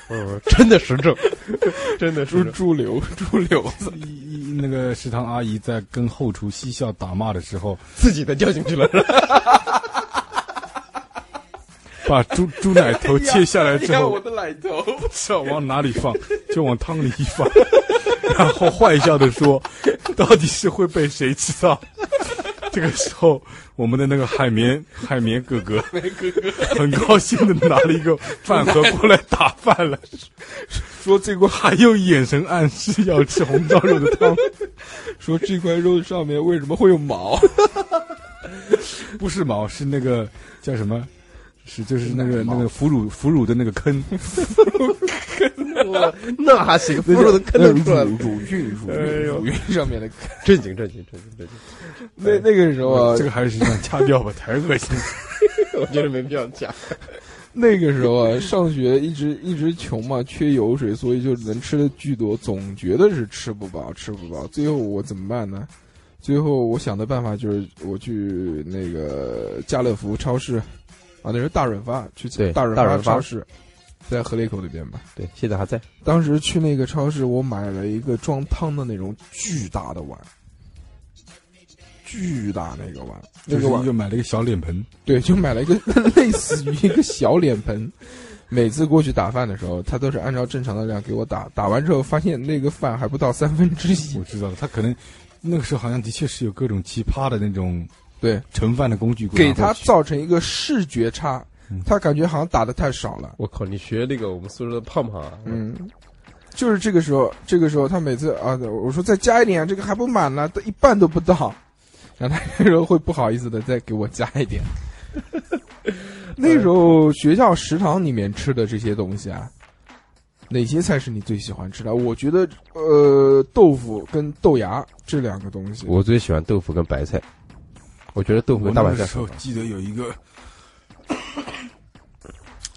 Speaker 6: 嗯，真的实诚， 真的
Speaker 4: 猪
Speaker 6: 实诚。
Speaker 4: 猪 流猪流子，
Speaker 5: 一一那个食堂阿姨在跟后厨嬉笑打骂的时候，
Speaker 6: 自己的掉进去了，
Speaker 5: 把猪猪奶头切下来
Speaker 4: 你
Speaker 5: 之
Speaker 4: 看
Speaker 5: 后
Speaker 4: 哎我，的奶头，
Speaker 5: 知道往哪里放，就往汤里一放， 然后坏笑的说：“到底是会被谁吃到？” 这个时候，我们的那个海绵海绵哥哥，很高兴的拿了一个饭盒过来打饭 了，说这个还用眼神暗示要吃红烧肉的汤，
Speaker 4: 说这块肉上面为什么会有毛？
Speaker 5: 不是毛，是那个叫什么？是就是那个那个腐乳腐乳的那个坑，
Speaker 6: 那嗯还行，不肉都坑得出来了哎
Speaker 4: 乳。乳晕乳晕乳晕上面的。
Speaker 6: 正经正经正经正经，
Speaker 4: 那那个时候啊
Speaker 5: 呃这，个还是想掐掉吧，太恶心了。
Speaker 6: 我觉得没必要讲。
Speaker 4: 那个时候啊，上学一直一直穷嘛，缺油水，所以就能吃的巨多，总觉得是吃不饱，吃不饱。最后我怎么办呢？最后我想的办法就是我去那个家乐福超市，啊，那是大润发，去
Speaker 6: 对
Speaker 4: 大润
Speaker 6: 大润发
Speaker 4: 超市，在河北口那边嘛。
Speaker 6: 对，现在还在。
Speaker 4: 当时去那个超市，我买了一个装汤的那种巨大的碗，巨大那个碗， 那
Speaker 5: 就
Speaker 4: 个碗
Speaker 5: 是又买了一个小脸盆，
Speaker 4: 对，就买了一个 类似于一个小脸盆。每次过去打饭的时候，他都是按照正常的量给我打，打完之后发现那个饭还不到三分之一
Speaker 5: 我。知道了，他可能那个时候好像的确是有各种奇葩的那种
Speaker 4: 对，
Speaker 5: 盛饭的工具过来
Speaker 4: 给他
Speaker 5: 过去嗯
Speaker 4: 造成一个视觉差，他感觉好像打的太少了。
Speaker 6: 我靠，你学那个我们宿舍的胖胖啊，
Speaker 4: 嗯，就是这个时候，这个时候他每次啊，我说再加一点，这个还不满呢，都一半都不到，然后他那时候会不好意思的再给我加一 点。那时候学校食堂里面吃的这些东西啊，哪些菜是你最喜欢吃的？我觉得呃，豆腐跟豆芽这两个东西，
Speaker 6: 我最喜欢豆腐跟白菜，我觉得豆腐
Speaker 5: 我
Speaker 6: 跟大白
Speaker 5: 那个
Speaker 6: 菜
Speaker 5: 时候记得有一个，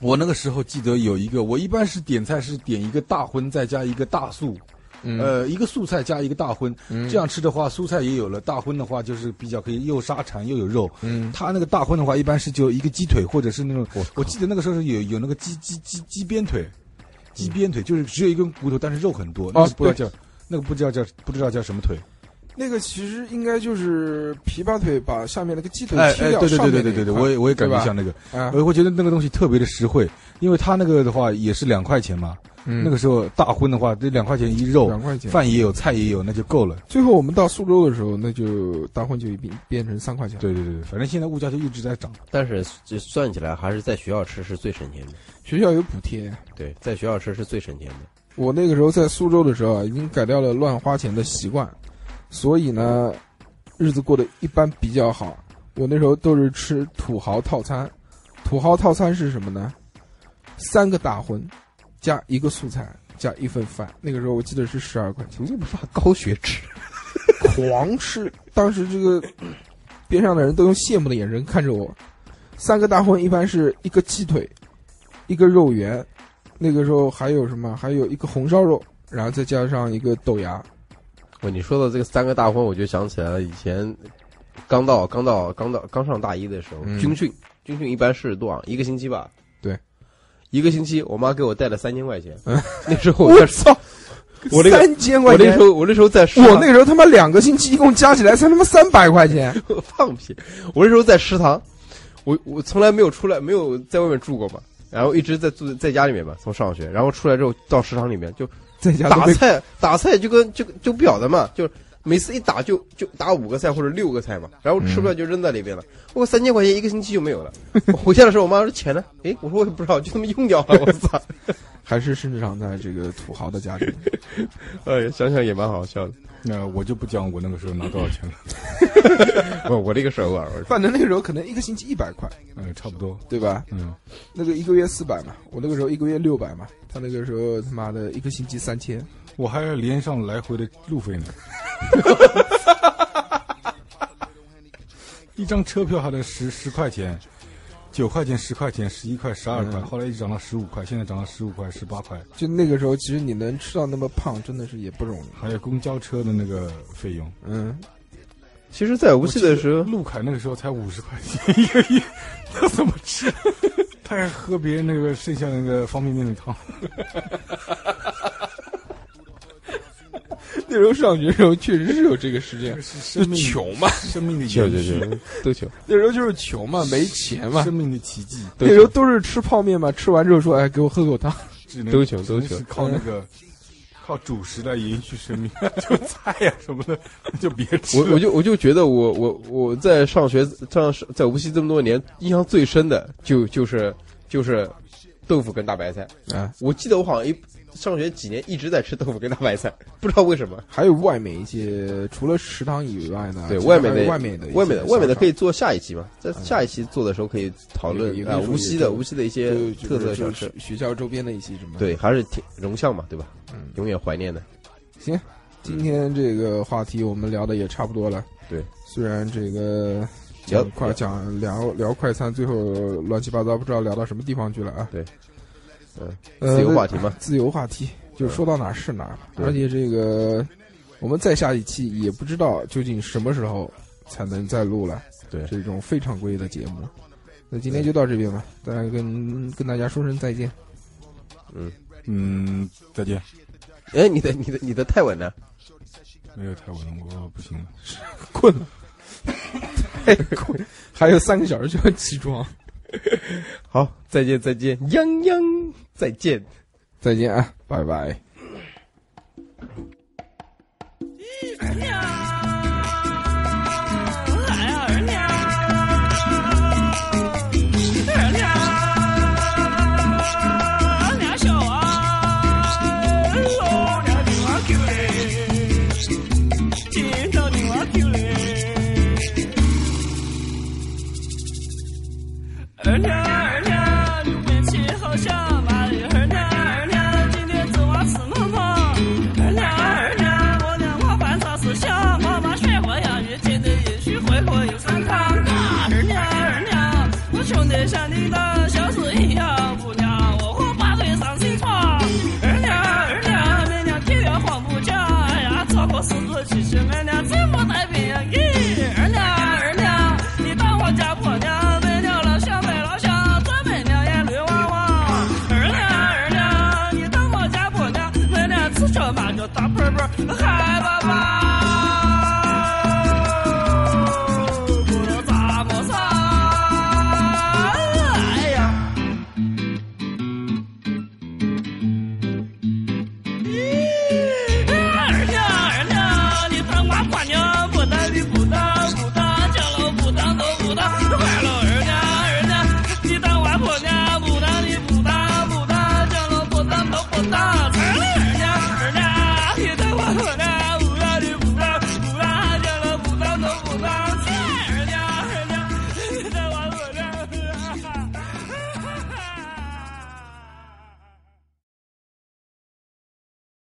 Speaker 5: 我那个时候记得有一个，我一般是点菜是点一个大荤，再加一个大素，呃，一个素菜加一个大荤，这样吃的话，蔬菜也有了，大荤的话就是比较可以又沙馋又有肉。嗯，他那个大荤的话，一般是就一个鸡腿或者是那种，我我记得那个时候是有有那个鸡鸡鸡鸡鞭腿，鸡鞭腿就是只有一根骨头，但是肉很多。那个不知道叫那个不知道叫不知道叫什么腿。
Speaker 4: 那个其实应该就是琵琶腿把下面那个鸡腿
Speaker 5: 哎
Speaker 4: 切
Speaker 5: 哎，
Speaker 4: 掉，
Speaker 5: 对对
Speaker 4: 上
Speaker 5: 对
Speaker 4: 面
Speaker 5: 对
Speaker 4: 那一
Speaker 5: 对对对，
Speaker 4: 块
Speaker 5: 我也我也感
Speaker 4: 对
Speaker 5: 觉
Speaker 4: 吧
Speaker 5: 像那个。
Speaker 4: 啊，
Speaker 5: 我会觉得那个东西特别的实惠，因为它那个的话也是两块钱嘛，
Speaker 4: 嗯
Speaker 5: 那个时候大荤的话，这两块钱一肉，
Speaker 4: 两块钱。
Speaker 5: 饭也有，菜也有，那就够了。
Speaker 4: 最后我们到苏州的时候，那就大荤就已经变成三块钱。，
Speaker 5: 对对对，对反正现在物价就一直在涨。
Speaker 6: 但是这算起来还是在学校吃是最省钱的。
Speaker 4: 学校有补贴。
Speaker 6: 对，在学校吃是最省钱的。
Speaker 4: 我那个时候在苏州的时候啊，已经改掉了乱花钱的习惯，所以呢，日子过得一般比较好。我那时候都是吃土豪套餐，土豪套餐是什么呢？三个大荤，加一个素菜，加一份饭。那个时候我记得是十二块钱，
Speaker 6: 你不怕高血脂？
Speaker 4: 狂吃。当时这个边上的人都用羡慕的眼神看着我。三个大荤一般是一个鸡腿，一个肉圆，那个时候还有什么？还有一个红烧肉，然后再加上一个豆芽。
Speaker 6: 我你说到这个三个大荤，我就想起来了以前刚到刚到刚到刚上大一的时候，
Speaker 4: 嗯
Speaker 6: 军训军训一般是多少？一个星期吧。
Speaker 4: 对，
Speaker 6: 一个星期，我妈给我带了三千块钱。那时候我在，
Speaker 4: 操！
Speaker 6: 我那个
Speaker 4: 三千
Speaker 6: 我
Speaker 4: 块
Speaker 6: 那
Speaker 4: 钱
Speaker 6: 时，候我那时候在食
Speaker 4: 我
Speaker 6: 堂
Speaker 4: 那个时候他妈两个星期一共加起来才他妈三百块钱。
Speaker 6: 放屁！我那时候在食堂，我我从来没有出来，没有在外面住过嘛，然后一直在住在家里面嘛，从上学，然后出来之后到食堂里面就
Speaker 4: 在家都
Speaker 6: 打
Speaker 4: 被
Speaker 6: 菜，打菜就跟就就不晓得嘛，就是每次一打就就打五个菜或者六个菜嘛，然后吃不了就扔在里边了。我三千块钱一个星期就没有了。我回家的时候，我妈说钱呢？ 诶，我说我也不知道，就这么用掉了。我操！
Speaker 4: 还是生长在这个土豪的家庭。
Speaker 6: 哎，想想也蛮好笑的。
Speaker 5: 那我就不讲我那个时候拿多少 钱了，
Speaker 6: 我我这个手腕，我
Speaker 4: 反正那个时候可能一个星期一百块，
Speaker 5: 嗯，差不多，
Speaker 4: 对吧？
Speaker 5: 嗯，
Speaker 4: 那个一个月四百嘛，我那个时候一个月六百嘛，他那个时候他妈的一个星期三千，
Speaker 5: 我还要连上来回的路 费呢，一张车票还得十十块钱，九块钱、十块钱、十一块、十二块，
Speaker 4: 嗯
Speaker 5: 后来一直涨到十五块，现在涨到十五块、十八块，
Speaker 4: 就那个时候其实你能吃到那么胖，真的是也不容易。
Speaker 5: 还有公交车的那个费用。
Speaker 4: 嗯，
Speaker 6: 其实，在无锡的时候，
Speaker 5: 陆凯那个时候才五十块钱一个月，他怎么吃？他还喝别人那个剩下那个方便面的汤。
Speaker 4: 那时候上学的时候确实是有这个时间，
Speaker 5: 是
Speaker 4: 就
Speaker 5: 生命
Speaker 4: 穷嘛，
Speaker 5: 生命的延续，
Speaker 6: 都行。
Speaker 4: 那时候就是穷嘛，没钱嘛
Speaker 5: 生，命的奇迹，
Speaker 4: 那时候都是吃泡面嘛，吃完之后说，哎，给我喝口 汤。
Speaker 5: 只能
Speaker 6: 都穷
Speaker 5: 只能
Speaker 6: 都穷嗯
Speaker 5: 是靠那个靠主食来延续生命， 就菜呀、什么的就别吃
Speaker 6: 我
Speaker 5: 了。
Speaker 6: 我就我就觉得我我我在上学上在无锡这么多年，印象最深的就就是就是豆腐跟大白菜。
Speaker 4: 啊，
Speaker 6: 我记得我好像一上学几年一直在吃豆腐跟大白菜，不知道为什么。
Speaker 4: 还有外面一些，除了食堂以外呢，
Speaker 6: 对
Speaker 4: 其实
Speaker 6: 外面
Speaker 4: 还
Speaker 6: 的
Speaker 4: 有外面的一些
Speaker 6: 外面的外面的可以
Speaker 4: 小
Speaker 6: 做下一期嘛，在下一期做的时候可以讨论
Speaker 4: 也也
Speaker 6: 啊
Speaker 4: 可以
Speaker 6: 无锡
Speaker 4: 也
Speaker 6: 的
Speaker 4: 可以
Speaker 6: 无锡的一些
Speaker 4: 吃就
Speaker 6: 特
Speaker 4: 就
Speaker 6: 色小
Speaker 4: 是
Speaker 6: 吃
Speaker 4: 学，学校周边的一些什么。
Speaker 6: 对，还是挺融巷嘛，对吧？
Speaker 4: 嗯
Speaker 6: 永远怀念的。
Speaker 4: 行，今天这个话题我们聊的也差不多了。
Speaker 6: 对，
Speaker 4: 虽然这个
Speaker 6: 聊
Speaker 4: 讲快讲聊聊快餐，最后乱七八糟，不知道聊到什么地方去了啊。
Speaker 6: 对，嗯
Speaker 4: 呃，
Speaker 6: 自由话题嘛
Speaker 4: 自由话题就是说到哪儿是哪儿了。
Speaker 6: 对
Speaker 4: 而且这个我们再下一期也不知道究竟什么时候才能再录了。
Speaker 6: 对
Speaker 4: 这种非常规的节目。那今天就到这边吧，大家跟跟大家说声再见。
Speaker 5: 嗯，再见。
Speaker 6: 哎，你的你的你的泰文呢？
Speaker 5: 没有太稳，我不行了。
Speaker 4: 困了，太困， 还有三个小时就要起床。
Speaker 6: 好，再见再见，泱泱再见。
Speaker 4: 再见啊，拜拜。
Speaker 7: 儿娘儿娘，你别气好笑，妈的儿娘儿娘，今天走啊吃馍馍。儿娘儿娘，我俩我烦躁思想，妈妈学会洋芋，今天也许回国有酸汤。儿娘儿娘，我穷得像你的小子一样，姑娘我活八腿上西床。儿娘儿娘，俺俩天天黄浦江，哎呀，做过事做其实俺俩怎么太平洋？咦，儿娘儿娘，你当我家婆娘没了老乡没老乡，咱们俩也绿汪汪。儿娘儿娘，你当我家婆娘，俺俩吃着麻将打盆盆，嗨爸爸，不要咋么啥？哎呀！儿娘儿娘，你当我婆娘，不当你不当不当，叫老不当都不当，坏了儿娘儿娘，你当我婆娘，不当你不当不当，叫老不当都不当，儿娘儿娘，你当我婆娘，